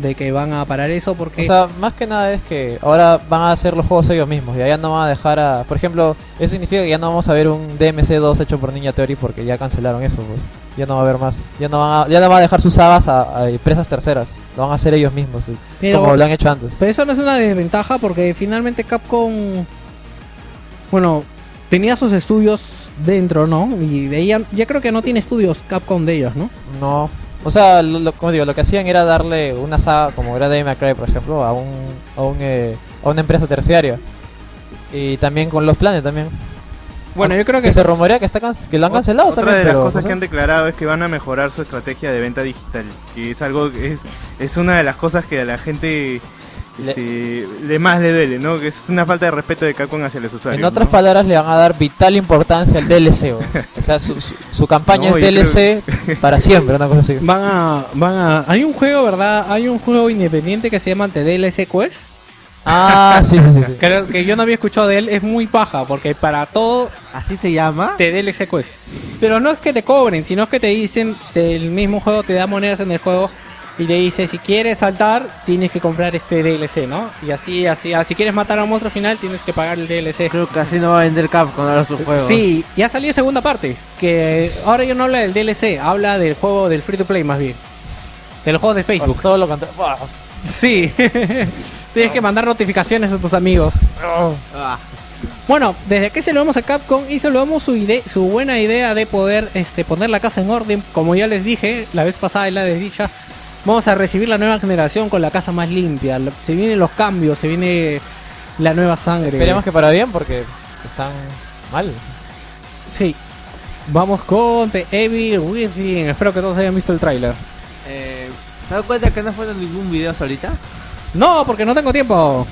Speaker 3: de que van a parar eso porque...
Speaker 2: O sea, más que nada es que ahora van a hacer los juegos ellos mismos. Y allá no van a dejar a. Por ejemplo, eso significa que ya no vamos a ver un DMC 2 hecho por Ninja Theory porque ya cancelaron eso, pues. Ya no va a haber más. Ya no van a, ya no van a dejar sus sagas a, a empresas terceras. Lo van a hacer ellos mismos. sí.
Speaker 3: Pero-
Speaker 2: como lo han hecho antes.
Speaker 3: Pero eso no es una desventaja porque finalmente Capcom, bueno, tenía sus estudios dentro, ¿no? Y de ella, ya creo que no tiene estudios Capcom de ellos, ¿no?
Speaker 2: No. O sea, lo, lo- como digo, lo que hacían era darle una saga, como era Devil May Cry, por ejemplo, a, un, a, un, eh, a una empresa terciaria. Y también con los planes también. Ah,
Speaker 3: Bueno, yo creo que,
Speaker 2: Que se rumorea que, está can- que lo han cancelado
Speaker 1: Otra
Speaker 2: también.
Speaker 1: de las
Speaker 2: pero,
Speaker 1: cosas
Speaker 2: no sé.
Speaker 1: que han declarado es que van a mejorar su estrategia de venta digital, que es algo que es, es una de las cosas que a la gente este, le más le duele, ¿no? Que es una falta de respeto de Capcom hacia los usuarios.
Speaker 2: En otras
Speaker 1: ¿no?
Speaker 2: palabras, le van a dar vital importancia al DLC. weón. O sea, su, su- su campaña
Speaker 1: No,
Speaker 2: es
Speaker 1: yo creo
Speaker 2: DLC para siempre, una cosa así.
Speaker 3: van a, van a, hay un juego, ¿verdad? Hay un juego independiente que se llama The DLC Quest.
Speaker 2: Ah, sí, sí, sí. sí.
Speaker 3: Creo que yo no había escuchado de él, es muy paja porque para todo
Speaker 6: ¿Así se llama?
Speaker 3: te DLC Quest. Pero no es que te cobren, sino es que te dicen, el mismo juego te da monedas en el juego y te dice, si quieres saltar, tienes que comprar este DLC, ¿no? Y así, así, así, si quieres matar a un monstruo final, tienes que pagar el DLC.
Speaker 6: Creo que así no va a vender Capcom ahora su juego.
Speaker 3: Sí, ya salió segunda parte, que ahora yo no habla del DLC, habla del juego del free to play más bien. Del juego de
Speaker 2: O sea,
Speaker 3: Facebook.
Speaker 2: todo lo contrario. Buah.
Speaker 3: Sí. Tienes que mandar notificaciones a tus amigos.
Speaker 6: Ah,
Speaker 3: Bueno, desde aquí se lo vamos a Capcom y se lo damos su, ide- su buena idea de poder este, poner la casa en orden. Como ya les dije la vez pasada en la desdicha, vamos a recibir la nueva generación con la casa más limpia. Lo- Se vienen los cambios, se viene la nueva sangre.
Speaker 2: Esperemos que para bien porque están mal.
Speaker 3: Sí. Vamos con The Evil Within. Espero que todos hayan visto el tráiler.
Speaker 6: eh, ¿Te has dado cuenta que no fueron ningún video hasta ahorita?
Speaker 3: No, porque no tengo tiempo.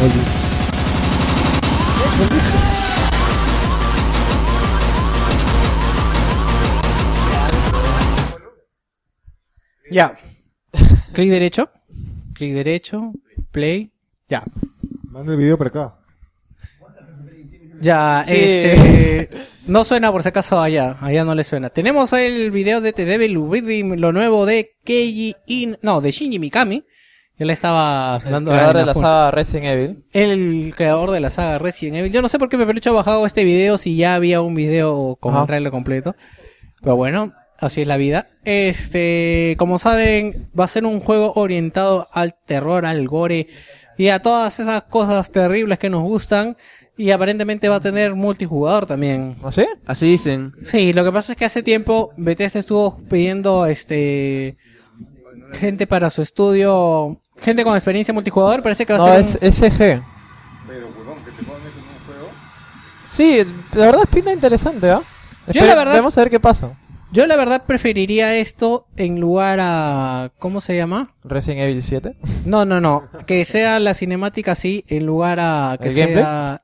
Speaker 2: Oye.
Speaker 3: Ya. Clic derecho. Clic derecho. Play. Ya.
Speaker 5: Manda el video para acá.
Speaker 3: Ya,
Speaker 5: Sí.
Speaker 3: este. No suena por si acaso allá. Allá no le suena. Tenemos el video de The Devil Within, lo nuevo de Keiji In. No, de Shinji Mikami. Yo le estaba dando
Speaker 2: creador
Speaker 3: en
Speaker 2: de la
Speaker 3: punta.
Speaker 2: saga Resident Evil.
Speaker 3: El creador de la saga Resident Evil. Yo no sé por qué Pepelucho ha bajado este video si ya había un video con
Speaker 2: Ajá.
Speaker 3: el trailer completo. Pero bueno, así es la vida. Este, como saben, va a ser un juego orientado al terror, al gore y a todas esas cosas terribles que nos gustan. Y aparentemente va a tener multijugador también.
Speaker 2: ¿No sé?
Speaker 6: Así dicen.
Speaker 3: Sí, lo que pasa es que hace tiempo Bethesda estuvo pidiendo este gente para su estudio, gente con experiencia multijugador, parece que va a
Speaker 2: No,
Speaker 3: ser
Speaker 2: es
Speaker 3: un-
Speaker 2: SG.
Speaker 5: Pero, huevón, que te pongan eso en un juego.
Speaker 2: Sí, la verdad es pinta interesante, ¿ah?
Speaker 3: Yo
Speaker 2: Espera-
Speaker 3: la verdad-
Speaker 2: Vamos a ver qué pasa.
Speaker 3: Yo la verdad preferiría esto en lugar a ¿cómo se llama?
Speaker 2: Resident Evil 7.
Speaker 3: No, no, no, que sea la cinemática así en lugar a que
Speaker 2: ¿El gameplay?
Speaker 3: sea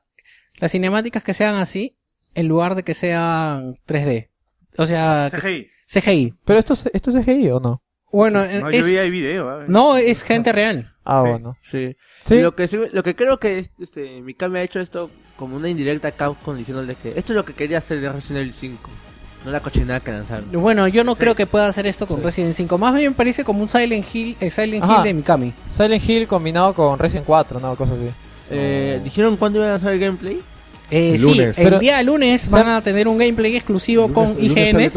Speaker 3: las cinemáticas que sean así en lugar de que sean 3D. O sea, que-
Speaker 1: CGI.
Speaker 3: CGI.
Speaker 2: Pero esto es, esto es CGI o no?
Speaker 3: Bueno,
Speaker 1: No,
Speaker 3: es
Speaker 1: yo vi ahí video. ah.
Speaker 3: No, es gente real.
Speaker 2: Ah, bueno.
Speaker 6: Sí.
Speaker 2: Sí.
Speaker 6: Lo, que, sí- lo que creo que es- este, Mikami ha hecho esto como una indirecta a Capcom diciéndole que esto es lo que quería hacer de Resident Evil 5. No la cochinada que lanzaron.
Speaker 3: Bueno, yo no creo que pueda hacer esto con Resident 5. Más bien parece como un Silent Hill, el Silent
Speaker 2: Ajá.
Speaker 3: Hill de Mikami.
Speaker 2: Silent Hill combinado con Resident 4, ¿no? Cosas así.
Speaker 6: Eh, ¿Dijeron cuándo iban a lanzar el gameplay?
Speaker 3: Eh,
Speaker 2: Lunes.
Speaker 3: Sí, el
Speaker 2: Pero-
Speaker 3: día lunes van a tener un gameplay exclusivo con IGN.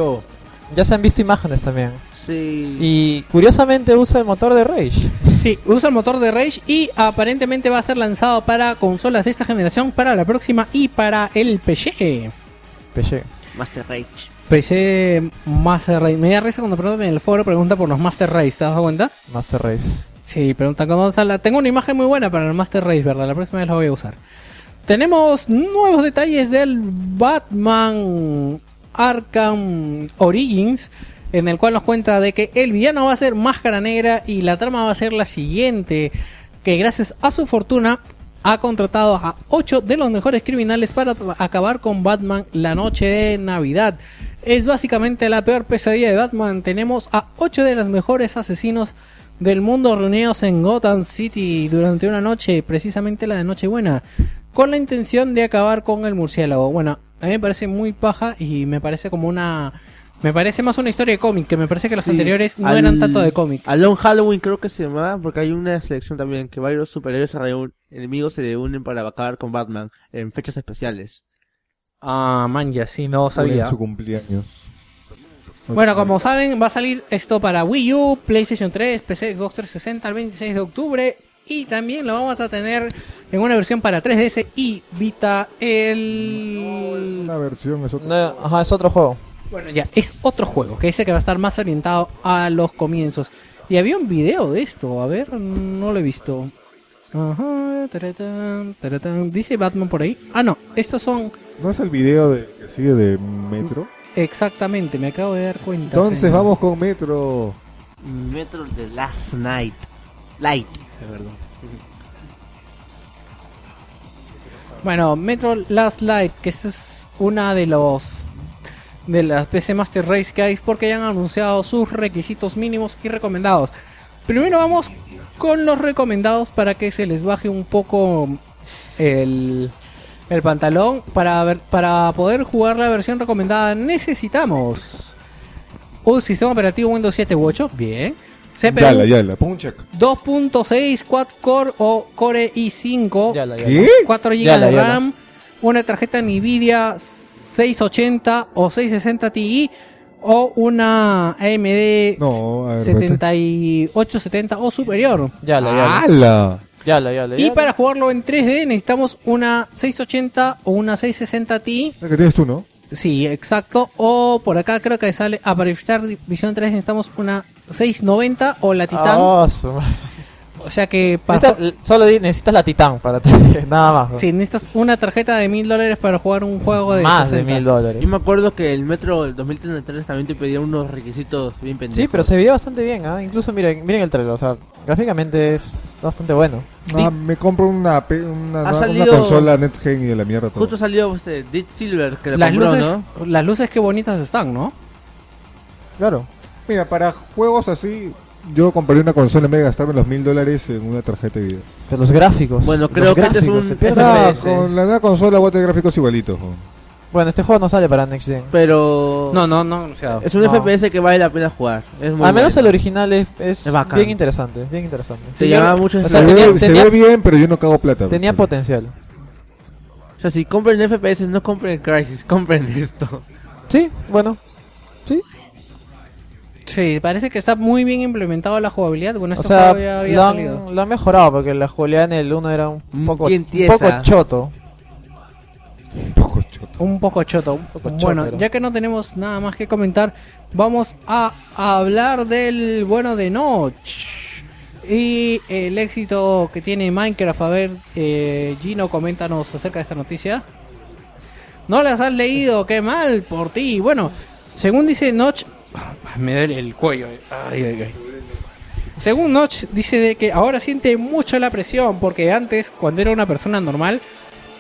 Speaker 2: Ya se han visto imágenes también.
Speaker 6: Sí.
Speaker 2: Y curiosamente usa el motor de Rage.
Speaker 3: Sí, usa el motor de Rage y aparentemente va a ser lanzado para consolas de esta generación, para la próxima y para el PC.
Speaker 2: PC.
Speaker 6: Master Rage.
Speaker 3: PC Master Race. Me da risa cuando preguntan en el foro, pregunta por los Master Race, ¿te has dado cuenta?
Speaker 2: Master Race.
Speaker 3: Sí, preguntan cuando sale. Tengo una imagen muy buena para el Master Race, ¿verdad? La próxima vez la voy a usar. Tenemos nuevos detalles del Batman Arkham Origins, en el cual nos cuenta de que el villano va a ser Máscara Negra y la trama va a ser la siguiente, que gracias a su fortuna ha contratado a 8 de los mejores criminales para tra- acabar con Batman la noche de Navidad. Es básicamente la peor pesadilla de Batman. Tenemos a 8 de los mejores asesinos del mundo reunidos en Gotham City durante una noche, precisamente la de Nochebuena, con la intención de acabar con el murciélago. Bueno, a mí me parece muy paja y me parece como una... Me parece más una historia de cómic, que me parece que los
Speaker 6: Sí,
Speaker 3: anteriores no
Speaker 6: al-
Speaker 3: eran tanto de cómic.
Speaker 6: A Long Halloween creo que se llamaba, porque hay una selección también que varios superhéroes se reúnen, enemigos se reúnen para acabar con Batman en fechas especiales.
Speaker 3: Ah, man, ya sí, no
Speaker 5: En
Speaker 3: sabía.
Speaker 5: su cumpleaños.
Speaker 3: Bueno, como saben, va a salir esto para Wii U, PlayStation 3, PC Xbox 360 el 26 de octubre. Y también lo vamos a tener en una versión para 3DS y Vita el...
Speaker 5: Una versión, eso.
Speaker 2: No, ajá, es otro juego.
Speaker 3: Bueno, ya, es otro juego, que ese que va a estar más orientado a los comienzos. Y había un video de esto, a ver, no lo he visto. Ajá, taratán, taratán. Dice Batman por ahí. Ah, no, estos son
Speaker 5: ¿No es el video de, que sigue de Metro?
Speaker 3: exactamente, me acabo de dar cuenta.
Speaker 5: Entonces
Speaker 3: señor.
Speaker 5: vamos con Metro.
Speaker 6: Metro de Last Night. Light. Perdón.
Speaker 3: Bueno, Metro Last Light, que esa es una de los de las PC Master Race que hay porque ya han anunciado sus requisitos mínimos y recomendados. Primero vamos con los recomendados para que se les baje un poco el, el pantalón para ver, para poder jugar la versión recomendada necesitamos un sistema operativo Windows 7 u 8, bien. CPU
Speaker 5: Yala, yala. Pon un check.
Speaker 3: 2.6 quad core o Core i5.
Speaker 2: Ya la, ya
Speaker 5: ¿Qué?
Speaker 3: 4 GB
Speaker 2: Ya la,
Speaker 3: de
Speaker 2: ya la.
Speaker 3: RAM, una tarjeta Nvidia 680 o 660 Ti o una AMD
Speaker 5: No, a ver,
Speaker 3: 7870 o superior.
Speaker 2: Ya la, ya la.
Speaker 5: ¡Hala!
Speaker 2: Ya la, ya la,
Speaker 3: Y
Speaker 2: ya la.
Speaker 3: para jugarlo en 3D necesitamos una 680 o una 660 Ti.
Speaker 5: La que tienes tú, ¿no?
Speaker 3: Sí, exacto. O por acá creo que sale a para estar Visión 3 necesitamos una 690 o la Titan.
Speaker 2: Ah, su madre.
Speaker 3: O sea que pasó-
Speaker 2: Necesitas- solo di- necesitas la Titán para tener- nada más. ¿no?
Speaker 3: Sí, necesitas una tarjeta de mil dólares para jugar un juego de
Speaker 2: más
Speaker 3: 60.
Speaker 2: de mil dólares.
Speaker 6: Yo me acuerdo que el Metro del 2033 también te pedía unos requisitos bien pendejos.
Speaker 2: Sí, pero se veía bastante bien, ¿ah? Incluso miren, miren el trailer, o sea, gráficamente es bastante bueno.
Speaker 5: Ah, me compro una, pe- una,
Speaker 6: Ha
Speaker 5: una
Speaker 6: salido-
Speaker 5: consola NetGen y de la mierda todo.
Speaker 6: Justo salió este Dead Silver que la
Speaker 3: Las
Speaker 6: compró,
Speaker 3: luces,
Speaker 6: ¿no?
Speaker 3: las luces qué bonitas están, ¿no?
Speaker 5: Claro. Mira, para juegos así, yo compré una consola en vez de gastarme los mil dólares en una tarjeta de video.
Speaker 2: Pero los gráficos.
Speaker 6: Bueno,
Speaker 2: los
Speaker 6: creo que este es
Speaker 2: gráficos
Speaker 6: un
Speaker 2: se pierden.
Speaker 5: Ah,
Speaker 6: FPS.
Speaker 2: eh.
Speaker 5: con la nueva consola voy a tener gráficos igualitos. jo.
Speaker 2: Bueno, este juego no sale para Next Gen.
Speaker 6: Pero
Speaker 3: No, no, no anunciado.
Speaker 6: es un
Speaker 2: no.
Speaker 6: FPS que vale la pena jugar. Es muy
Speaker 2: Al menos el
Speaker 6: bueno.
Speaker 2: original es, es
Speaker 6: Es bacán.
Speaker 2: bien interesante, bien interesante.
Speaker 6: Te llama mucho
Speaker 2: o
Speaker 6: esa-
Speaker 2: sea,
Speaker 5: se,
Speaker 2: tenía-
Speaker 5: ve, se
Speaker 2: tenía-
Speaker 5: ve bien, pero yo no cago plata.
Speaker 2: Tenía
Speaker 5: Vale.
Speaker 2: potencial.
Speaker 6: O sea, si compren FPS, no compren Crisis, compren esto.
Speaker 2: Sí, bueno.
Speaker 3: Sí, parece que está muy bien implementado la jugabilidad. Bueno,
Speaker 2: O
Speaker 3: esto
Speaker 2: sea,
Speaker 3: ya había
Speaker 2: lo
Speaker 3: salido.
Speaker 2: han, lo han mejorado porque la jugabilidad en el 1 era un
Speaker 6: Mm,
Speaker 2: poco,
Speaker 6: bien
Speaker 2: un
Speaker 6: tiesa.
Speaker 2: poco choto.
Speaker 5: Un poco choto.
Speaker 3: Un poco choto. un poco
Speaker 2: choto
Speaker 3: bueno,
Speaker 2: era.
Speaker 3: ya que no tenemos nada más que comentar, vamos a hablar del bueno de Notch. Y el éxito que tiene Minecraft. A ver, eh, Gino, coméntanos acerca de esta noticia. No las has leído, qué mal por ti. Bueno, según dice Notch... Me duele el cuello. eh. Ay, ay, ay. Según Notch, dice de que ahora siente mucho la presión porque antes, cuando era una persona normal,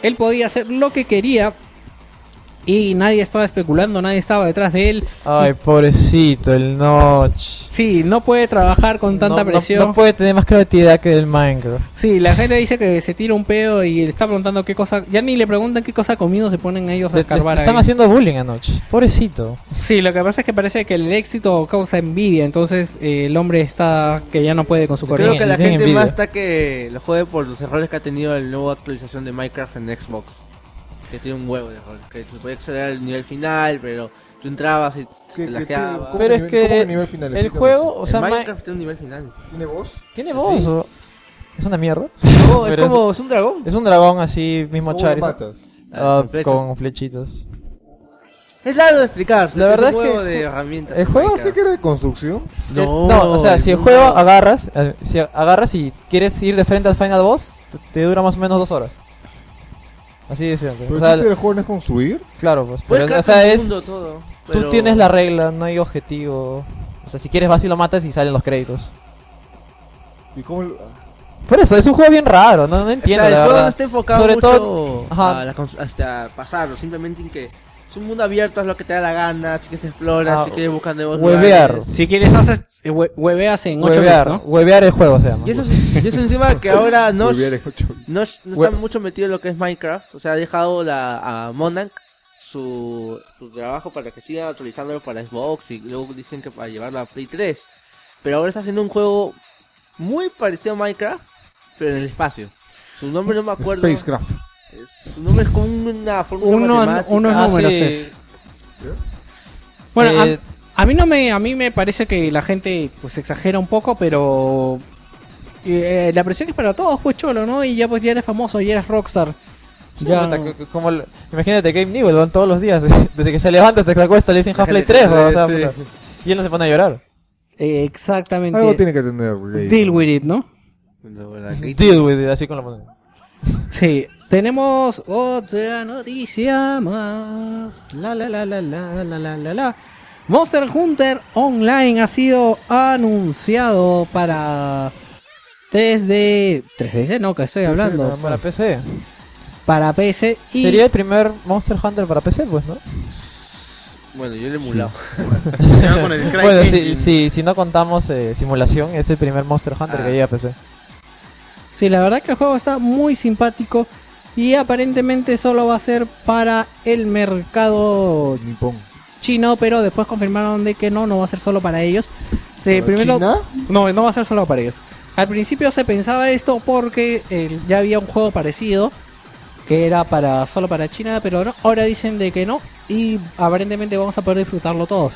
Speaker 3: él podía hacer lo que quería y nadie estaba especulando, nadie estaba detrás de él.
Speaker 2: Ay, pobrecito, el Notch.
Speaker 3: Sí, no puede trabajar con tanta
Speaker 2: No- no-
Speaker 3: presión.
Speaker 2: No, puede tener más creatividad que el Minecraft.
Speaker 3: Sí, la gente dice que se tira un pedo y le está preguntando qué cosa. Ya ni le preguntan qué cosa ha comido, se ponen ellos a
Speaker 2: Le- le- le
Speaker 3: escarbar.
Speaker 2: están
Speaker 3: ahí.
Speaker 2: haciendo bullying a Notch. Pobrecito.
Speaker 3: Sí, lo que pasa es que parece que el éxito causa envidia, entonces eh, el hombre está que ya no puede con su
Speaker 6: Creo
Speaker 3: corriente.
Speaker 6: que la
Speaker 2: tienen
Speaker 6: gente
Speaker 2: envidia.
Speaker 6: más está que lo jode por los errores que ha tenido la nueva actualización de Minecraft en Xbox. Que tiene un huevo de errores. Que te puede acceder al nivel final, pero tú entrabas y
Speaker 5: ¿Qué-
Speaker 6: te
Speaker 5: qué-
Speaker 6: lajeaba.
Speaker 5: cómo
Speaker 2: Pero
Speaker 5: nivel-
Speaker 2: es que
Speaker 5: cómo de nivel final?
Speaker 2: El
Speaker 5: Explícame
Speaker 2: juego,
Speaker 5: eso.
Speaker 2: o sea,
Speaker 6: El
Speaker 2: Mi-
Speaker 6: Minecraft tiene un nivel final.
Speaker 5: ¿Tiene voz?
Speaker 2: tiene voz.
Speaker 6: Sí.
Speaker 2: o- Es una mierda.
Speaker 6: No, es
Speaker 2: Pero es-
Speaker 6: como, es un dragón.
Speaker 2: Es un dragón así, mismo
Speaker 5: ¿Cómo lo
Speaker 2: Charizard.
Speaker 5: matas?
Speaker 2: Ah,
Speaker 6: Uh, Con flechas.
Speaker 2: con flechitas.
Speaker 6: Es largo de explicar.
Speaker 2: La verdad es
Speaker 6: un
Speaker 2: que
Speaker 6: juego
Speaker 2: el
Speaker 6: de
Speaker 2: ju-
Speaker 6: herramientas.
Speaker 2: el
Speaker 6: en
Speaker 2: juego
Speaker 6: Minecraft.
Speaker 5: Pensé que era de construcción.
Speaker 6: No,
Speaker 2: Eh, no, o sea, si el
Speaker 6: no.
Speaker 2: juego agarras, eh, si agarras y quieres ir de frente al final boss, t- te dura más o menos dos horas. Así de frente.
Speaker 5: Pero
Speaker 2: O sea,
Speaker 5: entonces el juego no es construir.
Speaker 2: claro, pues.
Speaker 6: Puedes
Speaker 2: pero, o
Speaker 6: crear
Speaker 2: sea,
Speaker 6: tu
Speaker 2: es.
Speaker 6: mundo, todo,
Speaker 2: Tú
Speaker 6: pero-
Speaker 2: tienes la regla, no hay objetivo. O sea, si quieres vas y lo matas y salen los créditos.
Speaker 5: ¿Y cómo lo-
Speaker 2: Por eso, es un juego bien raro, no, no
Speaker 6: O sea,
Speaker 2: entiendo
Speaker 6: el
Speaker 2: la
Speaker 6: juego no
Speaker 2: verdad.
Speaker 6: está enfocado
Speaker 2: Sobre
Speaker 6: mucho
Speaker 2: todo- ajá.
Speaker 6: a la cons- hasta pasarlo, simplemente en que es un mundo abierto, es lo que te da la gana, si que se explora,
Speaker 2: Ah,
Speaker 6: si que buscan nuevos
Speaker 2: huevear.
Speaker 6: lugares.
Speaker 3: Si quieres, haces eh, hue- hueveas en 8 bits,
Speaker 2: Huevear,
Speaker 3: ¿no?
Speaker 2: huevear el juego se llama.
Speaker 6: Y eso, y eso encima que ahora no,
Speaker 5: Volviera en ocho-
Speaker 6: no, no está
Speaker 2: Hue-
Speaker 6: mucho metido en lo que es Minecraft, o sea, ha dejado la, a Monarch su, su trabajo para que siga actualizándolo para Xbox y luego dicen que para llevarla a Play 3. Pero ahora está haciendo un juego muy parecido a Minecraft, pero en el espacio. Su nombre no me acuerdo.
Speaker 5: Spacecraft.
Speaker 6: Es- Su nombre es como una fórmula
Speaker 3: Uno,
Speaker 6: matemática.
Speaker 3: unos
Speaker 2: Ah,
Speaker 3: números
Speaker 2: sí.
Speaker 3: es. Bueno, a-
Speaker 2: Eh,
Speaker 3: a, mí no me, a mí me parece que la gente pues exagera un poco, pero eh, la presión es para todos, pues cholo, ¿no? Y ya pues ya eres famoso, ya eres rockstar.
Speaker 2: Sí,
Speaker 3: Ya-
Speaker 2: puta, co- co- como el- imagínate Game Newell weón, todos los días, desde que se levanta hasta que se acuesta, le dicen Half-Life 3, weón, o sea,
Speaker 6: Sí.
Speaker 2: puta. y él no se pone a llorar.
Speaker 3: Eh, exactamente.
Speaker 5: Algo tiene que tener. güey.
Speaker 3: Deal with it, ¿no?
Speaker 6: No, ¿verdad? Que-
Speaker 2: Deal with it, así con la moneda.
Speaker 3: Sí. Tenemos otra noticia más. La la la la la la la la la. Monster Hunter Online ha sido anunciado para 3D. 3D, no, que estoy hablando.
Speaker 2: Para PC.
Speaker 3: Para PC y.
Speaker 2: Sería el primer Monster Hunter para PC, pues, ¿no?
Speaker 6: Bueno, yo le he emulado.
Speaker 1: Ya con el Crytek
Speaker 2: Bueno,
Speaker 1: y-
Speaker 2: si, si, si no contamos eh, simulación, es el primer Monster Hunter
Speaker 6: Ah.
Speaker 2: que llega a PC.
Speaker 3: Sí, la verdad que el juego está muy simpático. Y aparentemente solo va a ser para el mercado
Speaker 5: Nippon.
Speaker 3: chino, pero después confirmaron de que no, no va a ser solo para ellos. Se, primero,
Speaker 5: ¿China?
Speaker 3: No, no va a ser solo para ellos. Al principio se pensaba esto porque eh, ya había un juego parecido que era para solo para China, pero no, ahora dicen de que no y aparentemente vamos a poder disfrutarlo todos.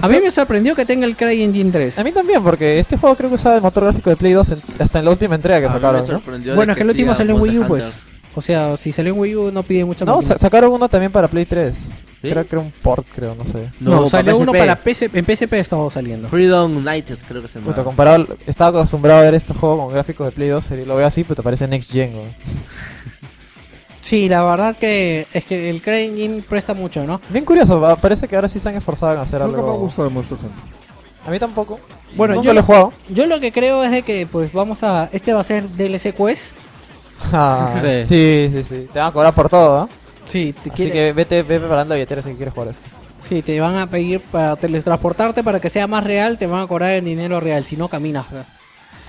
Speaker 3: A mí me sorprendió que tenga el CryEngine 3.
Speaker 2: A mí también, porque este juego creo que usaba el motor gráfico de Play 2 en- hasta en la última entrega que
Speaker 3: Ah,
Speaker 6: A mí me
Speaker 2: sacaron, ¿no?
Speaker 6: sorprendió de
Speaker 3: bueno, es que el último
Speaker 6: siga
Speaker 3: salió en Wii U,
Speaker 6: Monster
Speaker 3: pues.
Speaker 6: Hunter.
Speaker 3: O sea, si salió en Wii U no pide mucha
Speaker 2: No,
Speaker 3: máquina.
Speaker 2: sa- sacaron uno también para Play 3. Creo que era un port, creo, no sé.
Speaker 3: No, salió uno
Speaker 6: PSP.
Speaker 3: para PC, en PSP estaba saliendo.
Speaker 6: Freedom United, creo que se llama.
Speaker 2: Puta, comparado, estaba acostumbrado a ver este juego con gráficos de Play 2 y lo veo así, puta, parece Next Gen, weón.
Speaker 3: Sí, la verdad que es que el CryEngine presta mucho, ¿no?
Speaker 2: Bien curioso, va- parece que ahora sí se han esforzado en hacer
Speaker 5: Nunca me ha
Speaker 2: algo.
Speaker 5: gustado el Monster Hunter.
Speaker 2: A mí tampoco.
Speaker 3: Bueno,
Speaker 2: Nunca
Speaker 3: yo
Speaker 2: lo he jugado.
Speaker 3: Yo lo que creo es de que, pues, vamos a. Este va a ser DLC Quest.
Speaker 2: Ah,
Speaker 3: Sí.
Speaker 2: sí. sí, sí, Te van a cobrar por todo, ¿no?
Speaker 3: Sí,
Speaker 2: Así
Speaker 3: te quiere-
Speaker 2: que vete, ve preparando la billetera si quieres jugar esto.
Speaker 3: Sí, te van a pedir para teletransportarte para que sea más real, te van a cobrar el dinero real, si no caminas.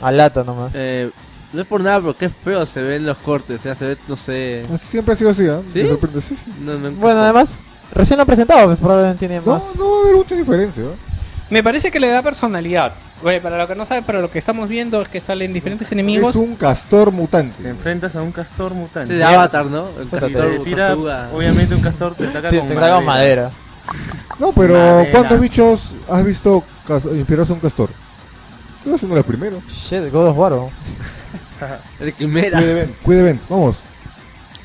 Speaker 2: Al lato nomás.
Speaker 6: Eh, no es por nada, pero qué feo se ven los cortes, ya se ve, no sé.
Speaker 5: Siempre ha sido así, ¿ah?
Speaker 6: ¿Sí?
Speaker 5: De repente, sí, sí.
Speaker 6: No, no-
Speaker 2: Bueno, además, recién lo han presentado, pues probablemente tiene
Speaker 5: No,
Speaker 2: más.
Speaker 5: no va a haber mucha diferencia. ¿eh?
Speaker 3: Me parece que le da personalidad. Oye, para lo que no sabe, pero lo que estamos viendo es que salen diferentes enemigos.
Speaker 5: Es un castor mutante.
Speaker 1: Te enfrentas a un castor mutante.
Speaker 6: Sí,
Speaker 2: ah,
Speaker 6: de Avatar, ¿no? El
Speaker 1: Puta,
Speaker 6: castor
Speaker 1: te tira-
Speaker 6: tortuga.
Speaker 1: obviamente un castor te ataca
Speaker 2: Te,
Speaker 1: con
Speaker 2: te tragan madera.
Speaker 5: No, pero
Speaker 1: Madera.
Speaker 5: ¿cuántos bichos has visto cas- inspirarse a un castor? Yo soy uno de los primeros.
Speaker 2: Shit, God of War. ¿no?
Speaker 6: El quimera.
Speaker 5: Cuide, ven, cuide, ven, vamos.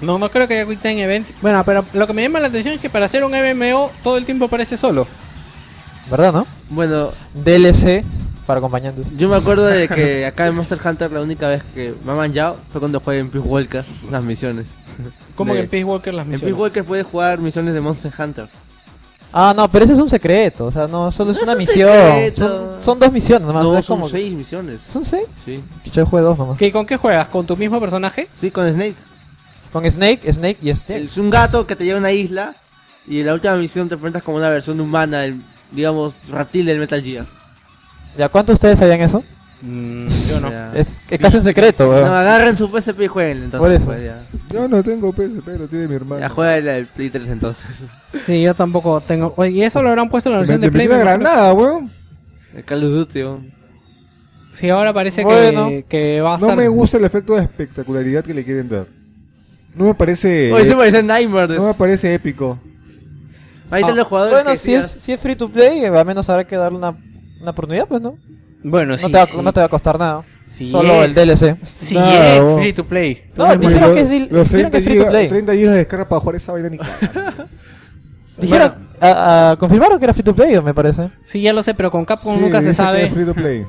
Speaker 3: No, no creo que haya Quick Time Events. Bueno, pero lo que me llama la atención es que para hacer un MMO todo el tiempo aparece solo.
Speaker 2: ¿Verdad, no?
Speaker 6: Bueno,
Speaker 2: DLC para acompañantes.
Speaker 6: yo me acuerdo de que acá en Monster Hunter la única vez que me han manchado fue cuando jugué en Peace Walker las misiones.
Speaker 3: Como
Speaker 6: De-
Speaker 3: que en Peace Walker las
Speaker 6: En
Speaker 3: misiones.
Speaker 6: Peace Walker puedes jugar misiones de Monster Hunter.
Speaker 2: Ah, no, pero ese es un secreto. O sea, no, solo es
Speaker 6: No es
Speaker 2: una
Speaker 6: un
Speaker 2: misión.
Speaker 6: secreto.
Speaker 2: Son, son dos misiones nomás. o sea,
Speaker 6: No,
Speaker 2: es
Speaker 6: son
Speaker 2: como-
Speaker 6: seis misiones.
Speaker 2: ¿Son seis?
Speaker 6: Sí.
Speaker 2: Yo jugué dos nomás.
Speaker 3: ¿Qué- ¿Con qué juegas? ¿Con tu mismo personaje?
Speaker 6: Sí, con Snake.
Speaker 2: Con Snake, Snake y Snake.
Speaker 6: Es un gato que te lleva a una isla y en la última misión te enfrentas como una versión humana, del, digamos, reptil del Metal Gear.
Speaker 2: ¿Ya cuántos de ustedes sabían eso?
Speaker 3: yo
Speaker 6: O
Speaker 3: no.
Speaker 6: sea,
Speaker 2: Es es casi un secreto,
Speaker 6: No,
Speaker 2: weón.
Speaker 6: agarren su PSP y jueguen entonces.
Speaker 2: Por eso.
Speaker 6: pues, ya.
Speaker 5: Yo no tengo PSP, lo tiene mi hermano.
Speaker 6: Ya juega el, el Play 3 entonces.
Speaker 3: Sí, yo tampoco tengo. Oye, y eso lo habrán puesto en la
Speaker 5: Me-
Speaker 3: versión
Speaker 5: me
Speaker 3: de Play.
Speaker 5: metí una
Speaker 3: me imagino.
Speaker 5: granada, weón.
Speaker 6: El Call of Duty, weón.
Speaker 3: Sí, ahora parece
Speaker 2: Bueno.
Speaker 3: que, que va a estar.
Speaker 5: No me gusta el efecto de espectacularidad que le quieren dar. No me parece.
Speaker 6: Oye, se parece Nightmares.
Speaker 5: no me parece épico.
Speaker 6: Ahí están
Speaker 3: Ah,
Speaker 6: los jugadores.
Speaker 2: pues, Bueno,
Speaker 6: que
Speaker 2: si es,
Speaker 6: decías-
Speaker 2: si es free to play, eh, al menos habrá que darle una, una oportunidad, pues, ¿no?
Speaker 3: Bueno,
Speaker 2: No,
Speaker 3: sí.
Speaker 2: te va,
Speaker 3: sí.
Speaker 2: no te va a costar nada.
Speaker 3: Sí
Speaker 2: Solo
Speaker 3: es.
Speaker 2: el DLC.
Speaker 3: Sí,
Speaker 5: No,
Speaker 3: es
Speaker 5: vos.
Speaker 3: free to play.
Speaker 2: No,
Speaker 5: Entonces,
Speaker 2: dijeron
Speaker 5: los-
Speaker 2: que es dil-
Speaker 5: los
Speaker 2: dijeron que es
Speaker 5: 30
Speaker 2: free to play.
Speaker 5: gigas, 30 gigas de descarga para jugar esa vaina ni
Speaker 2: Dijeron, a- a- confirmaron que era free to play, me parece.
Speaker 3: Sí, ya lo sé, pero con Capcom
Speaker 5: Sí,
Speaker 3: nunca
Speaker 5: dice que
Speaker 3: se
Speaker 5: es
Speaker 3: sabe.
Speaker 5: free to play.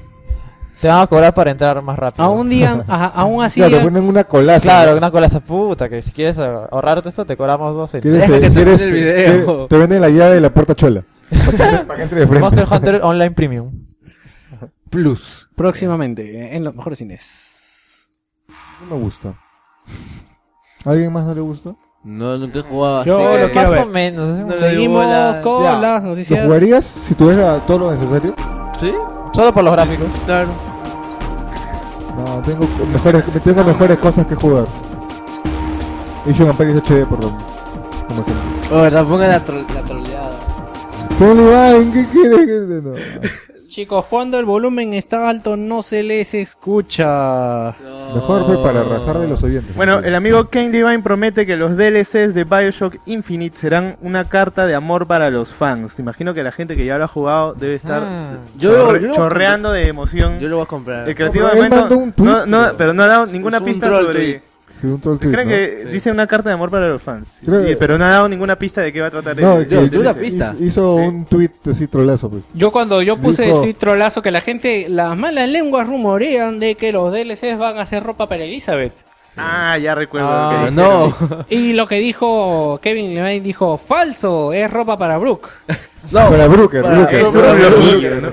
Speaker 2: Te van a cobrar para entrar más rápido. Ah,
Speaker 3: Aún digan, ajá, aún así.
Speaker 5: Claro, te
Speaker 3: digan-
Speaker 5: ponen una colaza.
Speaker 2: Claro, una colaza puta, que si quieres ahorrarte esto, te cobramos dos. en-
Speaker 5: ¿Quieres,
Speaker 6: Deja que
Speaker 5: eh,
Speaker 6: termine
Speaker 5: quieres-
Speaker 6: el video.
Speaker 5: eh, Te venden la llave de la puerta chola. Para que entre- para que entre de frente.
Speaker 2: Monster Hunter Online Premium.
Speaker 6: Plus.
Speaker 3: Próximamente, eh, en los mejores cines.
Speaker 5: No me gusta. ¿A alguien más no le gusta?
Speaker 6: No, nunca jugaba.
Speaker 3: Yo
Speaker 2: Eh,
Speaker 3: lo
Speaker 2: más
Speaker 3: quiero
Speaker 2: o
Speaker 3: ver.
Speaker 2: menos. es un-
Speaker 6: No le digo
Speaker 3: Seguimos
Speaker 6: la-
Speaker 3: con
Speaker 5: Ya.
Speaker 3: las
Speaker 5: ¿Lo
Speaker 3: noticias.
Speaker 5: jugarías si tuvieras todo lo necesario?
Speaker 6: ¿Sí?
Speaker 2: Solo por los gráficos.
Speaker 6: Claro.
Speaker 5: No, tengo mejores, tengo mejores cosas que jugar. Age of Empires HD, perdón. Como ejemplo.
Speaker 6: O Oh, verdad, pongan la, tro- la troleada.
Speaker 5: Tony Vine, ¿qué quieres? que- No.
Speaker 3: Chicos, cuando el volumen está alto no se les escucha.
Speaker 5: Mejor fue para arrasar de los oyentes.
Speaker 1: Bueno, el amigo Ken Levine promete que los DLCs de Bioshock Infinite serán una carta de amor para los fans. Imagino que la gente que ya lo ha jugado debe estar
Speaker 2: Ah.
Speaker 6: Yo
Speaker 1: chorre-
Speaker 6: lo- yo lo-
Speaker 1: chorreando de emoción.
Speaker 6: Yo lo voy a comprar. Eh,
Speaker 1: El creativo
Speaker 5: No,
Speaker 1: de
Speaker 5: pero él
Speaker 1: momento-
Speaker 5: mandó un tuit,
Speaker 1: no, no,
Speaker 5: creo.
Speaker 1: pero no ha dado ninguna
Speaker 6: Es un
Speaker 1: pista
Speaker 6: troll
Speaker 1: sobre...
Speaker 6: tuit.
Speaker 5: Sí, un troll tweet,
Speaker 1: Creen
Speaker 5: ¿no?
Speaker 1: que
Speaker 6: Sí.
Speaker 1: dice una carta de amor para los fans.
Speaker 5: Creo-
Speaker 1: Y- pero no ha dado ninguna pista de qué va a tratar
Speaker 5: No,
Speaker 1: el-
Speaker 5: que
Speaker 6: Yo,
Speaker 1: el
Speaker 6: yo la
Speaker 1: DLC.
Speaker 6: pista.
Speaker 5: hizo, hizo
Speaker 1: Sí.
Speaker 5: un tweet así trolazo, pues.
Speaker 3: Yo cuando yo puse
Speaker 5: Dijo-
Speaker 3: el tweet trolazo que la gente, las malas lenguas rumorean de que los DLCs van a ser ropa para Elizabeth.
Speaker 1: Ah, ya recuerdo.
Speaker 3: Ah,
Speaker 1: lo que
Speaker 6: Pero
Speaker 1: dije.
Speaker 6: no.
Speaker 3: Y lo que dijo Kevin Levine dijo, falso, es ropa para Brooke.
Speaker 6: No.
Speaker 5: Para Brooker,
Speaker 6: Para-
Speaker 5: Brooker.
Speaker 1: Es un
Speaker 5: Para
Speaker 1: lobullo,
Speaker 5: Brooker.
Speaker 1: ¿no?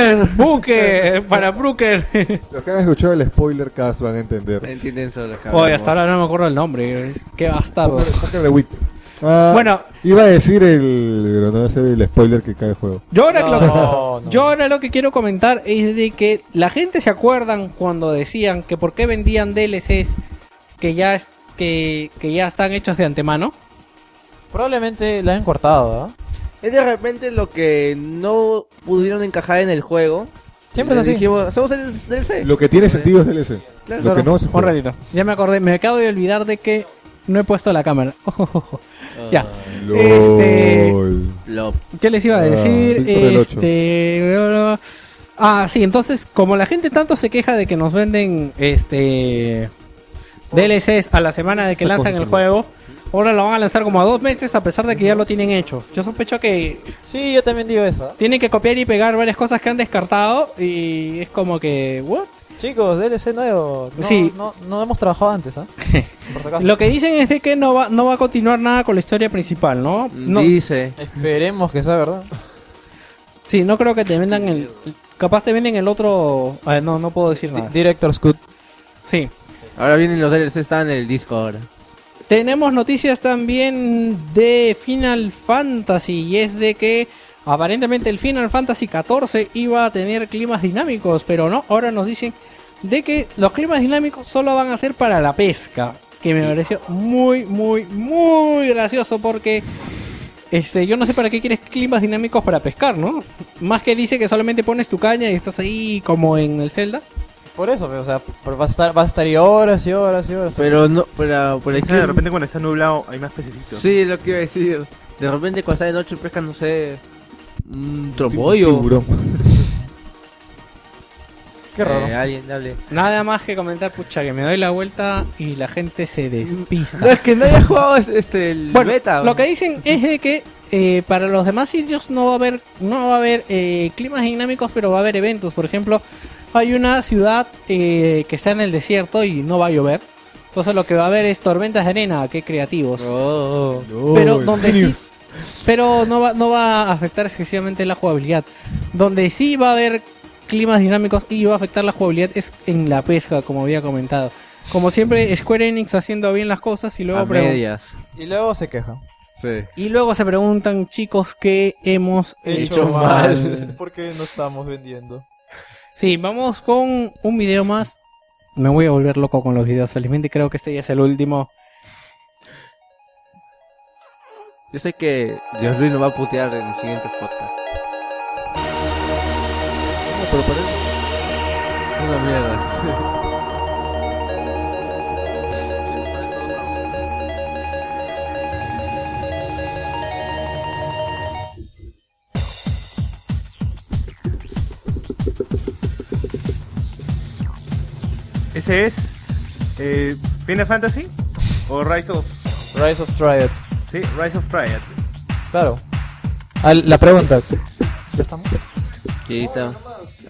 Speaker 3: Booker, Booker, para Brooker.
Speaker 5: Los que han escuchado el spoiler cast van a entender.
Speaker 6: Entienden solo los
Speaker 3: Oye, hasta ahora no me acuerdo el nombre, qué bastardo.
Speaker 5: Póngale de Wit. Ah,
Speaker 3: Bueno.
Speaker 5: Iba a decir el. Pero no va a ser el spoiler que cae el juego.
Speaker 3: Yo ahora, que
Speaker 2: No,
Speaker 3: lo,
Speaker 2: no.
Speaker 3: yo ahora lo que quiero comentar es de que la gente se acuerdan cuando decían que por qué vendían DLCs que ya, es- que, que ya están hechos de antemano.
Speaker 2: Probablemente la han cortado, ¿ah?
Speaker 6: Es de repente lo que no pudieron encajar en el juego.
Speaker 2: Siempre
Speaker 6: Le
Speaker 2: es así.
Speaker 6: Dijimos, hacemos el DLC.
Speaker 5: Lo que tiene sentido es DLC.
Speaker 6: Claro,
Speaker 5: Lo que no se
Speaker 3: Un
Speaker 5: juega.
Speaker 3: ratito. Ya me acordé, me acabo de olvidar de que no he puesto la cámara.
Speaker 6: Ah,
Speaker 3: ya.
Speaker 5: LOL.
Speaker 3: Este-
Speaker 6: Lo...
Speaker 3: ¿Qué les iba a
Speaker 5: Ah,
Speaker 3: decir?
Speaker 5: Víctor del Ocho.
Speaker 3: este. Ah, sí, entonces, como la gente tanto se queja de que nos venden este. DLCs a la semana de que
Speaker 5: Esa
Speaker 3: lanzan
Speaker 5: cosa,
Speaker 3: el
Speaker 5: ¿no?
Speaker 3: juego, ahora lo van a lanzar como a dos meses a pesar de que ya lo tienen hecho. Yo sospecho que
Speaker 2: Sí, yo también digo eso. ¿ah?
Speaker 3: tienen que copiar y pegar varias cosas que han descartado y es como que. ¿What?
Speaker 2: Chicos, DLC nuevo. No,
Speaker 3: Sí.
Speaker 2: No, no hemos trabajado antes, ¿ah? Por si acaso.
Speaker 3: Lo que dicen es de que no va, no va a continuar nada con la historia principal, ¿no? no
Speaker 6: Dice.
Speaker 2: Esperemos que sea verdad.
Speaker 3: Sí, no creo que te vendan el. Capaz te venden el otro. a ver, no, no puedo decir nada.
Speaker 2: Director's Cut.
Speaker 3: Sí.
Speaker 6: Ahora vienen los DLC, están en el disco ahora.
Speaker 3: Tenemos noticias también de Final Fantasy y es de que aparentemente el Final Fantasy XIV iba a tener climas dinámicos, pero no, ahora nos dicen de que los climas dinámicos solo van a ser para la pesca, que me pareció muy, muy, muy gracioso porque este, yo no sé para qué quieres climas dinámicos para pescar, ¿no? Más que dice que solamente pones tu caña y estás ahí como en el Zelda.
Speaker 2: Por eso, o sea, por- vas a estar, vas a estar y horas y horas y horas.
Speaker 6: Pero no, pero por el
Speaker 2: Claro, de
Speaker 6: clima-
Speaker 2: repente
Speaker 1: cuando está nublado hay más pececitos.
Speaker 6: Sí, lo que iba a decir. De repente cuando está de noche pescan, no sé, un eh, trombollo.
Speaker 5: tiburón.
Speaker 3: Qué raro.
Speaker 6: Eh, alguien hable.
Speaker 3: Nada más que comentar, pucha, que me doy la vuelta y la gente se despista.
Speaker 6: No, es que nadie ha jugado es- este, el
Speaker 3: Bueno,
Speaker 6: beta.
Speaker 3: lo que dicen es de que eh, para los demás sitios no va a haber, no va a haber eh, climas dinámicos, pero va a haber eventos. Por ejemplo, hay una ciudad eh, que está en el desierto y no va a llover. Entonces lo que va a haber es tormentas de arena, qué creativos. pero donde sí, pero no va, no va a afectar excesivamente la jugabilidad. Donde sí va a haber climas dinámicos y va a afectar la jugabilidad es en la pesca, como había comentado. Como siempre, Square Enix haciendo bien las cosas y luego
Speaker 6: A
Speaker 3: pregun-
Speaker 6: medias.
Speaker 2: Y luego se queja.
Speaker 6: Sí.
Speaker 3: y luego se preguntan, chicos, ¿qué hemos hecho, mal?
Speaker 2: Porque no estamos vendiendo.
Speaker 3: Sí, vamos con un video más. Me voy a volver loco con los videos, felizmente creo que este ya es el último.
Speaker 6: Yo sé que Dios Luis nos va a putear en el siguiente podcast. No, pero parece- Una mierda.
Speaker 1: Ese es eh, Final Fantasy o Rise of
Speaker 2: Rise of Triad.
Speaker 1: sí, Rise of Triad.
Speaker 2: Claro. Al- Ah, la pregunta. ¿Ya estamos?
Speaker 6: Quita,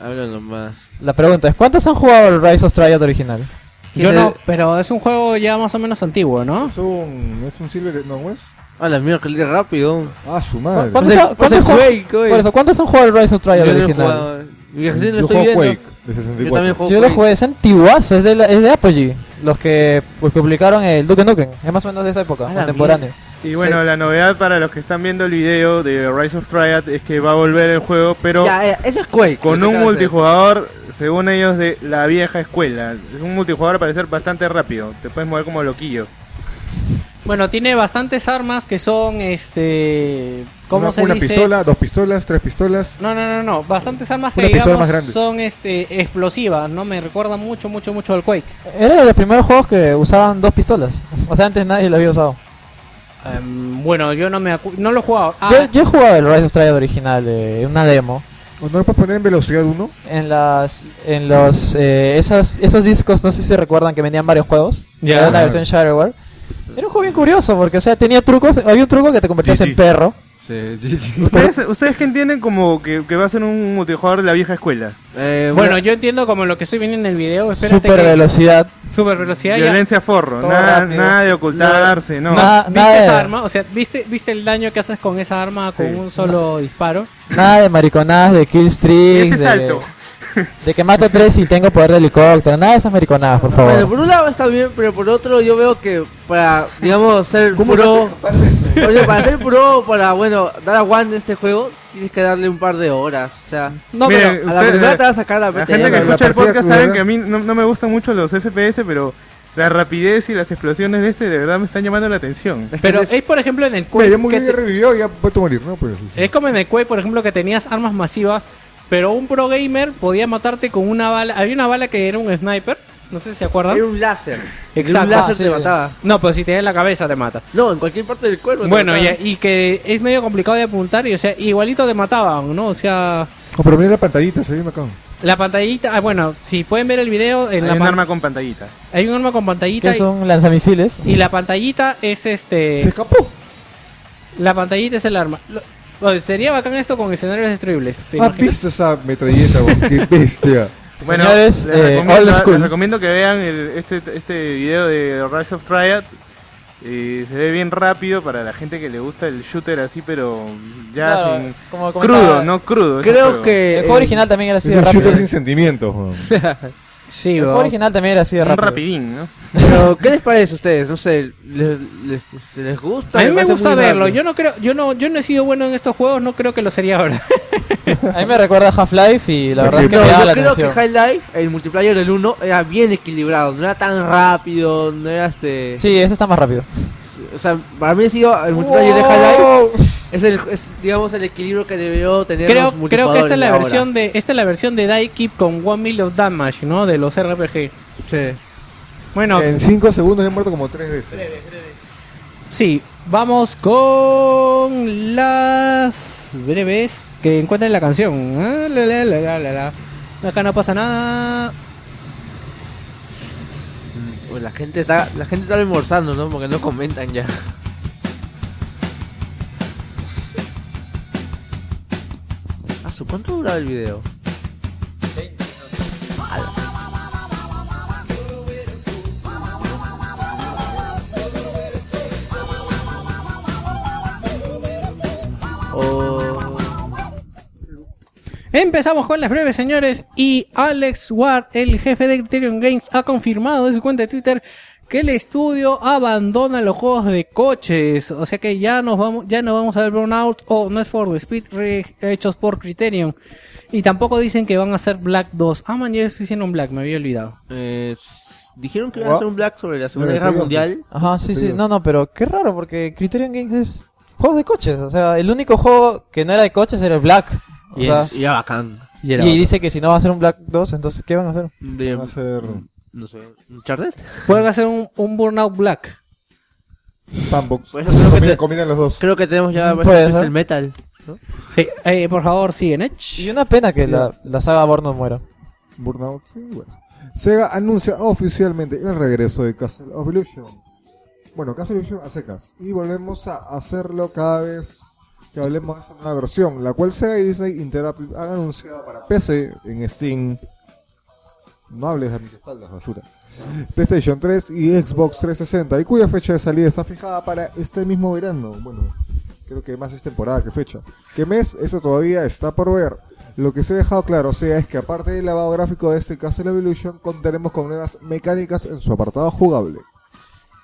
Speaker 6: habla nomás.
Speaker 2: La pregunta es, ¿cuántos han jugado el Rise of Triad original?
Speaker 3: Yo no, pero es un juego ya más o menos antiguo, ¿no?
Speaker 5: Es un, es un Silver, no es.
Speaker 6: A Ah, la mierda, que le di rápido.
Speaker 5: Ah, su madre.
Speaker 2: ¿Cuántos,
Speaker 6: Pues el-
Speaker 2: han-
Speaker 6: pues el
Speaker 2: cuántos han-
Speaker 6: Quake, oye.
Speaker 2: por eso, ¿cuántos han jugado el Rise of Triad
Speaker 6: Yo no he
Speaker 2: original?
Speaker 6: jugado. Yo recién lo
Speaker 5: Yo
Speaker 6: estoy
Speaker 5: juego
Speaker 6: viendo.
Speaker 5: Quake de 64.
Speaker 6: Yo también juego
Speaker 2: Yo lo
Speaker 6: Quake.
Speaker 2: jugué, es antiguazo, es de, la- es de Apogee. Los que pues, publicaron el Duke Nukem, es más o menos de esa época,
Speaker 6: la
Speaker 2: contemporáneo.
Speaker 1: Y bueno, la novedad para los que están viendo el video de Rise of Triad es que va a volver el juego, pero
Speaker 6: Ya, eh, eso es Quake.
Speaker 1: con
Speaker 6: lo
Speaker 1: un
Speaker 6: que acabas de hacer.
Speaker 1: multijugador, según ellos, de la vieja escuela. Es un multijugador al parecer bastante rápido, te puedes mover como loquillo.
Speaker 3: Bueno, tiene bastantes armas que son, este... ¿Cómo
Speaker 5: una,
Speaker 3: se
Speaker 5: una
Speaker 3: dice?
Speaker 5: pistola, dos pistolas, tres pistolas.
Speaker 3: No, no, no, no, bastantes armas que
Speaker 5: Una pistola
Speaker 3: digamos
Speaker 5: más grande.
Speaker 3: son este, explosivas, ¿no? Me recuerda mucho, mucho, mucho al Quake.
Speaker 2: Era de los primeros juegos que usaban dos pistolas. O sea, antes nadie lo había usado.
Speaker 3: Em, bueno, yo no me acu- no lo he jugado. Ah,
Speaker 2: Yo, yo he jugado el Rise of Triad original, eh, una demo.
Speaker 5: ¿O ¿No lo puedes poner en velocidad 1?
Speaker 2: En las en los eh, esas, esos discos, no sé si recuerdan que vendían varios juegos.
Speaker 3: Ya.
Speaker 2: Era una versión Shareware. Era un juego bien curioso porque, o sea, tenía trucos. Había un truco que te convertías
Speaker 5: GG.
Speaker 2: en perro.
Speaker 6: Sí, sí, sí.
Speaker 1: ¿Ustedes, ¿ustedes qué entienden como que, que va a ser un multijugador de la vieja escuela?
Speaker 6: Eh,
Speaker 3: bueno,
Speaker 6: una-
Speaker 3: yo entiendo como lo que estoy viendo en el video. Espérate
Speaker 2: Super
Speaker 3: que-
Speaker 2: velocidad.
Speaker 3: Super velocidad.
Speaker 1: Violencia a forro,
Speaker 3: Todo
Speaker 1: nada,
Speaker 3: rápido.
Speaker 1: nada de ocultarse, no.
Speaker 2: Nada-
Speaker 3: ¿Viste
Speaker 2: nada
Speaker 3: esa
Speaker 2: de-
Speaker 3: arma? O sea, ¿viste, ¿viste el daño que haces con esa arma
Speaker 1: Sí.
Speaker 3: con un solo disparo?
Speaker 2: Nada de mariconadas, de
Speaker 1: Ese
Speaker 2: killstreaks, de,
Speaker 1: salto.
Speaker 2: de que mato tres y tengo poder de helicóptero. Nada de esas mariconadas, por favor.
Speaker 6: Bueno, por un lado está bien, pero por otro yo veo que para, digamos, ser
Speaker 5: ¿Cómo
Speaker 6: pro, Oye, para ser pro, para, bueno, dar aguante a este juego, tienes que darle un par de horas, o sea,
Speaker 3: No,
Speaker 1: Miren,
Speaker 3: pero...
Speaker 6: a la
Speaker 1: Usted-
Speaker 6: primera te vas a sacar la
Speaker 1: La
Speaker 6: pete,
Speaker 1: gente que
Speaker 6: ya,
Speaker 5: la
Speaker 1: escucha el
Speaker 5: partida
Speaker 1: podcast
Speaker 5: como
Speaker 1: saben
Speaker 5: era.
Speaker 1: que a mí no, no me gustan mucho los FPS, pero la rapidez y las explosiones de este de verdad me están llamando la atención.
Speaker 3: Pero es, por ejemplo, en el
Speaker 5: Mira,
Speaker 3: Quake...
Speaker 5: ya murió,
Speaker 3: que
Speaker 5: ya
Speaker 3: te-
Speaker 5: revivió, ya puedo morir, ¿no? Pues,
Speaker 9: Eh.
Speaker 3: Es como en el Quake, por ejemplo, que tenías armas masivas, pero un pro gamer podía matarte con una bala... Había una bala que era un sniper, no sé si se acuerdan.
Speaker 6: Era un láser.
Speaker 3: Exacto.
Speaker 6: Un láser
Speaker 2: Ah, sí.
Speaker 6: te mataba.
Speaker 3: No, pero si te da en la cabeza te mata.
Speaker 6: No, en cualquier parte del cuerpo. te
Speaker 3: Bueno, y,
Speaker 6: mataba.
Speaker 3: y que es medio complicado de apuntar y, o sea, igualito te mataban, ¿no? O sea,
Speaker 5: O pero mira la pantallita, se ve me acabo.
Speaker 3: la pantallita... Ah, bueno, si pueden ver el video, en
Speaker 1: Hay
Speaker 3: la
Speaker 1: un
Speaker 3: pan-
Speaker 1: arma con pantallita.
Speaker 3: hay un arma con
Speaker 2: que
Speaker 3: pantallita
Speaker 2: es
Speaker 3: y,
Speaker 2: un lanzamisiles.
Speaker 3: y la pantallita es este...
Speaker 5: Se escapó.
Speaker 3: La pantallita es el arma. Lo- bueno, sería bacán esto con escenarios destruibles. ¿te
Speaker 5: ¿Has
Speaker 3: imaginas?
Speaker 5: visto esa metralleta, weón? qué bestia.
Speaker 1: Bueno,
Speaker 2: Señores,
Speaker 1: les,
Speaker 2: eh,
Speaker 1: recomiendo,
Speaker 2: old school.
Speaker 1: les recomiendo que vean el- este, este video de Rise of Triad. Eh, se ve bien rápido para la gente que le gusta el shooter así, pero ya
Speaker 2: Claro,
Speaker 1: sin-
Speaker 2: como comentaba-
Speaker 1: crudo, no crudo. es un juego.
Speaker 2: El
Speaker 6: eh,
Speaker 2: juego original también era así
Speaker 5: Es
Speaker 2: de
Speaker 5: un
Speaker 2: rápido.
Speaker 5: shooter sin sentimientos. weón.
Speaker 3: Sí,
Speaker 2: El juego original también era así de
Speaker 1: Un
Speaker 2: rápido.
Speaker 1: rapidín, ¿no?
Speaker 6: Pero, ¿qué les parece a ustedes? No sé, ¿les, les, este, les gusta?
Speaker 3: A mí
Speaker 6: ¿Les
Speaker 3: me
Speaker 6: parece
Speaker 3: gusta
Speaker 6: muy
Speaker 3: verlo.
Speaker 6: rápido?
Speaker 3: Yo no creo, yo no, yo no he sido bueno en estos juegos, no creo que lo sería ahora.
Speaker 2: A mí me recuerda a Half-Life y la verdad es que
Speaker 6: No,
Speaker 2: me da
Speaker 6: yo
Speaker 2: la
Speaker 6: creo
Speaker 2: atención.
Speaker 6: que High Life, el multiplayer del 1, era bien equilibrado. No era tan rápido, no era este...
Speaker 2: Sí, ese está más rápido.
Speaker 6: O sea, para mí ha sido el multiplayer de High Life. Es, el, es, digamos, el equilibrio que debió tener
Speaker 3: Creo,
Speaker 6: los
Speaker 3: creo que esta es la
Speaker 6: multijugadores
Speaker 3: versión de, esta es la versión de Die Keep con One Mil of Damage, ¿no? De los RPG.
Speaker 6: ahora. Sí.
Speaker 3: Bueno,
Speaker 5: En 5 segundos he muerto como 3 veces.
Speaker 3: sí. Vamos con las breves que encuentren la canción. Ah, la, la, la, la, la, la. Acá no pasa nada.
Speaker 6: Uy, Pues La gente, está, la gente está almorzando, ¿no? Porque no comentan ya. Ah, su ¿Cuánto dura el video? Oh.
Speaker 3: Empezamos con las breves, señores. Y Alex Ward, el jefe de Criterion Games, ha confirmado de su cuenta de Twitter que el estudio abandona los juegos de coches. O sea que ya nos vamos, ya no vamos a ver Burnout o No es for Speed re- hechos por Criterion. Y tampoco dicen que van a hacer Black 2. Ah, man, ya ellos hicieron Black, me había olvidado.
Speaker 6: Eh, s- dijeron que iban a hacer un black sobre la Segunda
Speaker 5: Pero
Speaker 6: Guerra
Speaker 5: estoy
Speaker 6: Mundial.
Speaker 2: Ajá, sí, sí.
Speaker 5: Pero-
Speaker 2: No, no, pero qué raro porque Criterion Games es juegos de coches. O sea, el único juego que no era de coches era el Black. O sea,
Speaker 6: Y era bacán.
Speaker 2: y dice que si no va a ser un Black 2, entonces ¿qué van a hacer?
Speaker 6: De-
Speaker 5: Va a ser
Speaker 6: no sé, ¿un Chardet?
Speaker 3: Pueden hacer un, un Burnout Black.
Speaker 5: sandbox.
Speaker 6: Pues, creo que
Speaker 5: Combinan-
Speaker 6: te-
Speaker 5: combinan los dos.
Speaker 6: Creo que tenemos ya
Speaker 2: Puede
Speaker 6: bastante
Speaker 2: ser.
Speaker 6: el metal.
Speaker 3: Sí, eh, por favor, siguen, ¿eh?
Speaker 2: Y una pena que la, la saga Borno muera.
Speaker 5: Burnout, sí, bueno. Sega anuncia oficialmente el regreso de Castle of Illusion. Bueno, Castle of Illusion a secas. Y volvemos a hacerlo cada vez que hablemos de esta nueva versión, la cual Sega y Disney Interactive han anunciado para PC en Steam. No hables a mis espaldas, basura. PlayStation 3 y Xbox 360, y cuya fecha de salida está fijada para este mismo verano. Bueno, creo que más es temporada que fecha. ¿Qué mes? Eso todavía está por ver. Lo que se ha dejado claro, o sea, es que aparte del lavado gráfico de este Castle Evolution, contaremos con nuevas mecánicas en su apartado jugable.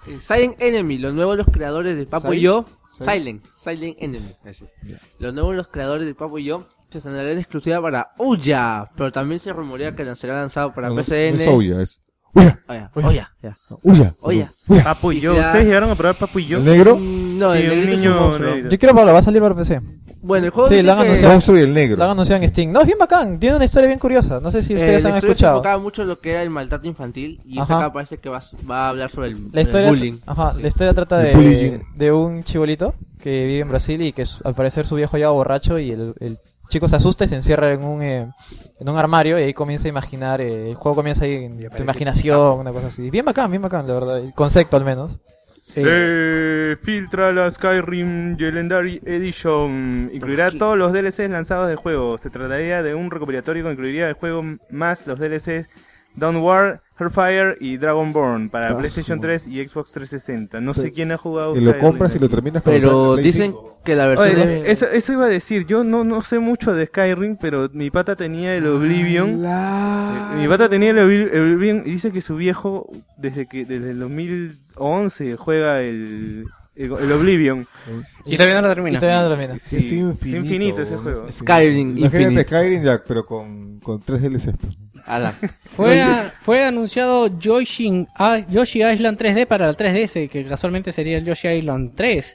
Speaker 6: Eh, Silent Enemy, los nuevos los creadores del Papo y yo. Silent, Silent Enemy. Gracias. Los nuevos los creadores del Papo y yo se estrenarán en exclusiva para Uya, pero también se rumorea que la será lanzado para
Speaker 5: No, no,
Speaker 6: PCN.
Speaker 5: No es Ouya, es. Uya,
Speaker 6: Oya, Oya, Ah, ya.
Speaker 5: Uya,
Speaker 6: Ouya.
Speaker 5: Uya.
Speaker 1: Papu y
Speaker 6: Y
Speaker 1: yo.
Speaker 6: será-
Speaker 1: ¿Ustedes llegaron a probar Papu y Ah, yo?
Speaker 5: El negro,
Speaker 6: Mm, No,
Speaker 1: Sí,
Speaker 6: el
Speaker 1: un
Speaker 6: negrito es
Speaker 1: niño
Speaker 6: un monstruo.
Speaker 1: negrito.
Speaker 2: Yo quiero probarlo, va a salir para PC.
Speaker 6: Bueno, el juego
Speaker 2: Sí,
Speaker 6: dice
Speaker 2: lo han
Speaker 6: que-
Speaker 5: el
Speaker 2: anunciado.
Speaker 5: monstruo y el negro.
Speaker 2: Lo han anunciado en Steam. No, es bien bacán. Tiene una historia bien curiosa. No sé si
Speaker 6: eh,
Speaker 2: ustedes
Speaker 6: la
Speaker 2: han
Speaker 6: historia se
Speaker 2: escuchado.
Speaker 6: enfocaba mucho en lo que era el maltrato infantil y esta
Speaker 2: Ajá.
Speaker 6: acá parece que va, a- va a hablar sobre el,
Speaker 2: La
Speaker 6: el
Speaker 2: historia,
Speaker 6: bullying.
Speaker 2: ajá, la historia trata
Speaker 5: El
Speaker 2: de,
Speaker 5: bullying.
Speaker 2: de un chibolito que vive en Brasil y que su- al parecer su viejo ya borracho y el, el chico se asusta y se encierra en un, eh, en un armario y ahí comienza a imaginar, eh, el juego comienza ahí en tu imaginación, una cosa así. Bien bacán, bien bacán, la verdad, el concepto al menos.
Speaker 1: Se filtra la Skyrim Legendary Edition. Incluirá
Speaker 6: ¿Qué?
Speaker 1: todos los DLCs lanzados del juego. Se trataría de un recopilatorio que incluiría el juego más los DLCs Downward, Hellfire y Dragonborn para
Speaker 5: Tazo.
Speaker 1: PlayStation 3 y Xbox 360. No sé
Speaker 5: Te-
Speaker 1: quién ha jugado.
Speaker 5: Y lo
Speaker 1: Skyrim.
Speaker 5: compras y lo terminas con
Speaker 6: Pero
Speaker 5: el Play
Speaker 6: dicen
Speaker 5: 5.
Speaker 6: que la versión
Speaker 1: Oye,
Speaker 6: de-
Speaker 1: eso, eso iba a decir. Yo no, no sé mucho de Skyrim, pero mi pata tenía el Oblivion. Eh, Mi pata tenía el Obli- el Oblivion y dice que su viejo, desde que desde el 2011, juega el, el, el Oblivion.
Speaker 3: Y todavía no lo
Speaker 2: Y
Speaker 3: termina.
Speaker 2: todavía no termina.
Speaker 1: Sí,
Speaker 5: es infinito,
Speaker 1: ese
Speaker 5: weón.
Speaker 1: juego.
Speaker 6: Skyrim
Speaker 5: Imagínate
Speaker 6: Infinite.
Speaker 5: Skyrim Jack, pero con, con 3 DLC.
Speaker 6: Ala.
Speaker 3: Fue, a- fue anunciado Yoshi, ah, Yoshi Island 3D para la 3DS, que casualmente sería el Yoshi Island 3.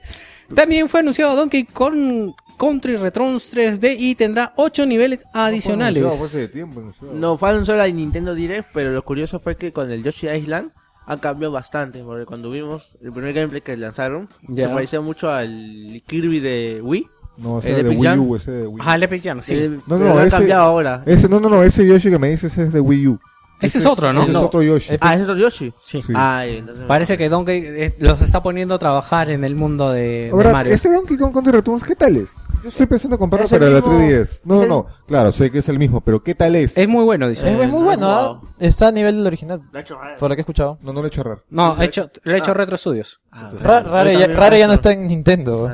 Speaker 3: También fue anunciado Donkey Kong Country Returns 3D y tendrá 8 niveles adicionales.
Speaker 5: No fue anunciado, fue hace tiempo anunciado.
Speaker 6: No, fue anunciado en la Nintendo Direct, pero lo curioso fue que con el Yoshi Island ha cambiado bastante, porque cuando vimos el primer gameplay que lanzaron,
Speaker 3: Ya.
Speaker 6: se parecía mucho al Kirby de Wii.
Speaker 5: No,
Speaker 6: ¿El
Speaker 5: ese de
Speaker 6: de
Speaker 5: Wii
Speaker 6: Pijan?
Speaker 5: U, ese de Wii U.
Speaker 3: Ajá, le pillaron, sí.
Speaker 6: Eh,
Speaker 5: No,
Speaker 6: pero
Speaker 5: no,
Speaker 6: lo ha
Speaker 5: ese-
Speaker 6: cambiado ahora.
Speaker 5: Ese, no, no, no, ese Yoshi que me dices es de Wii U.
Speaker 3: Ese es otro, ¿no?
Speaker 5: Ese
Speaker 6: No.
Speaker 5: este es otro Yoshi.
Speaker 2: Eh,
Speaker 6: Ah, ¿es otro Yoshi?
Speaker 3: Sí.
Speaker 5: Sí.
Speaker 6: Ay, entonces-
Speaker 3: Parece que Donkey eh, los está poniendo a trabajar en el mundo de, de
Speaker 5: Ahora, este-
Speaker 3: Mario.
Speaker 5: ese Donkey Kong Country Returns, ¿qué tal es? Yo estoy pensando en comprarlo
Speaker 2: Es el
Speaker 5: para la
Speaker 2: mismo-
Speaker 5: 3DS. No,
Speaker 2: es
Speaker 5: no,
Speaker 2: el-
Speaker 5: no. Claro, sé que es el mismo, pero ¿qué tal es?
Speaker 11: Es muy bueno,
Speaker 5: Eh,
Speaker 2: Es, es muy bueno, ¿ah? está a nivel del original.
Speaker 6: ah,
Speaker 2: Por lo que he escuchado.
Speaker 5: No, no lo he hecho raro.
Speaker 11: No,
Speaker 3: he hecho, lo he
Speaker 5: ah.
Speaker 3: hecho Retro Studios.
Speaker 6: ah,
Speaker 2: Ra- Rare, ya, Rare ya no está en Nintendo.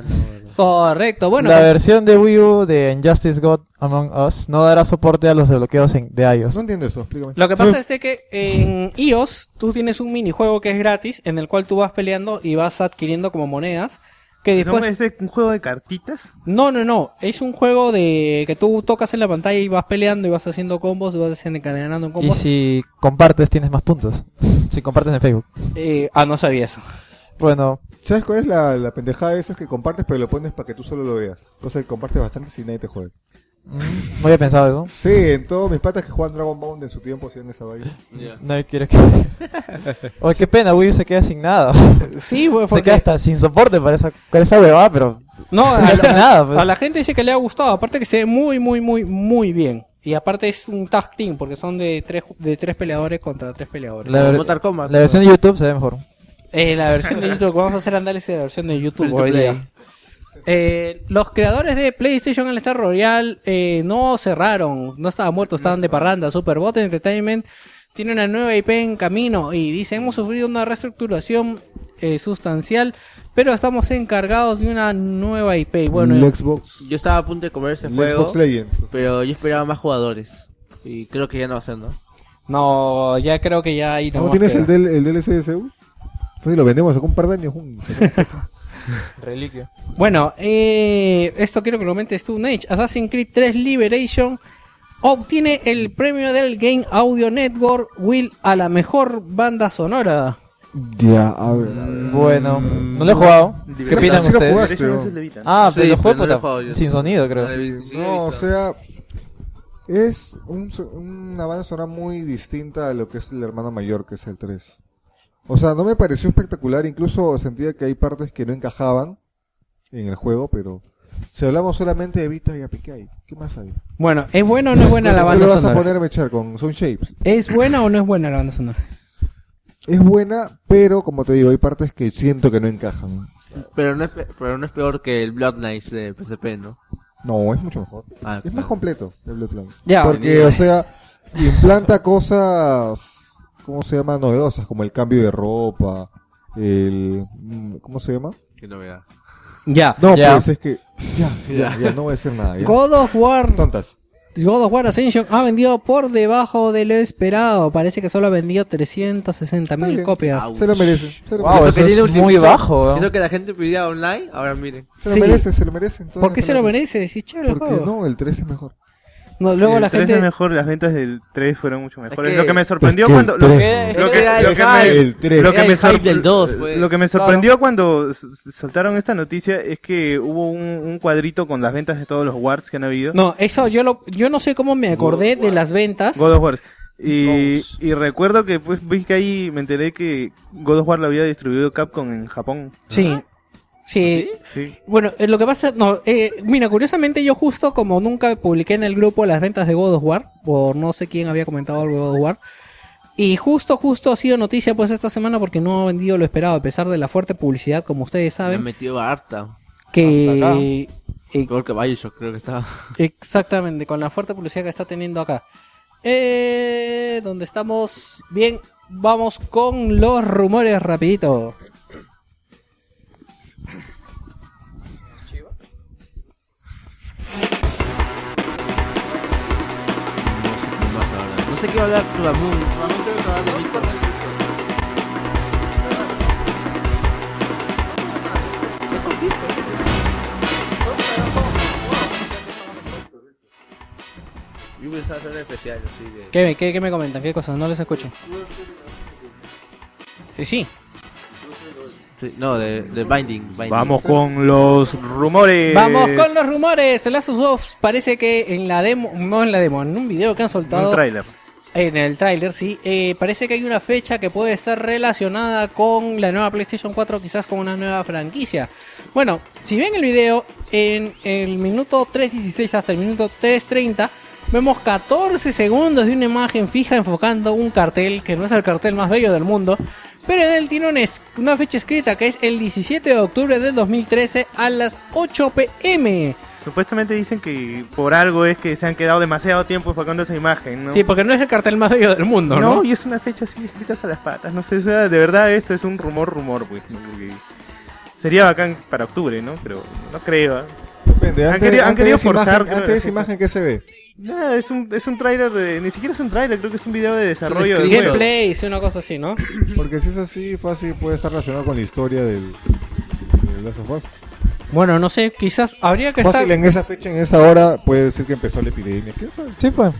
Speaker 3: Correcto, bueno.
Speaker 2: la versión de Wii U de Injustice God Among Us no dará soporte a los desbloqueos en- de iOS.
Speaker 5: No entiendo eso, explícame.
Speaker 3: Lo que pasa es de que en iOS tú tienes un minijuego que es gratis en el cual tú vas peleando y vas adquiriendo como monedas que después
Speaker 1: ¿Es un juego de cartitas?
Speaker 3: no no no es un juego de que tú tocas en la pantalla y vas peleando y vas haciendo combos y vas desencadenando
Speaker 2: Y
Speaker 3: combos
Speaker 2: si compartes, tienes más puntos. Si compartes en Facebook.
Speaker 3: Eh, ah no sabía eso
Speaker 2: Bueno,
Speaker 5: ¿Sabes cuál es la, la pendejada de esos que compartes, pero lo pones para que tú solo lo veas? Cosa que compartes bastante si nadie te jode.
Speaker 2: no había mm, pensado algo.
Speaker 5: Sí, en todos mis patas que juegan Dragon Ball en su tiempo hacían esa vaina.
Speaker 2: Nadie quiere que. Oye, qué pena, Wii U se queda sin nada.
Speaker 3: Sí, güey,
Speaker 2: Se
Speaker 3: porque-
Speaker 2: queda hasta sin soporte para esa, para esa huevada, pero.
Speaker 3: no
Speaker 2: se
Speaker 3: a
Speaker 2: queda
Speaker 3: la,
Speaker 2: sin nada, pues.
Speaker 3: a la gente dice que le ha gustado aparte que se ve muy muy muy muy bien y aparte es un tag team porque son de tres de tres peleadores contra tres peleadores
Speaker 2: La, ver- la versión de YouTube se ve mejor.
Speaker 3: Eh, la versión de YouTube, vamos a hacer análisis de la versión de YouTube
Speaker 2: Free to
Speaker 3: hoy
Speaker 2: play.
Speaker 3: día. Eh, los creadores de PlayStation All Star Royal eh, no cerraron, no estaban muertos, estaban de parranda. Superbot Entertainment tiene una nueva IP en camino y dice, hemos sufrido una reestructuración eh, sustancial, pero estamos encargados de una nueva IP. Bueno, Este
Speaker 5: El Xbox.
Speaker 6: Yo estaba a punto de comer ese
Speaker 5: El
Speaker 6: juego.
Speaker 5: Xbox Legends.
Speaker 6: Pero yo esperaba más jugadores. Y creo que ya no va a ser, ¿no?
Speaker 3: no, ya creo que ya ahí
Speaker 5: ¿Cómo
Speaker 3: nomás
Speaker 5: tienes
Speaker 3: queda.
Speaker 5: el, del, el DLC de Seúl? Pues lo vendemos hace un par de años. un-
Speaker 2: Reliquia.
Speaker 3: Bueno, eh, esto quiero que lo comentes tú, Nage. Assassin's Creed 3 Liberation obtiene el premio del Game Audio Network Will a la mejor banda sonora.
Speaker 5: Ya, a ver.
Speaker 6: Mm,
Speaker 2: Bueno, no lo he jugado. ¿Qué
Speaker 5: Creo
Speaker 2: opinan
Speaker 5: que sí lo
Speaker 2: ustedes?
Speaker 5: jugaste, ¿no?
Speaker 2: Ah, pero
Speaker 6: Sí,
Speaker 2: lo juego
Speaker 6: pero no lo he
Speaker 2: puta,
Speaker 6: jugado yo.
Speaker 2: sin sonido, creo.
Speaker 6: No lo he visto.
Speaker 5: No, o sea, es un, so- una banda sonora muy distinta a lo que es el hermano mayor, que es el 3. O sea, no me pareció espectacular, incluso sentía que hay partes que no encajaban en el juego, pero si hablamos solamente de Vita y Apikay, ¿qué más hay?
Speaker 3: Bueno, ¿es buena o no es buena la
Speaker 5: ¿Qué le
Speaker 3: banda
Speaker 5: vas a
Speaker 3: sonora?
Speaker 5: poner a mechar con Sound Shapes?
Speaker 3: ¿Es buena o no es buena la banda sonora?
Speaker 5: Es buena, pero como te digo, hay partes que siento que no encajan.
Speaker 6: Pero no es, pe- pero no es peor que el Bloodlines de PSP, ¿no?
Speaker 5: No, es mucho mejor.
Speaker 6: Ah,
Speaker 5: Es
Speaker 6: claro.
Speaker 5: más completo el Bloodline.
Speaker 6: Ya,
Speaker 5: Porque,
Speaker 6: venido.
Speaker 5: o sea, implanta cosas, ¿cómo se llama? Novedosas, como el cambio de ropa, el... mm, ¿Cómo se llama?
Speaker 6: Qué novedad.
Speaker 3: Ya.
Speaker 5: No,
Speaker 2: Ya.
Speaker 5: pues es que... Ya, ya, ya, no voy a decir nada. ya.
Speaker 3: God of War,
Speaker 5: Tontas.
Speaker 3: God of War Ascension ha vendido por debajo de lo esperado. Parece que solo ha vendido 360
Speaker 5: Está
Speaker 3: mil
Speaker 5: bien.
Speaker 3: copias.
Speaker 5: Se lo merece. Se lo
Speaker 2: Wow,
Speaker 5: merece.
Speaker 2: eso
Speaker 6: tiene
Speaker 2: es
Speaker 6: ultim-
Speaker 2: muy
Speaker 6: eso-
Speaker 2: bajo, ¿no?
Speaker 6: Eso que la gente pedía online, ahora miren.
Speaker 5: Se lo
Speaker 3: sí.
Speaker 5: merece, se lo merece. entonces
Speaker 3: ¿Por qué se lo merece? Sí, chévere el
Speaker 5: Porque
Speaker 3: juego.
Speaker 5: no, el 3 es mejor.
Speaker 3: No, luego
Speaker 1: el
Speaker 3: la
Speaker 1: 3
Speaker 3: gente...
Speaker 1: es mejor, las ventas del 3 fueron mucho mejores.
Speaker 6: que-
Speaker 1: lo que me sorprendió
Speaker 5: Es que el
Speaker 1: cuando... Lo
Speaker 5: tres-
Speaker 1: que, lo que-
Speaker 6: era
Speaker 1: lo
Speaker 6: el
Speaker 1: que me-
Speaker 6: hype.
Speaker 5: El 3.
Speaker 1: lo que
Speaker 6: Era
Speaker 1: me
Speaker 6: el hype
Speaker 1: sorpre-
Speaker 6: del dos, pues.
Speaker 1: lo que me sorprendió cuando s- s- soltaron esta noticia es que hubo un, un cuadrito con las ventas de todos los Wards que han habido.
Speaker 3: No, eso yo lo, yo no sé cómo me acordé de las ventas.
Speaker 1: God of War. Y, y recuerdo que pues vi que ahí me enteré que God of War lo había distribuido Capcom en Japón.
Speaker 3: Sí. Sí.
Speaker 1: ¿Ah, Sí.
Speaker 3: Bueno, eh, lo que pasa, no, eh, mira, curiosamente yo justo como nunca publiqué en el grupo las ventas de God of War, por no sé quién había comentado algo de God of War, y justo, justo ha sido noticia pues esta semana porque no ha vendido lo esperado, a pesar de la fuerte publicidad, como ustedes
Speaker 6: Me
Speaker 3: saben,
Speaker 6: metió harta.
Speaker 3: que... eh,
Speaker 6: Peor que Bioshock, creo que estaba.
Speaker 3: Exactamente, con la fuerte publicidad que está teniendo acá. Eh, donde estamos bien, vamos con los rumores rapidito.
Speaker 6: No sé qué vas a hablar. No sé qué va a hablar tu Ramón. Ramón creo que va a hablar de Víctor. Yo pensaba hacer un especial, así de...
Speaker 3: ¿Qué, me- qué, qué me comentan? ¿Qué cosas? No les escucho. Eh, sí.
Speaker 6: Sí, no, de, de Binding, Binding.
Speaker 1: Vamos con los rumores.
Speaker 3: Vamos con los rumores. The Last of Us parece que en la demo, no en la demo, en un video que han soltado.
Speaker 1: Un tráiler.
Speaker 3: En el tráiler, sí. Eh, parece que hay una fecha que puede estar relacionada con la nueva PlayStation 4, quizás con una nueva franquicia. Bueno, si ven el video, en el minuto 3.16 hasta el minuto 3.30, vemos 14 segundos de una imagen fija enfocando un cartel, que no es el cartel más bello del mundo, pero en él tiene una, es- una fecha escrita que es el 17 de octubre del 2013 a las 8 pm.
Speaker 1: Supuestamente dicen que por algo es que se han quedado demasiado tiempo enfocando esa imagen, ¿no?
Speaker 3: Sí, porque no es el cartel más bello del mundo, ¿no?
Speaker 1: No, y es una fecha así escritas a las patas. No sé, o sea, de verdad esto es un rumor, rumor, pues. ¿no? Porque sería bacán para octubre, ¿no? Pero no creo. ¿ah?
Speaker 5: Depende,
Speaker 1: han
Speaker 5: antes,
Speaker 1: querido, han
Speaker 5: antes de
Speaker 1: querido
Speaker 5: esa imagen-
Speaker 1: forzar.
Speaker 5: antes de esa imagen que se ve.
Speaker 1: Nada, es un, es un tráiler de... Ni siquiera es un tráiler, creo que es un video de desarrollo. del juego.
Speaker 3: Gameplay, sí, una cosa así, ¿no?
Speaker 5: Porque si es así, fácil puede estar relacionado con la historia del, del Last of Us.
Speaker 3: Bueno, no sé, quizás habría que estar.
Speaker 5: Fácil, en esa fecha, en esa hora, puede decir que empezó la epidemia. ¿Qué sabe?
Speaker 2: Sí, pues.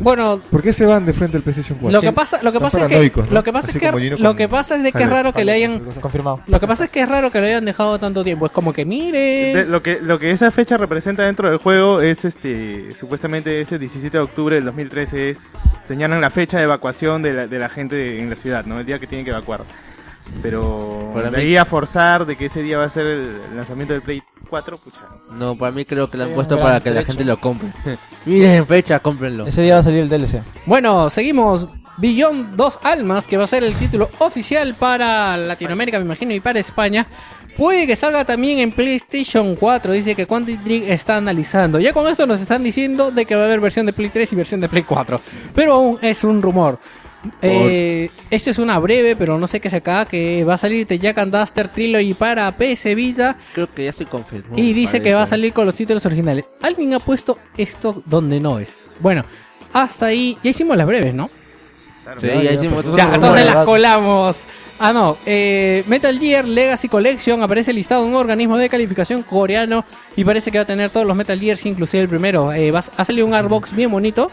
Speaker 3: Bueno,
Speaker 5: ¿Por qué se van de frente al PlayStation 4?
Speaker 3: lo que pasa, lo que
Speaker 5: Son
Speaker 3: pasa es que,
Speaker 5: paranoicos, ¿no?
Speaker 3: lo que pasa es
Speaker 5: Así
Speaker 3: que,
Speaker 5: como Gino
Speaker 3: lo
Speaker 5: con
Speaker 3: que pasa es de que es
Speaker 5: Javier.
Speaker 3: raro que le hayan,
Speaker 2: Confirmado.
Speaker 3: lo que pasa es que es raro que lo hayan dejado tanto tiempo. Es como que
Speaker 1: Eh, De-
Speaker 3: mire,
Speaker 1: lo, que, lo que esa fecha representa dentro del juego es este supuestamente ese 17 de octubre del 2013 es señalan la fecha de evacuación de la, de la gente en la ciudad, ¿no? El día que tienen que evacuar. Pero
Speaker 6: Para
Speaker 1: de
Speaker 6: mí-
Speaker 1: ahí a forzar de que ese día va a ser el lanzamiento del Play 4, pucha.
Speaker 6: No, para mí creo que lo han
Speaker 2: Sí,
Speaker 6: puesto
Speaker 2: gran
Speaker 6: para que la
Speaker 2: trecho.
Speaker 6: gente lo compre. Miren fecha, cómprenlo.
Speaker 2: Ese día va a salir el DLC.
Speaker 3: Bueno, seguimos. Beyond Dos Almas, que va a ser el título oficial para Latinoamérica, me imagino, y para España. Puede que salga también en PlayStation 4. Dice que Quantic Dream está analizando. Ya con esto nos están diciendo de que va a haber versión de Play 3 y versión de Play 4. Pero aún es un rumor. Eh, esto es una breve, pero no sé qué es acá, que va a salir The Jack and Duster Trilogy para PS Vita.
Speaker 6: Creo que ya se confirmó.
Speaker 3: Y dice
Speaker 6: parece.
Speaker 3: que va a salir con los títulos originales. Alguien ha puesto esto donde no es. Bueno, hasta ahí. Ya hicimos las breves, ¿no?
Speaker 6: Sí, ya hicimos.
Speaker 3: Ya,
Speaker 6: Entonces,
Speaker 3: entonces
Speaker 2: rumores.
Speaker 3: las colamos. Ah, no. eh, Metal Gear Legacy Collection aparece listado en un organismo de calificación coreano y parece que va a tener todos los Metal Gears, inclusive el primero. Eh, va a- ha salido un Artbox bien bonito.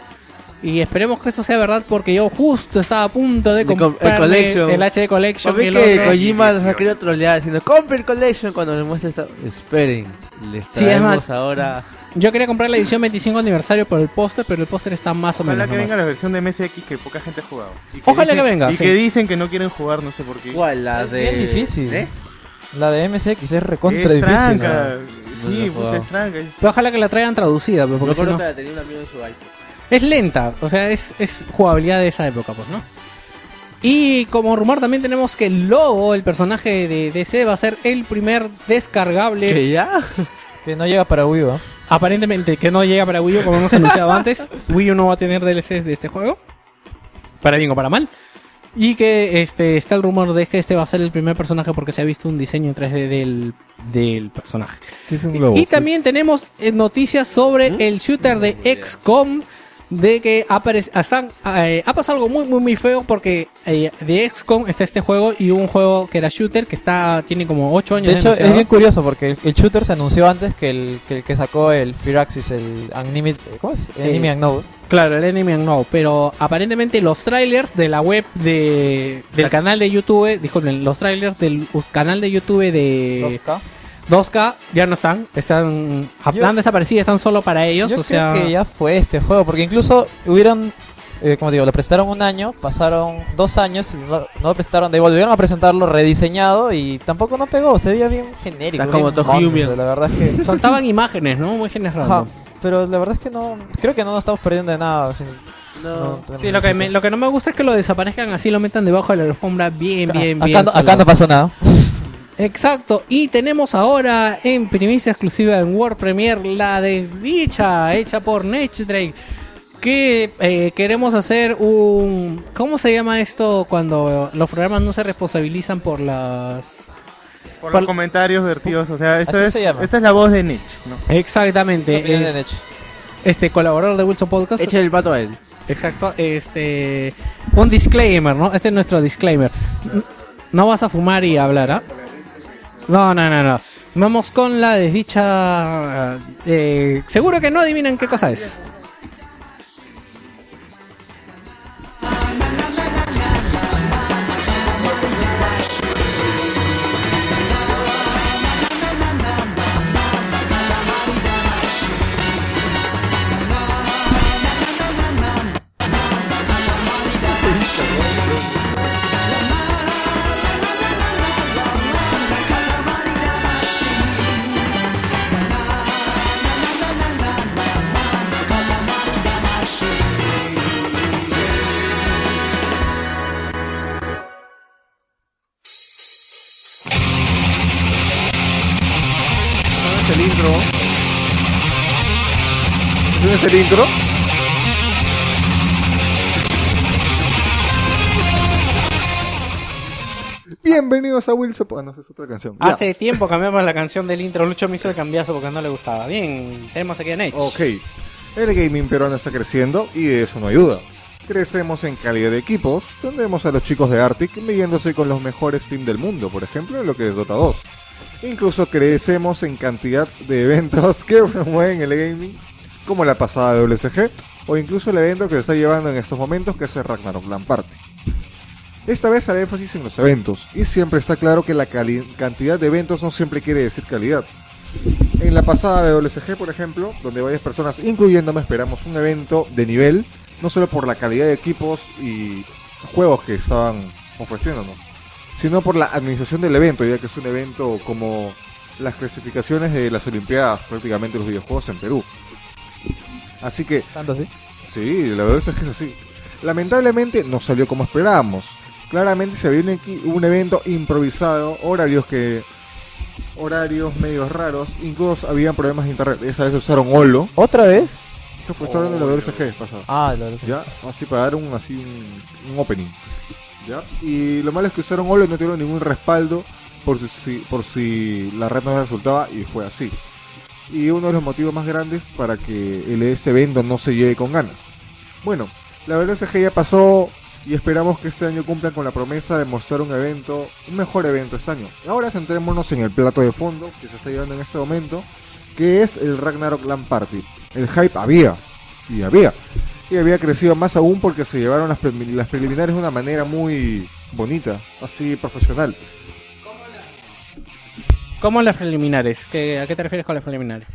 Speaker 3: Y esperemos que esto sea verdad porque yo justo estaba a punto de
Speaker 6: De com-
Speaker 3: comprar
Speaker 6: el Collection.
Speaker 3: el HD
Speaker 6: Yo
Speaker 3: Collection.
Speaker 6: vi
Speaker 3: el
Speaker 6: que
Speaker 3: otro.
Speaker 6: Kojima nos ha querido trolear diciendo compre el collection cuando le muestre esta. Esperen, les
Speaker 3: Sí, es
Speaker 6: traemos
Speaker 3: más-
Speaker 6: ahora.
Speaker 3: Yo quería comprar la edición 25 aniversario por el póster, pero el póster está más o
Speaker 1: Ojalá
Speaker 3: menos.
Speaker 1: que venga
Speaker 3: nomás.
Speaker 1: la versión de MSX que poca gente ha jugado. Y
Speaker 3: Ojalá
Speaker 1: dicen-
Speaker 3: que venga,
Speaker 1: Y
Speaker 3: sí.
Speaker 1: que dicen que no quieren jugar, no sé por qué.
Speaker 6: ¿Cuál? La
Speaker 2: Es
Speaker 6: de.
Speaker 2: bien difícil.
Speaker 6: ¿Tres?
Speaker 2: La de MSX es
Speaker 1: Es
Speaker 2: recontra difícil.
Speaker 1: tranca.
Speaker 2: ¿no?
Speaker 6: No lo he
Speaker 1: Sí, pucha,
Speaker 6: jugado.
Speaker 1: es tranca.
Speaker 3: Pero ojalá que la traigan traducida, pues,
Speaker 6: Me
Speaker 3: porque si
Speaker 6: acuerdo
Speaker 3: no-
Speaker 6: que la tenía un amigo en su iPad.
Speaker 3: Es lenta, o sea, es, es jugabilidad de esa época, pues, ¿no? Y como rumor también tenemos que Lobo, el personaje de DC, va a ser el primer descargable,
Speaker 6: ¿Que ya?
Speaker 2: Que no llega para Wii U. ¿eh?
Speaker 3: aparentemente, que no llega para Wii U, como hemos anunciado antes. Wii U no va a tener DLCs de este juego, para bien o para mal. Y que este está el rumor de que este va a ser el primer personaje porque se ha visto un diseño en 3D del, del personaje.
Speaker 5: Es un globo.
Speaker 3: Y también tenemos eh, noticias sobre el shooter de XCOM. De que ha, aparec- están, eh, ha pasado algo muy, muy, muy feo porque eh, de XCOM está este juego y hubo un juego que era shooter que está tiene como 8 años.
Speaker 2: De hecho,
Speaker 3: anunciado.
Speaker 2: es bien curioso porque el, el shooter se anunció antes que el que, el que sacó el Firaxis, el Unlimited. ¿Cómo es?
Speaker 3: Eh,
Speaker 2: Enemy Unknown.
Speaker 3: Claro, el Enemy no, pero aparentemente los trailers de la web de, del canal de YouTube, disculpen, los trailers del canal de YouTube de
Speaker 2: 2K.
Speaker 3: 2K ya no están, están,
Speaker 2: Yo-
Speaker 3: han desaparecido, están solo para
Speaker 2: Yo
Speaker 3: ellos,
Speaker 2: creo
Speaker 3: o sea...
Speaker 2: que ya fue este juego, porque incluso hubieron, eh, como digo, lo prestaron un año, pasaron dos años y no, no lo prestaron, de volvieron a presentarlo rediseñado y tampoco no pegó, se veía bien genérico.
Speaker 6: Está como
Speaker 2: bien
Speaker 6: Tokyo
Speaker 2: monstruo,
Speaker 6: Human.
Speaker 2: La verdad es que...
Speaker 3: Soltaban imágenes, ¿no? Imágenes
Speaker 2: Ajá,
Speaker 3: random.
Speaker 2: pero la verdad es que no, creo que no nos estamos perdiendo de nada. sin- no tenemos
Speaker 3: Sí, lo que, me- lo que no me gusta es que lo desaparezcan así, lo metan debajo de la alfombra bien, bien,
Speaker 2: acá,
Speaker 3: bien.
Speaker 2: no,
Speaker 3: solo.
Speaker 2: acá no pasó nada.
Speaker 3: Exacto, y tenemos ahora en primicia exclusiva en World Premiere la desdicha hecha por Nechdrake. Que eh, queremos hacer un. ¿Cómo se llama esto cuando los programas no se responsabilizan por las.
Speaker 1: Por
Speaker 3: Por-
Speaker 1: los comentarios vertidos, o sea,
Speaker 2: Así
Speaker 1: esta es,
Speaker 2: se llama.
Speaker 1: esta es la voz de Nietzsche, ¿no?
Speaker 3: Exactamente,
Speaker 2: Opinión de
Speaker 3: es-
Speaker 2: Nech.
Speaker 3: este colaborador de Wilson Podcast.
Speaker 6: Echen el pato a él.
Speaker 3: Exacto, este un disclaimer, ¿no? Este es nuestro disclaimer. N- No vas a fumar y hablar, ¿ah? No, no, no, no. Vamos con la desdicha. eh, seguro que no adivinan qué cosa es.
Speaker 7: Thank
Speaker 5: ¿Tienes el intro? Bienvenidos a Wilson. Ah, no, esa es otra canción. Ya.
Speaker 11: Hace tiempo cambiamos la canción del intro. Lucho me hizo el cambiazo porque no le gustaba. Bien, tenemos aquí a Nate.
Speaker 5: Ok. El gaming peruano está creciendo y eso no ayuda. Crecemos en calidad de equipos. Tendremos a los chicos de Arctic midiéndose con los mejores teams del mundo, por ejemplo, en lo que es Dota 2. Incluso crecemos en cantidad de eventos que promueven el gaming, como la pasada de WSG, o incluso el evento que se está llevando en estos momentos, que es el Ragnarok Land Party. Esta vez haré énfasis en los eventos, y siempre está claro que la cali- cantidad de eventos no siempre quiere decir calidad. En la pasada WSG, por ejemplo, donde varias personas, incluyéndome, esperamos un evento de nivel, no solo por la calidad de equipos y juegos que estaban ofreciéndonos, sino por la administración del evento, ya que es un evento como las clasificaciones de las Olimpiadas, prácticamente los videojuegos en Perú. Así que...
Speaker 2: ¿Tanto así?
Speaker 5: Sí, la verdad es que es así. Lamentablemente no salió como esperábamos. Claramente se había un, equi- un evento improvisado, horarios que horarios medios raros, incluso habían problemas de internet. Esa vez usaron Olo.
Speaker 2: ¿Otra vez?
Speaker 5: Eso fue hablando de la WSG pasado.
Speaker 2: Ah, la WSG.
Speaker 5: Ya, así para dar un así un, un opening. Ya. Y lo malo es que usaron Olo y no tuvieron ningún respaldo por si- si por si la red no resultaba y fue así. Y uno de los motivos más grandes para que el este evento no se lleve con ganas. Bueno, la WSG ya pasó y esperamos que este año cumplan con la promesa de mostrar un evento, un mejor evento este año. Ahora centrémonos en el plato de fondo que se está llevando en este momento, que es el Ragnarok Land Party. El hype había, y había, y había crecido más aún porque se llevaron las, prelimi- las preliminares de una manera muy bonita, así profesional.
Speaker 11: ¿Cómo las preliminares? ¿Qué- ¿A qué te refieres con las preliminares?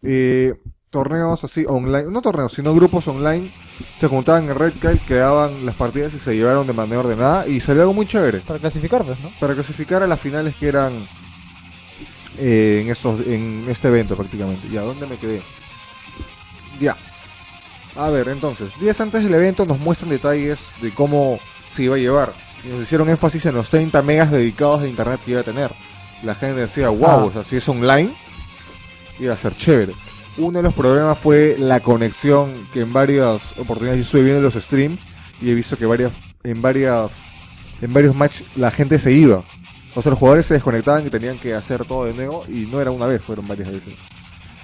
Speaker 5: eh, torneos así online, no torneos, sino grupos online, se juntaban en Red Kite, quedaban las partidas y se llevaron de manera ordenada y salió algo muy chévere.
Speaker 2: Para clasificar, pues, ¿no?
Speaker 5: Para clasificar a las finales que eran eh, en, estos, en este evento prácticamente. Ya, ¿dónde me quedé? Ya. A ver, entonces, días antes del evento nos muestran detalles de cómo se iba a llevar. Y nos hicieron énfasis en los 30 megas dedicados de internet que iba a tener. La gente decía, wow,
Speaker 2: Ah.
Speaker 5: o sea, si es online, iba a ser chévere. Uno de los problemas fue la conexión que en varias oportunidades yo estuve viendo los streams y he visto que varias, en varias, en varios match la gente se iba. O sea, los jugadores se desconectaban y tenían que hacer todo de nuevo y no era una vez, fueron varias veces.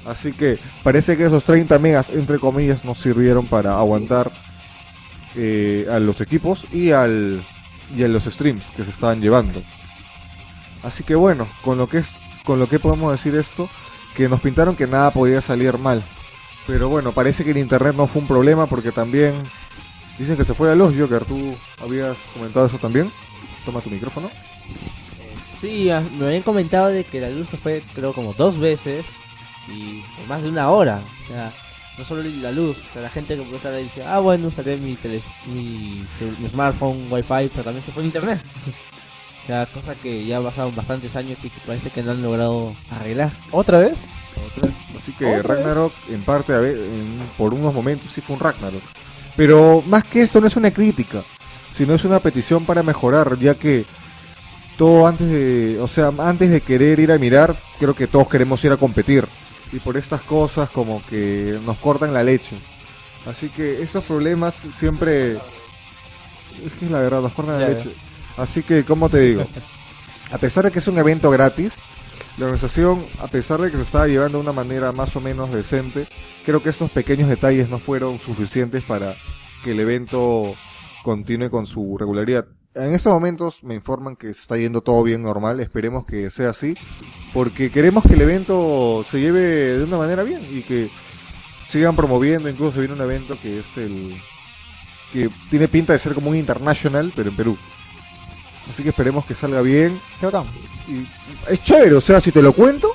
Speaker 5: Así que parece que esos 30 megas, entre comillas, nos sirvieron para aguantar eh, a los equipos y, al, y a los streams que se estaban llevando. Así que bueno, con lo que, es, con lo que podemos decir esto, que nos pintaron que nada podía salir mal. Pero bueno, parece que el internet no fue un problema porque también dicen que se fue la luz, Joker. Tú habías comentado eso también. Toma tu micrófono.
Speaker 6: Sí, ah, me habían comentado de que la luz se fue, creo, como dos veces y por más de una hora. O sea, no solo la luz, o sea, la gente que puede estar ahí dice, ah, bueno, usaré mi, tele- mi, cel- mi smartphone, wifi, pero también se fue el internet. O sea, cosa que ya pasaron bastantes años y que parece que no han logrado arreglar.
Speaker 2: ¿Otra vez?
Speaker 5: Así que Ragnarok, en parte, a ve- en- por unos momentos sí fue un Ragnarok. Pero más que esto no es una crítica, sino es una petición para mejorar, ya que todo antes de, o sea, antes de querer ir a mirar, creo que todos queremos ir a competir. Y por estas cosas como que nos cortan la leche. Así que esos problemas siempre... Es que es la verdad, nos cortan la
Speaker 2: Ya, ya.
Speaker 5: leche. Así que, ¿cómo te digo? A pesar de que es un evento gratis, la organización, a pesar de que se estaba llevando de una manera más o menos decente, creo que estos pequeños detalles no fueron suficientes para que el evento continúe con su regularidad. En estos momentos me informan que se está yendo todo bien normal, esperemos que sea así, porque queremos que el evento se lleve de una manera bien y que sigan promoviendo, incluso se viene un evento que es el que tiene pinta de ser como un international, pero en Perú. Así que esperemos que salga bien. Y es chévere, o sea, si te lo cuento,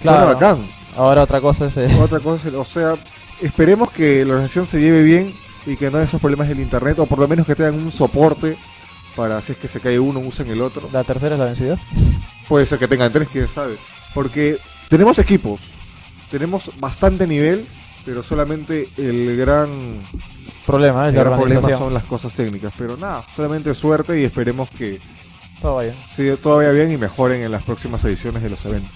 Speaker 5: suena bacán.
Speaker 2: Ahora otra cosa es... eh,
Speaker 5: Otra cosa, es- o sea, esperemos que la organización se lleve bien y que no haya esos problemas del internet, o por lo menos que tengan un soporte para si es que se cae uno, usen el otro.
Speaker 2: ¿La tercera es la vencida?
Speaker 5: Puede ser que tengan tres, quién sabe. Porque tenemos equipos, tenemos bastante nivel, pero solamente el gran
Speaker 2: Problema, eh, es
Speaker 5: el
Speaker 2: la
Speaker 5: gran problema
Speaker 2: organización.
Speaker 5: son las cosas técnicas. Pero nada, solamente suerte y esperemos que
Speaker 2: Todo va bien.
Speaker 5: siga todavía bien y mejoren en las próximas ediciones de los eventos.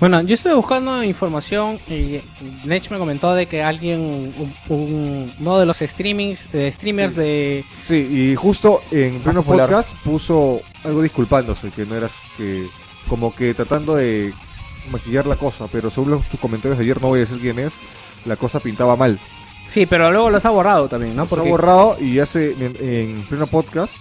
Speaker 3: Bueno, yo estuve buscando información y Nech me comentó de que alguien, un- un- uno de los streamings, eh, streamers de...
Speaker 5: Sí, y justo en pleno
Speaker 3: popular.
Speaker 5: podcast puso algo disculpándose, que no era su- que como que tratando de maquillar la cosa, pero según los- sus comentarios de ayer, no voy a decir quién es, la cosa pintaba mal.
Speaker 3: Sí, pero luego los ha borrado también, ¿no?
Speaker 5: Se ha borrado y hace en, en pleno podcast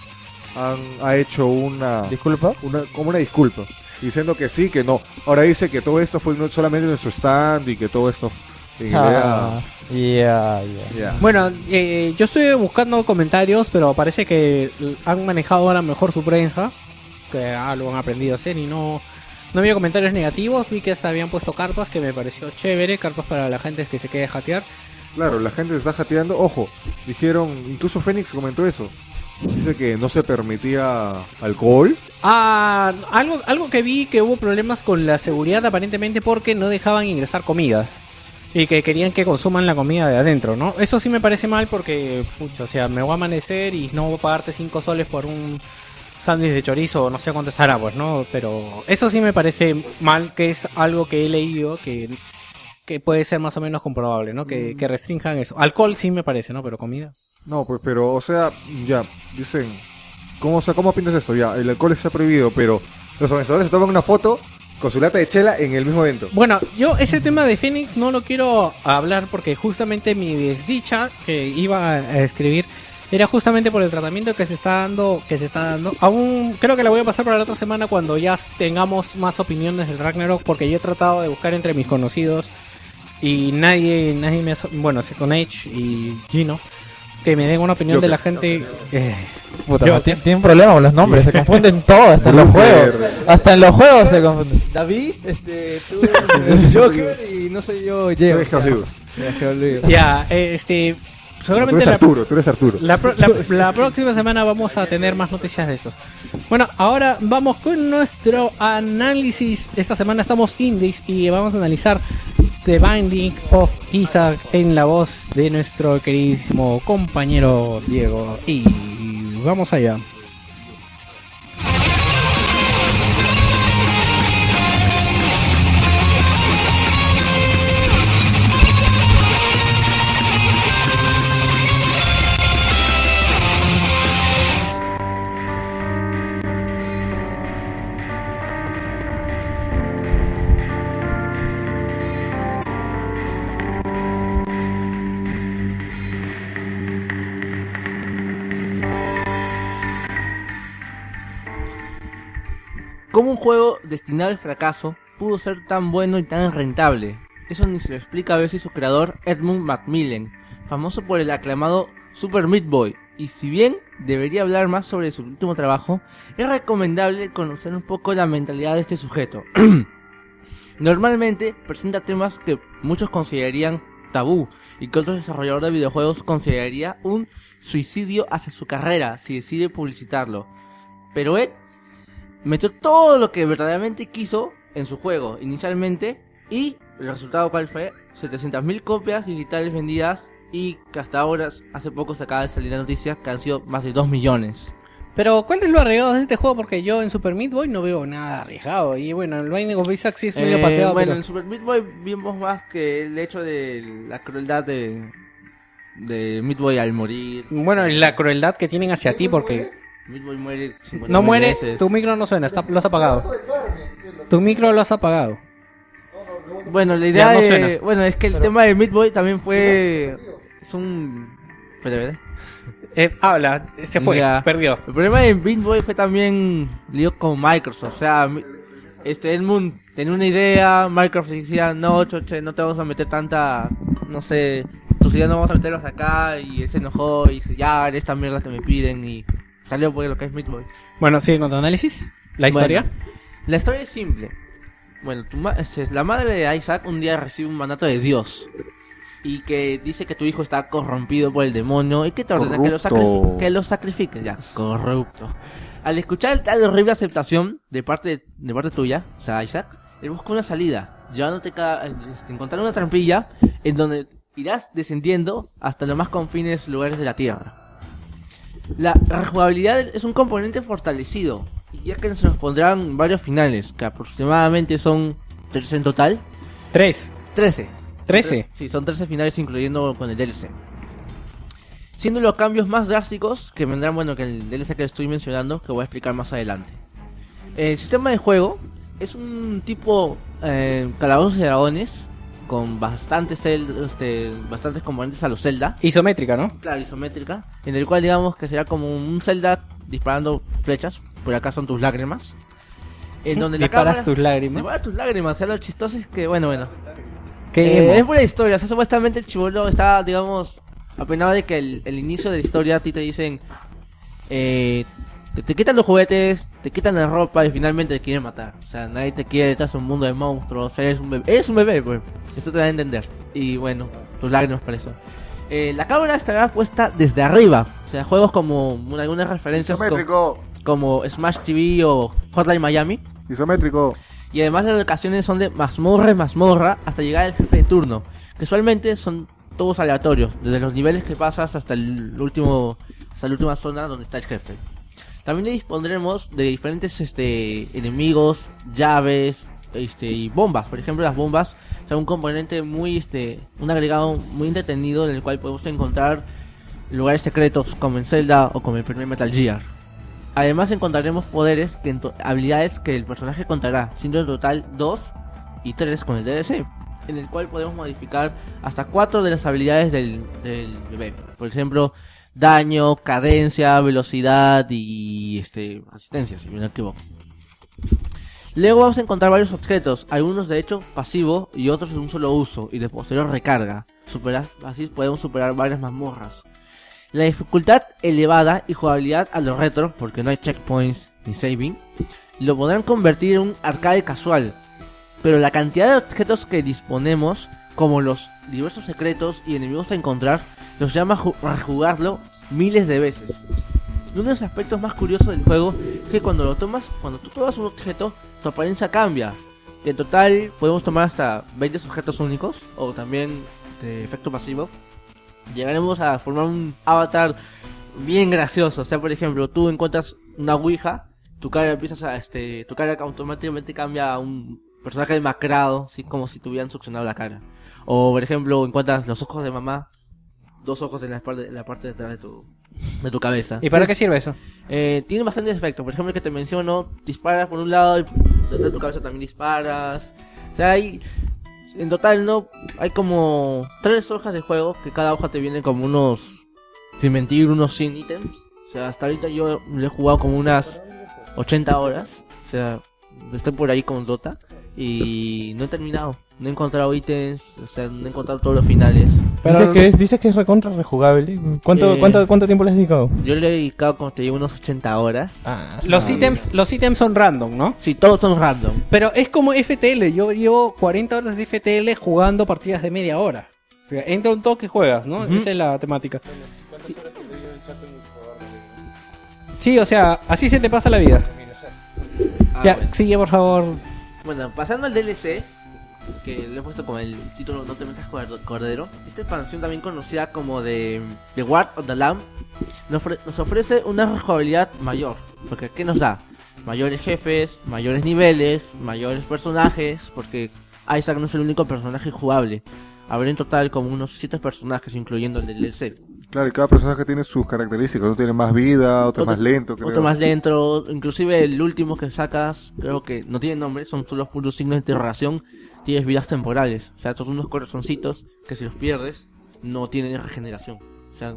Speaker 5: han- ha hecho una
Speaker 2: disculpa,
Speaker 5: una, como una disculpa, diciendo que sí, que no. Ahora dice que todo esto fue no- solamente en su stand y que todo esto en
Speaker 2: Ah, realidad-
Speaker 5: Ya.
Speaker 3: Bueno, eh, yo estoy buscando comentarios, pero parece que l- han manejado ahora mejor su prensa, que algo han aprendido a hacer y no, no había comentarios negativos. Vi que hasta habían puesto carpas, que me pareció chévere, carpas para la gente que se quede jatear.
Speaker 5: Claro, la gente se está jateando. Ojo, dijeron, incluso Fénix comentó eso. Dice que no se permitía alcohol.
Speaker 3: Ah, algo, algo que vi que hubo problemas con la seguridad aparentemente porque no dejaban ingresar comida. Y que querían que consuman la comida de adentro, ¿no? Eso sí me parece mal porque, pucha, o sea, me voy a amanecer y no voy a pagarte 5 soles por un sándwich de chorizo o no sé cuánto estará, pues, ¿no? Pero eso sí me parece mal, que es algo que he leído que, que puede ser más o menos comprobable, ¿no? Que, que restrinjan eso. Alcohol sí me parece, ¿no? Pero comida.
Speaker 5: No, pues, pero, o sea, ya, dicen, ¿cómo, o sea, ¿cómo pintas esto? Ya, el alcohol está prohibido, pero los organizadores se toman una foto con su lata de chela en el mismo evento.
Speaker 3: Bueno, yo ese tema de Phoenix no lo quiero hablar porque justamente mi desdicha que iba a escribir era justamente por el tratamiento que se está dando, que se está dando. Aún creo que la voy a pasar para la otra semana cuando ya tengamos más opiniones del Ragnarok porque yo he tratado de buscar entre mis conocidos y nadie, nadie me ha, so- bueno, Second Age y Gino que me den una opinión de la gente. Eh,
Speaker 2: Puta,
Speaker 3: yo-
Speaker 2: no, tien- tienen problemas con los nombres, se confunden todo, hasta en los juegos. Hasta en los juegos se confunden.
Speaker 6: David, este, tú eres el Joker y no sé yo, Diego.
Speaker 5: eres Carl Lewis.
Speaker 6: Ya, Carl Lewis.
Speaker 3: Ya, eh, este.
Speaker 5: tú
Speaker 3: Seguramente
Speaker 5: eres
Speaker 3: la,
Speaker 5: Arturo, tú eres Arturo.
Speaker 3: La, pro- la- la próxima semana vamos a tener más noticias de eso. Bueno, ahora vamos con nuestro análisis. Esta semana estamos indies y vamos a analizar The Binding of Isaac en la voz de nuestro queridísimo compañero Diego. Y vamos allá.
Speaker 6: ¿Cómo un juego destinado al fracaso pudo ser tan bueno y tan rentable? Eso ni se lo explica a veces su creador Edmund Macmillan, famoso por el aclamado Super Meat Boy. Y si bien debería hablar más sobre su último trabajo, es recomendable conocer un poco la mentalidad de este sujeto. Normalmente presenta temas que muchos considerarían tabú y que otro desarrollador de videojuegos consideraría un suicidio hacia su carrera si decide publicitarlo. Pero Ed metió todo lo que verdaderamente quiso en su juego inicialmente y el resultado cuál fue 700.000 copias digitales vendidas y que hasta ahora hace poco se acaba de salir la noticia que han sido más de 2 millones.
Speaker 3: Pero, ¿cuál es lo arriesgado de este juego? Porque yo en Super Meat Boy no veo nada arriesgado. Y bueno, el Binding of Isaac sí es medio
Speaker 6: Eh,
Speaker 3: pateado.
Speaker 6: bueno,
Speaker 3: pero-
Speaker 6: en Super Meat Boy vimos más que el hecho de la crueldad de, de Meat Boy al morir.
Speaker 3: Bueno, y la crueldad que tienen hacia ti porque...
Speaker 6: Meat Boy muere 50.000
Speaker 3: No muere,
Speaker 6: veces.
Speaker 3: tu micro no suena, está- lo has apagado. Tu micro lo has apagado.
Speaker 6: Bueno, la idea
Speaker 3: Ya, no
Speaker 6: de-
Speaker 3: suena.
Speaker 6: Bueno, es que el tema de Meat Boy también fue... Es un... Espera, espera.
Speaker 3: Eh, habla, se fue,
Speaker 6: Ya.
Speaker 3: perdió.
Speaker 6: El problema de Beat Boy fue también lío con Microsoft. O sea, mi- este Edmund tenía una idea, Microsoft decía, no, choche, no te vamos a meter tanta, no sé, tus ideas no vamos a meterlas acá. Y él se enojó y dice, ya, eres esta mierda que me piden. Y salió por lo que es Beat Boy.
Speaker 3: Bueno, sigue con tu análisis. La historia.
Speaker 6: Bueno, la historia es simple. Bueno, tu ma- este, la madre de Isaac un día recibe un mandato de Dios. Y que dice que tu hijo está corrompido por el demonio y que te ordena que lo,
Speaker 5: Corrupto.
Speaker 6: sacrifi- que lo sacrifiques. Ya, corrupto. Al escuchar tal horrible aceptación de parte, de parte tuya, o sea, Isaac, él busca una salida, llevándote cada, este, encontrar una trampilla en donde irás descendiendo hasta los más confines lugares de la Tierra. La rejugabilidad es un componente fortalecido, ya que nos pondrán varios finales, que aproximadamente son ¿Tres en total?
Speaker 3: Tres.
Speaker 6: Trece.
Speaker 3: Trece.
Speaker 6: Sí, son trece finales incluyendo con el DLC. Siendo los cambios más drásticos que vendrán, bueno, que el DLC que estoy mencionando, que voy a explicar más adelante. El sistema de juego es un tipo eh, calabozos y dragones con bastantes, cel- este, bastantes componentes a los Zelda.
Speaker 3: Isométrica, ¿no?
Speaker 6: Claro, isométrica. En el cual digamos que será como un Zelda disparando flechas. Por acá son tus lágrimas. En donde la
Speaker 3: Disparas
Speaker 6: cámara-
Speaker 3: tus lágrimas.
Speaker 6: Disparas tus lágrimas. O sea, lo chistoso es que, bueno, bueno.
Speaker 3: Qué
Speaker 6: Eh,
Speaker 3: emo.
Speaker 6: es buena historia. O sea, supuestamente el chivolo está, digamos, apenado de que el, el inicio de la historia a ti te dicen. eh, te, te quitan los juguetes, te quitan la ropa y finalmente te quieren matar. O sea, nadie te quiere, estás en un mundo de monstruos, eres un bebé. Eres un bebé, pues. Eso te da a entender. Y bueno, tus lágrimas para eso. Eh, la cámara estará puesta desde arriba. O sea, juegos como una- algunas referencias co-
Speaker 5: Isométrico.
Speaker 6: como Smash TV o Hotline Miami.
Speaker 5: Isométrico.
Speaker 6: Y además las locaciones son de mazmorra en mazmorra hasta llegar al jefe de turno. Que usualmente son todos aleatorios, desde los niveles que pasas hasta el último hasta la última zona donde está el jefe. También le dispondremos de diferentes este enemigos, llaves, este y bombas. Por ejemplo, las bombas son un componente muy este un agregado muy entretenido en el cual podemos encontrar lugares secretos como en Zelda o como en el primer Metal Gear. Además encontraremos poderes, que en to- habilidades que el personaje contará, siendo en total 2 y 3 con el DLC, en el cual podemos modificar hasta 4 de las habilidades del, del bebé. Por ejemplo, daño, cadencia, velocidad y este asistencia, si no me equivoco. Luego vamos a encontrar varios objetos, algunos de hecho pasivos y otros de un solo uso y de posterior recarga. Supera- así podemos superar varias mazmorras. La dificultad elevada y jugabilidad a los retro, porque no hay checkpoints ni saving, lo podrán convertir en un arcade casual. Pero la cantidad de objetos que disponemos, como los diversos secretos y enemigos a encontrar, los llama a ju- a jugarlo miles de veces. Uno de los aspectos más curiosos del juego es que cuando lo tomas, cuando tú tomas un objeto, tu apariencia cambia. Que en total podemos tomar hasta 20 objetos únicos o también de efecto pasivo. Llegaremos a formar un avatar bien gracioso. O sea, por ejemplo, tú encuentras una ouija, tu cara empiezas a este, tu cara automáticamente cambia a un personaje demacrado, así como si te hubieran succionado la cara. O por ejemplo, encuentras los ojos de mamá, dos ojos en la parte, en la parte de atrás de tu, de tu cabeza.
Speaker 3: ¿Y para qué sirve eso?
Speaker 6: Eh, tiene bastantes efectos. Por ejemplo, el que te menciono, disparas por un lado y detrás de tu cabeza también disparas. O sea, hay. En total, no. Hay como tres hojas de juego que cada hoja te viene como unos. Sin mentir, unos 100 ítems. O sea, hasta ahorita yo le he jugado como unas 80 horas. O sea, estoy por ahí con Dota. Y no he terminado. No he encontrado ítems. O sea, no he encontrado todos los finales.
Speaker 1: Dices que es, dices que es recontra rejugable. ¿Cuánto,
Speaker 6: Eh.
Speaker 1: cuánto, ¿Cuánto tiempo le has dedicado?
Speaker 6: Yo le he dedicado, como te digo, unos 80 horas.
Speaker 3: Los ítems, los ítems son random, ¿no?
Speaker 6: Sí, todos son random.
Speaker 3: Pero es como FTL, yo llevo 40 horas de FTL jugando partidas de media hora. O sea, entra un toque y juegas, ¿no?
Speaker 6: Ujú.
Speaker 3: Esa es la temática. Sí, o sea, así se te pasa la vida.
Speaker 6: Ah,
Speaker 3: ya, sigue por favor.
Speaker 6: Bueno, pasando al DLC, que le he puesto con el título No te metas cuerdo- cordero, esta expansión también conocida como de The Ward of the Lamb nos, ofre- nos ofrece una jugabilidad mayor, porque ¿qué nos da? Mayores jefes, mayores niveles, mayores personajes, porque Isaac no es el único personaje jugable. Habrá en total como unos 7 personajes, incluyendo el del DLC.
Speaker 5: Claro, y cada personaje tiene sus características. Uno tiene más vida, otro, es más lento. creo.
Speaker 6: Otro más lento. Inclusive el último que sacas, creo que no tiene nombre, son solo puros signos de interrogación. Tienes vidas temporales. O sea, son unos corazoncitos que si los pierdes, no tienen regeneración. O sea,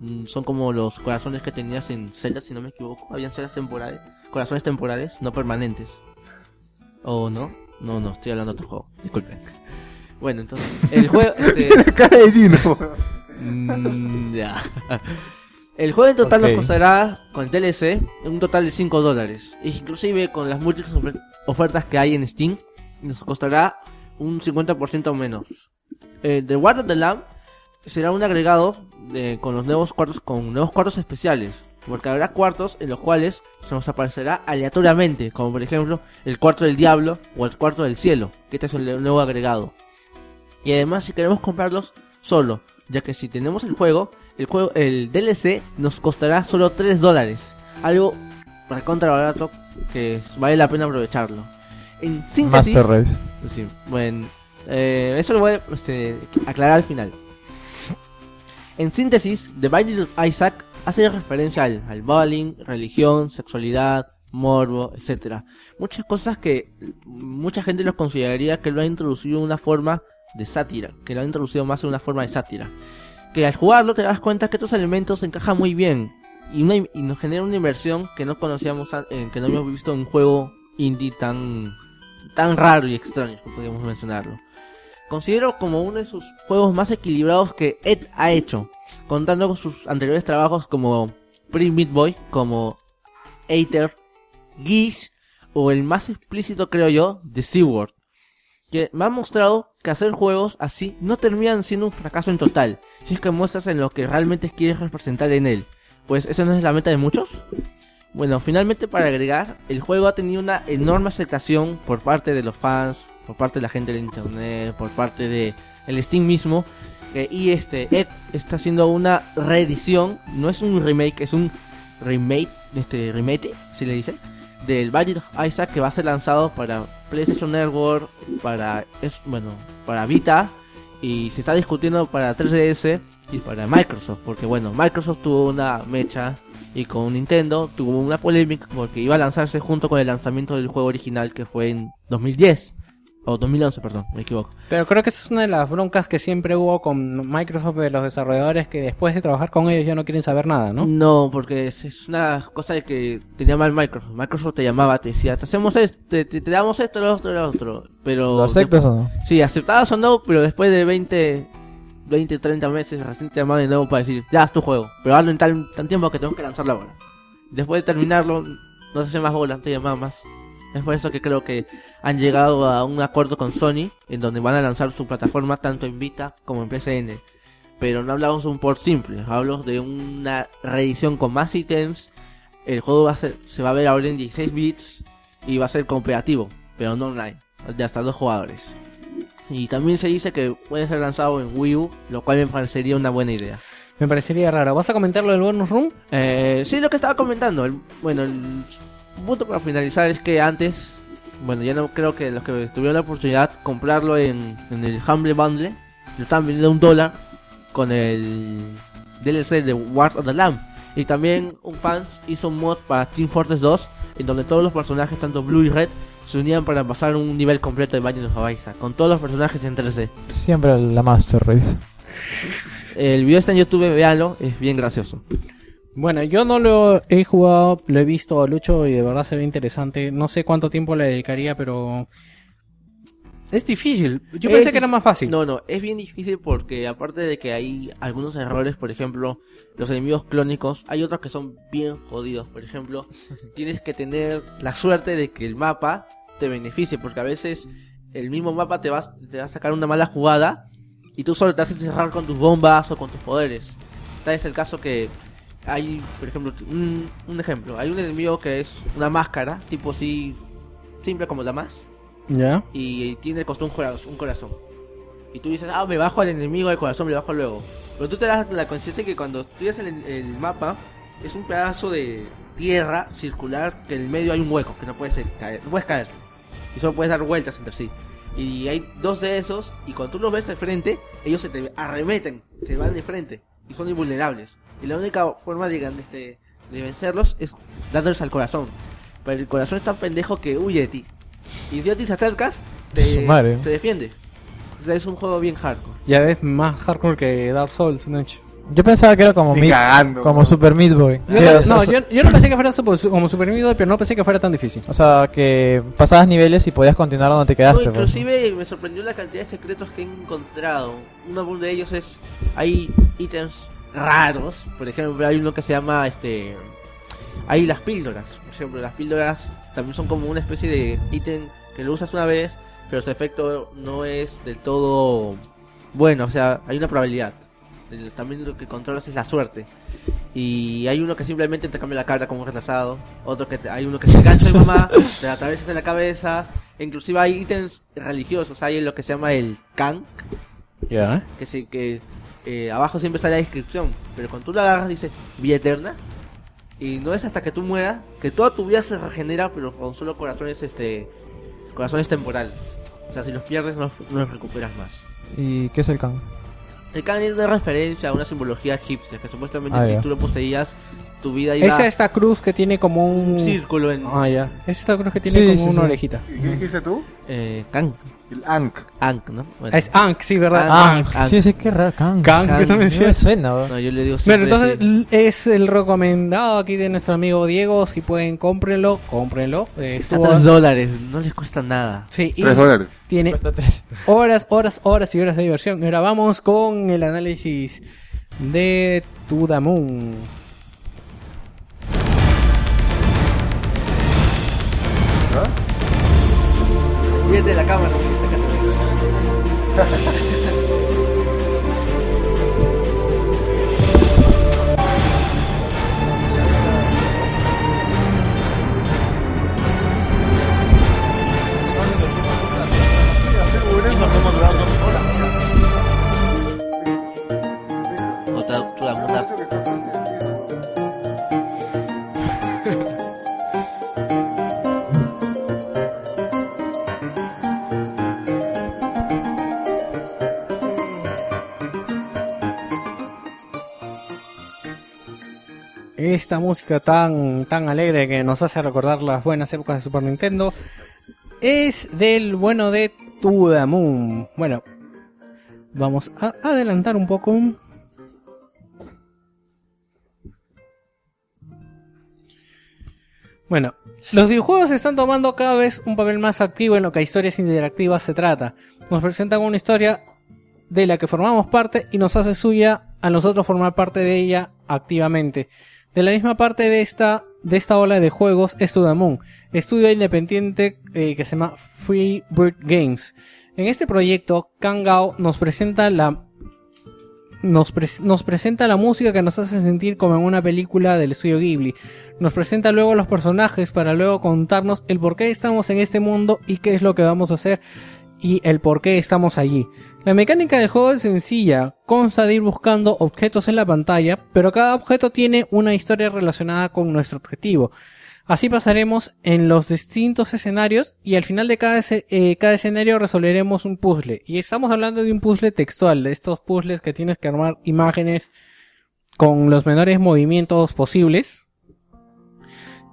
Speaker 6: mm, son como los corazones que tenías en Zelda, si no me equivoco. Habían celdas temporales, corazones temporales, no permanentes. ¿O no? No, no, estoy hablando de otro juego. Disculpen. Bueno, entonces, el juego. este-
Speaker 5: La cara de Gino.
Speaker 6: Mm, ya. El juego en total
Speaker 5: Ok.
Speaker 6: nos costará con el DLC un total de 5 dólares. Inclusive con las múltiples ofer- ofertas que hay en Steam, nos costará un 50% menos. Eh, The Ward of the Lamb será un agregado de- con los nuevos cuartos con nuevos cuartos especiales. Porque habrá cuartos en los cuales se nos aparecerá aleatoriamente, como por ejemplo el cuarto del diablo o el cuarto del cielo, que este es el nuevo agregado. Y además si queremos comprarlos solo, ya que si tenemos el juego, el juego, el DLC nos costará solo 3 dólares. Algo para contra barato que vale la pena aprovecharlo. En síntesis,
Speaker 2: Master Race.
Speaker 6: Pues Sí, bueno. eh, eso lo voy a este, aclarar al final. En síntesis, The Binding of Isaac hace referencia al, al bullying, religión, sexualidad, morbo, etcétera. Muchas cosas que mucha gente los consideraría que lo ha introducido de una forma de sátira, que lo ha introducido más en una forma de sátira. Que al jugarlo te das cuenta que estos elementos encajan muy bien y, una- y nos genera una inversión que no conocíamos, an- eh, que no habíamos visto en un juego indie tan, tan raro y extraño, como podríamos mencionarlo. Considero como uno de sus juegos más equilibrados que Ed ha hecho, contando con sus anteriores trabajos como Pre Meat Boy, como Aether, Gish o el más explícito creo yo, The SeaWorld, que me ha mostrado que hacer juegos así no terminan siendo un fracaso en total, si es que muestras en lo que realmente quieres representar en él. Pues esa no es la meta de muchos. Bueno, finalmente para agregar, el juego ha tenido una enorme aceptación por parte de los fans, por parte de la gente del internet, por parte de el Steam mismo. que- y este Ed está haciendo una reedición, no es un remake, es un remake, este remake, si le dice, del Binding of Isaac que va a ser lanzado para PlayStation Network, para es bueno, para Vita y se está discutiendo para 3DS y para Microsoft, porque bueno, Microsoft tuvo una mecha y con Nintendo tuvo una polémica porque iba a lanzarse junto con el lanzamiento del juego original que fue en 2010 o 2011, perdón, me equivoco.
Speaker 3: Pero creo que esa es una de las broncas que siempre hubo con Microsoft de los desarrolladores que después de trabajar con ellos ya no quieren saber nada, Ah, ¿no?
Speaker 6: No, porque es, es una cosa de que te llama el Microsoft. Microsoft te llamaba, te decía, te hacemos esto, te, te- te damos esto, lo otro, lo otro. Pero
Speaker 2: ¿Lo aceptas o no?
Speaker 6: Sí, aceptabas o no, pero después de 20, 20, 30 meses recién te llamaban de nuevo para decir, ya es tu juego, pero hazlo en tal, tan tiempo que tengo que lanzarlo ahora. Después de terminarlo, no se hace más bola, te llamaban más. Es por eso que creo que han llegado a un acuerdo con Sony, en donde van a lanzar su plataforma tanto en Vita como en PSN. Pero no hablamos de un port simple, hablamos de una reedición con más ítems. El juego va a ser, se va a ver ahora en 16 bits y va a ser cooperativo, pero no online, de hasta dos jugadores. Y también se dice que puede ser lanzado en Wii U, lo cual me parecería una buena idea.
Speaker 3: Me parecería raro. ¿Vas a comentar lo del bonus room?
Speaker 6: Eh, sí, lo que estaba comentando. el- bueno, el punto para finalizar es que antes, bueno, ya no creo que los que tuvieron la oportunidad comprarlo en, en el Humble Bundle, lo estaban vendiendo a un dólar con el DLC de War of the Lamb. Y también un fan hizo un mod para Team Fortress 2, en donde todos los personajes, tanto Blue y Red, se unían para pasar un nivel completo de Binding of Isaac, con todos los personajes en 3D.
Speaker 2: Siempre la Master Race.
Speaker 6: El video está en YouTube, véanlo, es bien gracioso.
Speaker 3: Bueno, yo no lo he jugado, lo he visto a Lucho y de verdad se ve interesante. No sé cuánto tiempo le dedicaría, pero... Es difícil. Yo
Speaker 6: Es
Speaker 3: pensé que
Speaker 6: dif-
Speaker 3: era más fácil.
Speaker 6: No, no, es bien difícil porque aparte de que hay algunos errores, por ejemplo, los enemigos clónicos, hay otros que son bien jodidos. Por ejemplo, tienes que tener la suerte de que el mapa te beneficie, porque a veces el mismo mapa te va, a- te va a sacar una mala jugada y tú solo te haces cerrar con tus bombas o con tus poderes. Tal es el caso que hay, por ejemplo, un, un ejemplo, hay un enemigo que es una máscara, tipo así, simple como la más
Speaker 3: ¿Ya?
Speaker 6: y tiene el costado un corazón, un corazón. Y tú dices, ah, me bajo al enemigo del corazón, me lo bajo luego. Pero tú te das la conciencia que cuando estudias el, el mapa, es un pedazo de tierra circular que en el medio hay un hueco, que no puedes eh, caer. No puedes caer. Y solo puedes dar vueltas entre sí. Y hay dos de esos, y cuando tú los ves de frente, ellos se te arremeten, se van de frente, y son invulnerables. Y la única forma de, gan- este, de vencerlos es dándoles al corazón. Pero el corazón es tan pendejo que huye de ti. Y si a ti te acercas,
Speaker 2: Su
Speaker 6: te,
Speaker 2: madre.
Speaker 6: te defiende. O sea, es un juego bien hardcore.
Speaker 3: Ya ves, más hardcore que Dark Souls, Nacho.
Speaker 2: Yo pensaba que era como,
Speaker 3: Ni
Speaker 2: Meat-
Speaker 3: cagando,
Speaker 2: como
Speaker 3: bro.
Speaker 2: Super Meat Boy.
Speaker 3: Yo
Speaker 2: Que,
Speaker 3: no,
Speaker 2: o sea,
Speaker 3: no, yo, yo no pensé que fuera super- como Super Meat Boy, pero no pensé que fuera tan difícil.
Speaker 2: O sea, que pasabas niveles y podías continuar donde te quedaste.
Speaker 6: No,
Speaker 2: pues.
Speaker 6: inclusive me sorprendió la cantidad de secretos que he encontrado. Uno de ellos es hay ítems raros, por ejemplo, hay uno que se llama este hay las píldoras, por ejemplo, las píldoras también son como una especie de ítem que lo usas una vez, pero su efecto no es del todo bueno, o sea, hay una probabilidad. El- También lo que controlas es la suerte. Y hay uno que simplemente te cambia la cara como un retrasado. Otro que te- hay uno que se gancho de mamá, te la atravesas en la cabeza. Inclusive hay ítems religiosos. Hay lo que se llama el kank,
Speaker 3: Ya.
Speaker 6: que se que eh, abajo siempre está la descripción. Pero cuando tú la agarras dice vida eterna. Y no es hasta que tú mueras que toda tu vida se regenera, pero con solo corazones este corazones temporales. O sea, si los pierdes, no, no los recuperas más.
Speaker 2: ¿Y qué es el can?
Speaker 6: El Khan era una referencia a una simbología egipcia que supuestamente
Speaker 2: Ah,
Speaker 6: si
Speaker 2: ya.
Speaker 6: tú lo poseías, tu vida iba
Speaker 3: Esa es esta cruz que tiene como un...
Speaker 6: un círculo en.
Speaker 3: Ah, ya. Es esta cruz que tiene como una orejita.
Speaker 5: ¿Y qué dijiste tú?
Speaker 6: Eh, Kang.
Speaker 5: El Ankh.
Speaker 6: Ankh, ¿no? Bueno.
Speaker 3: Es Ankh, sí, ¿verdad?
Speaker 2: Ah,
Speaker 3: Ankh.
Speaker 2: sí, ese que raro, can.
Speaker 3: Can, yo también
Speaker 2: No me
Speaker 3: decía.
Speaker 2: suena, weón.
Speaker 6: No, yo le digo
Speaker 3: Bueno,
Speaker 6: siempre
Speaker 3: entonces
Speaker 6: así.
Speaker 3: l- es el recomendado aquí de nuestro amigo Diego. Si pueden, cómprenlo, cómprenlo. Eh,
Speaker 6: Está
Speaker 3: estuvo-
Speaker 6: a 3 dólares, no les cuesta nada.
Speaker 3: Sí, y
Speaker 5: Tres dólares.
Speaker 3: Tiene horas, horas, horas y horas de diversión. Y Ahora vamos con el análisis de Tudamun.
Speaker 6: Olvídate de la cámara. porque acá te veo. Otra, otra, otra.
Speaker 3: Esta música tan, tan alegre que nos hace recordar las buenas épocas de Super Nintendo es del bueno de Tudamun. Bueno, vamos a adelantar un poco. Bueno, los videojuegos están tomando cada vez un papel más activo en lo que a historias interactivas se trata. Nos presentan una historia de la que formamos parte y nos hace suya a nosotros formar parte de ella activamente. De la misma parte de esta, de esta ola de juegos es Tudamon, estudio independiente eh, que se llama Free Bird Games. En este proyecto, Kangao nos presenta la nos, pres- nos presenta la música que nos hace sentir como en una película del estudio Ghibli. Nos presenta luego los personajes para luego contarnos el por qué estamos en este mundo y qué es lo que vamos a hacer y el por qué estamos allí. La mecánica del juego es sencilla, consta de ir buscando objetos en la pantalla, pero cada objeto tiene una historia relacionada con nuestro objetivo. Así pasaremos en los distintos escenarios y al final de cada, esce- eh, cada escenario resolveremos un puzzle. Y estamos hablando de un puzzle textual, de estos puzzles que tienes que armar imágenes con los menores movimientos posibles.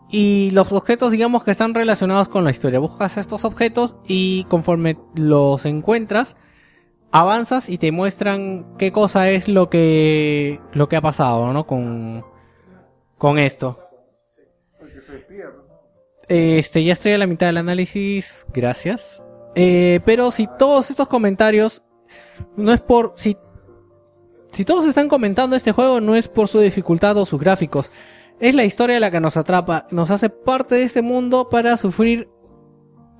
Speaker 3: Y los objetos, digamos que están relacionados con la historia. Buscas estos objetos y conforme los encuentras, avanzas y te muestran qué cosa es lo que, lo que ha pasado, ¿no? Con, con esto. Este, ya estoy a la mitad del análisis, gracias. Eh, pero si todos estos comentarios no es por si si todos están comentando este juego no es por su dificultad o sus gráficos, es la historia la que nos atrapa, nos hace parte de este mundo para sufrir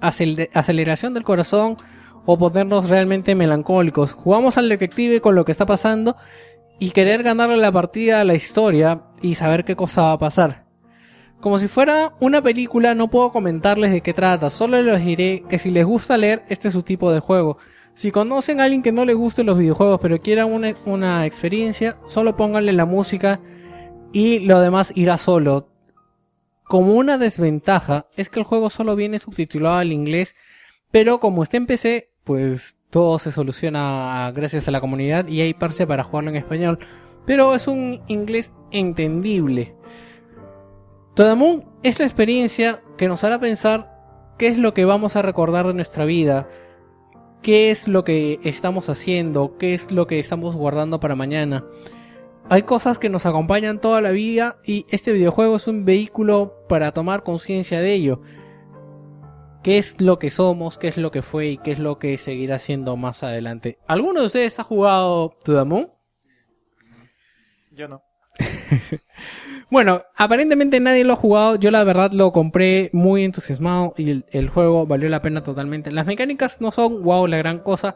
Speaker 3: acel- aceleración del corazón o ponernos realmente melancólicos. Jugamos al detective con lo que está pasando y querer ganarle la partida a la historia y saber qué cosa va a pasar. Como si fuera una película, no puedo comentarles de qué trata, solo les diré que si les gusta leer, este es su tipo de juego. Si conocen a alguien que no le guste los videojuegos, pero quieran una, una experiencia, solo pónganle la música y lo demás irá solo. Como una desventaja es que el juego solo viene subtitulado al inglés, pero como está en PC, pues todo se soluciona gracias a la comunidad y hay parche para jugarlo en español. Pero es un inglés entendible. Todamun es la experiencia que nos hará pensar qué es lo que vamos a recordar de nuestra vida, qué es lo que estamos haciendo, qué es lo que estamos guardando para mañana. Hay cosas que nos acompañan toda la vida y este videojuego es un vehículo para tomar conciencia de ello. ¿Qué es lo que somos? ¿Qué es lo que fue? ¿Y qué es lo que seguirá siendo más adelante? ¿Alguno de ustedes ha jugado To the Moon?
Speaker 2: Yo no.
Speaker 3: Bueno, aparentemente nadie lo ha jugado. Yo la verdad lo compré muy entusiasmado y el, el juego valió la pena totalmente. Las mecánicas no son wow la gran cosa,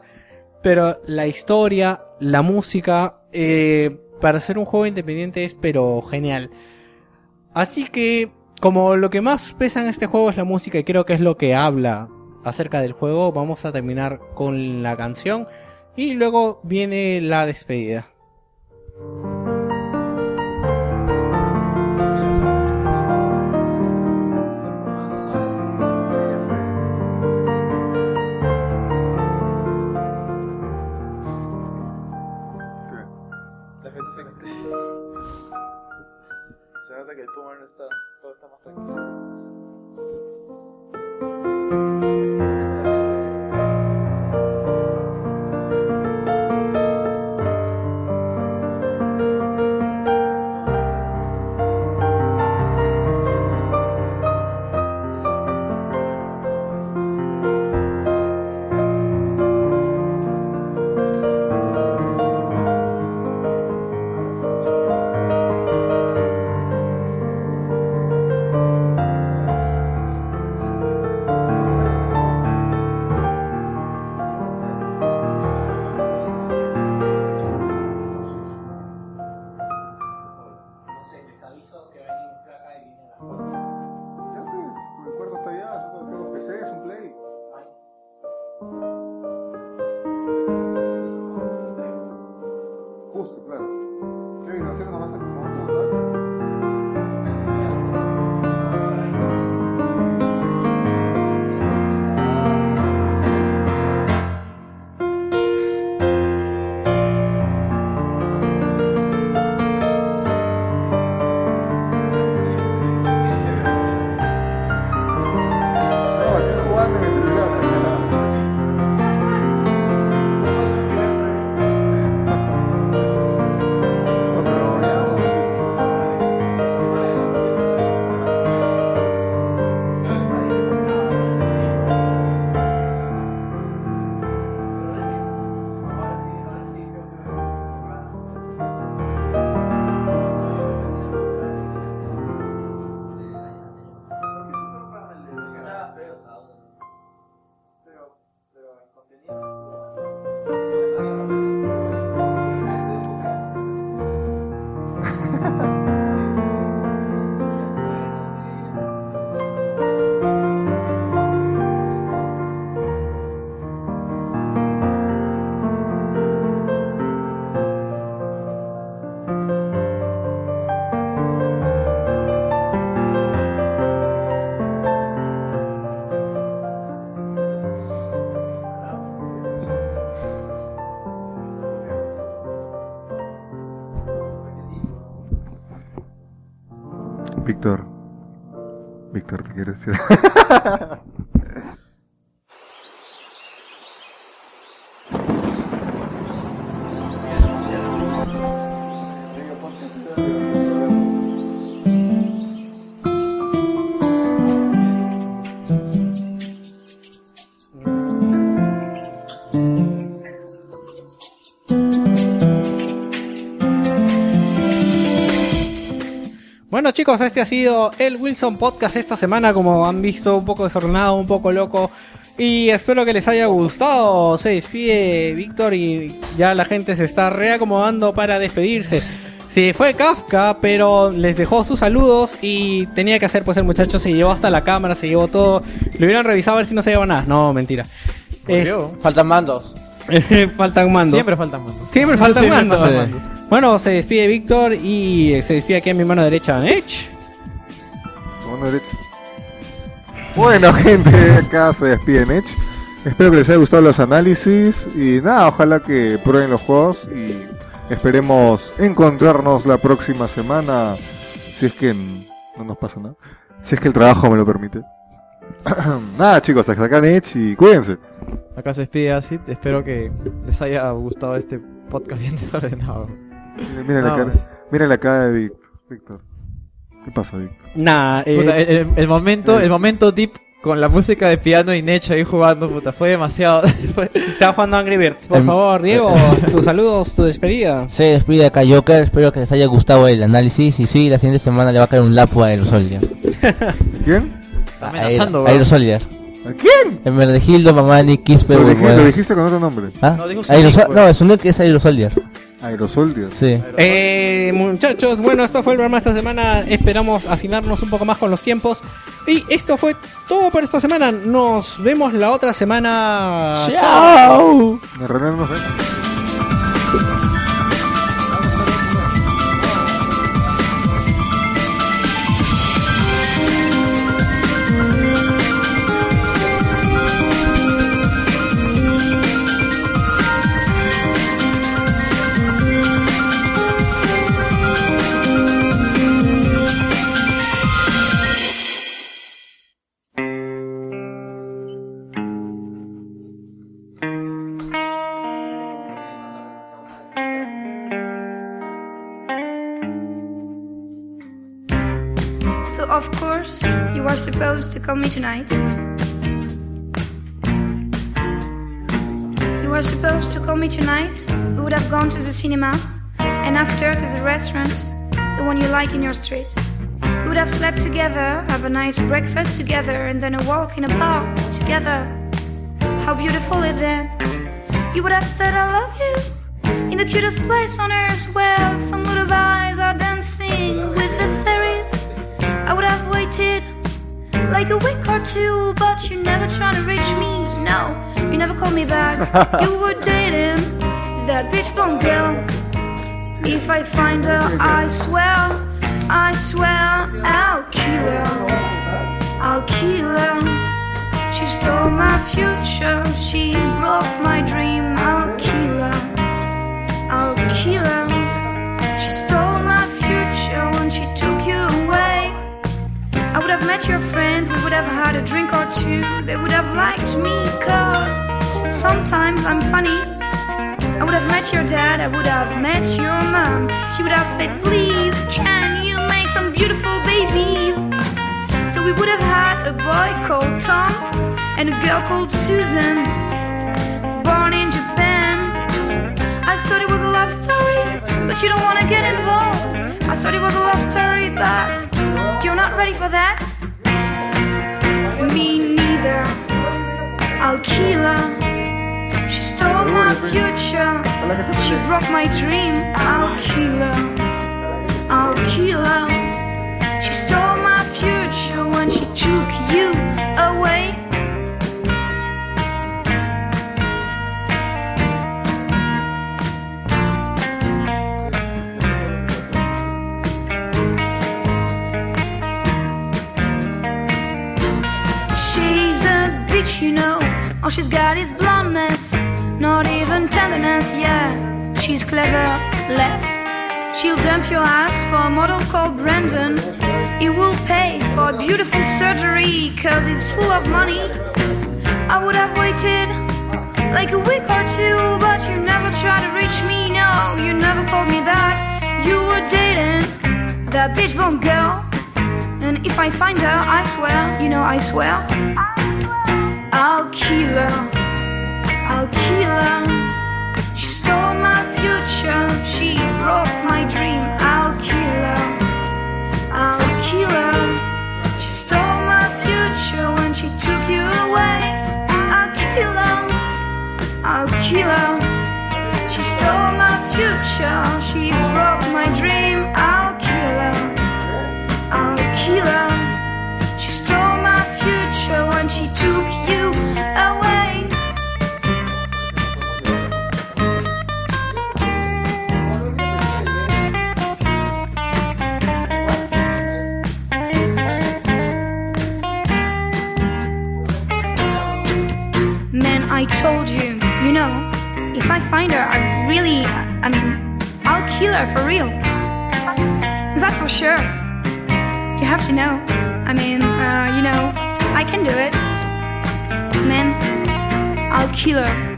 Speaker 3: pero la historia, la música, eh, para ser un juego independiente es pero genial. Así que como lo que más pesa en este juego es la música y creo que es lo que habla acerca del juego, vamos a terminar con la canción y luego viene la despedida.
Speaker 2: Pokémon está. Todo está más tranquilo.
Speaker 5: El cuarto está allá, es un- es un PC, es un Play. Justo, claro. ¿Qué innovación nos vas a nos vas a contar? No, estoy jugando en el celular. no estoy en la- Víctor. Víctor, te quiero decir.
Speaker 3: Bueno chicos, este ha sido el Wilson Podcast de esta semana, como han visto, un poco desordenado, un poco loco. Y espero que les haya gustado. Se despide Víctor y ya la gente se está reacomodando para despedirse. Se fue Kafka, pero les dejó sus saludos y tenía que hacer, pues el muchacho se llevó hasta la cámara, se llevó todo. Lo hubieran revisado a ver si no se lleva nada. No, mentira.
Speaker 2: Volvió.
Speaker 3: Faltan mandos. faltan mandos.
Speaker 2: Siempre faltan mandos.
Speaker 3: Siempre faltan
Speaker 2: Siempre
Speaker 3: mandos.
Speaker 2: faltan
Speaker 3: Sí. Bueno, se despide Víctor y eh, se despide aquí a mi mano derecha, Nech.
Speaker 5: Mano derecha. Bueno, gente, acá se despide Nech. Espero que les haya gustado los análisis y nada, ojalá que prueben los juegos y esperemos encontrarnos la próxima semana, si es que n- no nos pasa nada, si es que el trabajo me lo permite. nada, chicos, hasta acá Nech y cuídense.
Speaker 2: Acá se despide Acid. Espero que les haya gustado este podcast bien desordenado.
Speaker 5: Miren la
Speaker 2: Nada
Speaker 5: cara,
Speaker 2: más.
Speaker 5: miren la cara de Vic- Víctor. ¿Qué pasa, Víctor?
Speaker 3: Nah, eh,
Speaker 2: Puta, el, el- el momento, el momento deep con la música de piano y Necho ahí jugando, puta, fue demasiado. fue-
Speaker 3: Estaba jugando Angry Birds. Por
Speaker 12: Em-
Speaker 3: favor, Diego, tus saludos, tu despedida.
Speaker 12: Se despide acá Joker, espero que les haya gustado el análisis y sí, la siguiente semana le va a caer un lapo a Aerosoldier.
Speaker 5: ¿Quién?
Speaker 12: Está
Speaker 2: amenazando,
Speaker 12: Aero,
Speaker 2: weón.
Speaker 12: Aerosoldier.
Speaker 5: ¿A quién?
Speaker 12: Hermenegildo, Mamani, Quispe,
Speaker 5: Lo, dijiste-
Speaker 12: Burbueva.
Speaker 5: lo dijiste con otro nombre.
Speaker 12: ¿Ah?
Speaker 5: No, dijo pues. su
Speaker 12: Aerosol-
Speaker 5: nick,
Speaker 12: no, es un nick que es Aerosoldier.
Speaker 5: Aerosol, Dios.
Speaker 12: Sí.
Speaker 3: Eh, muchachos, bueno, esto fue el programa esta semana. Esperamos afinarnos un poco más con los tiempos. Y esto fue todo por esta semana. Nos vemos la otra semana.
Speaker 12: Chao.
Speaker 5: Nos reunimos, ¿eh?
Speaker 7: Thank you.
Speaker 13: So of course you are supposed to call me tonight. You were supposed to call me tonight. We would have gone to the cinema and after to the restaurant, the one you like in your street. We would have slept together, have a nice breakfast together, and then a walk in a park together. How beautiful it then. You would have said I love you in the cutest place on earth where some lullabies are dancing with the fairies. I would have waited like a week or two, but you never tried to reach me. No, you never called me back. you were dating that bitch bum girl. If I find her, I swear, I swear I'll kill her. I'll kill her. She stole my future. She broke my dream. I'll kill her. I'll kill her. She stole my future when she took you away. I would have met your friends. We would have had a drink or two. They would have liked me, cause sometimes I'm funny. I would have met your dad, I would have met your mom. She would have said, Please, can you make some beautiful babies? So we would have had a boy called Tom and a girl called Susan, born in Japan. I thought it was a love story, but you don't want to get involved. I thought it was a love story, but you're not ready for that. Me neither. I'll kill her. She stole my future. She broke my dream. I'll kill her. I'll kill her. She stole my future when she took you away. She's a bitch, you know. All she's got is blondness, not even tenderness, yeah. She's clever, less. She'll dump your ass for a model called Brandon. He will pay for a beautiful surgery, cause he's full of money. I would have waited like a week or two, but you never tried to reach me, no, you never called me back. You were dating that bitch bone girl. And if I find her, I swear, you know, I swear. I'll kill her. I'll kill her. She stole my future. She broke my dream. I'll kill her. I'll kill her. She stole my future when she took you away. I'll kill her. I'll kill her. She stole my future. She broke my dream. I'll kill her. I'll kill her. She stole my future when she took you away. Man, I told you, you know, if I find her, I really, I mean, I'll kill her for real. That's for sure. You have to know. I mean, uh, you know, I can do it. Man, I'll kill her.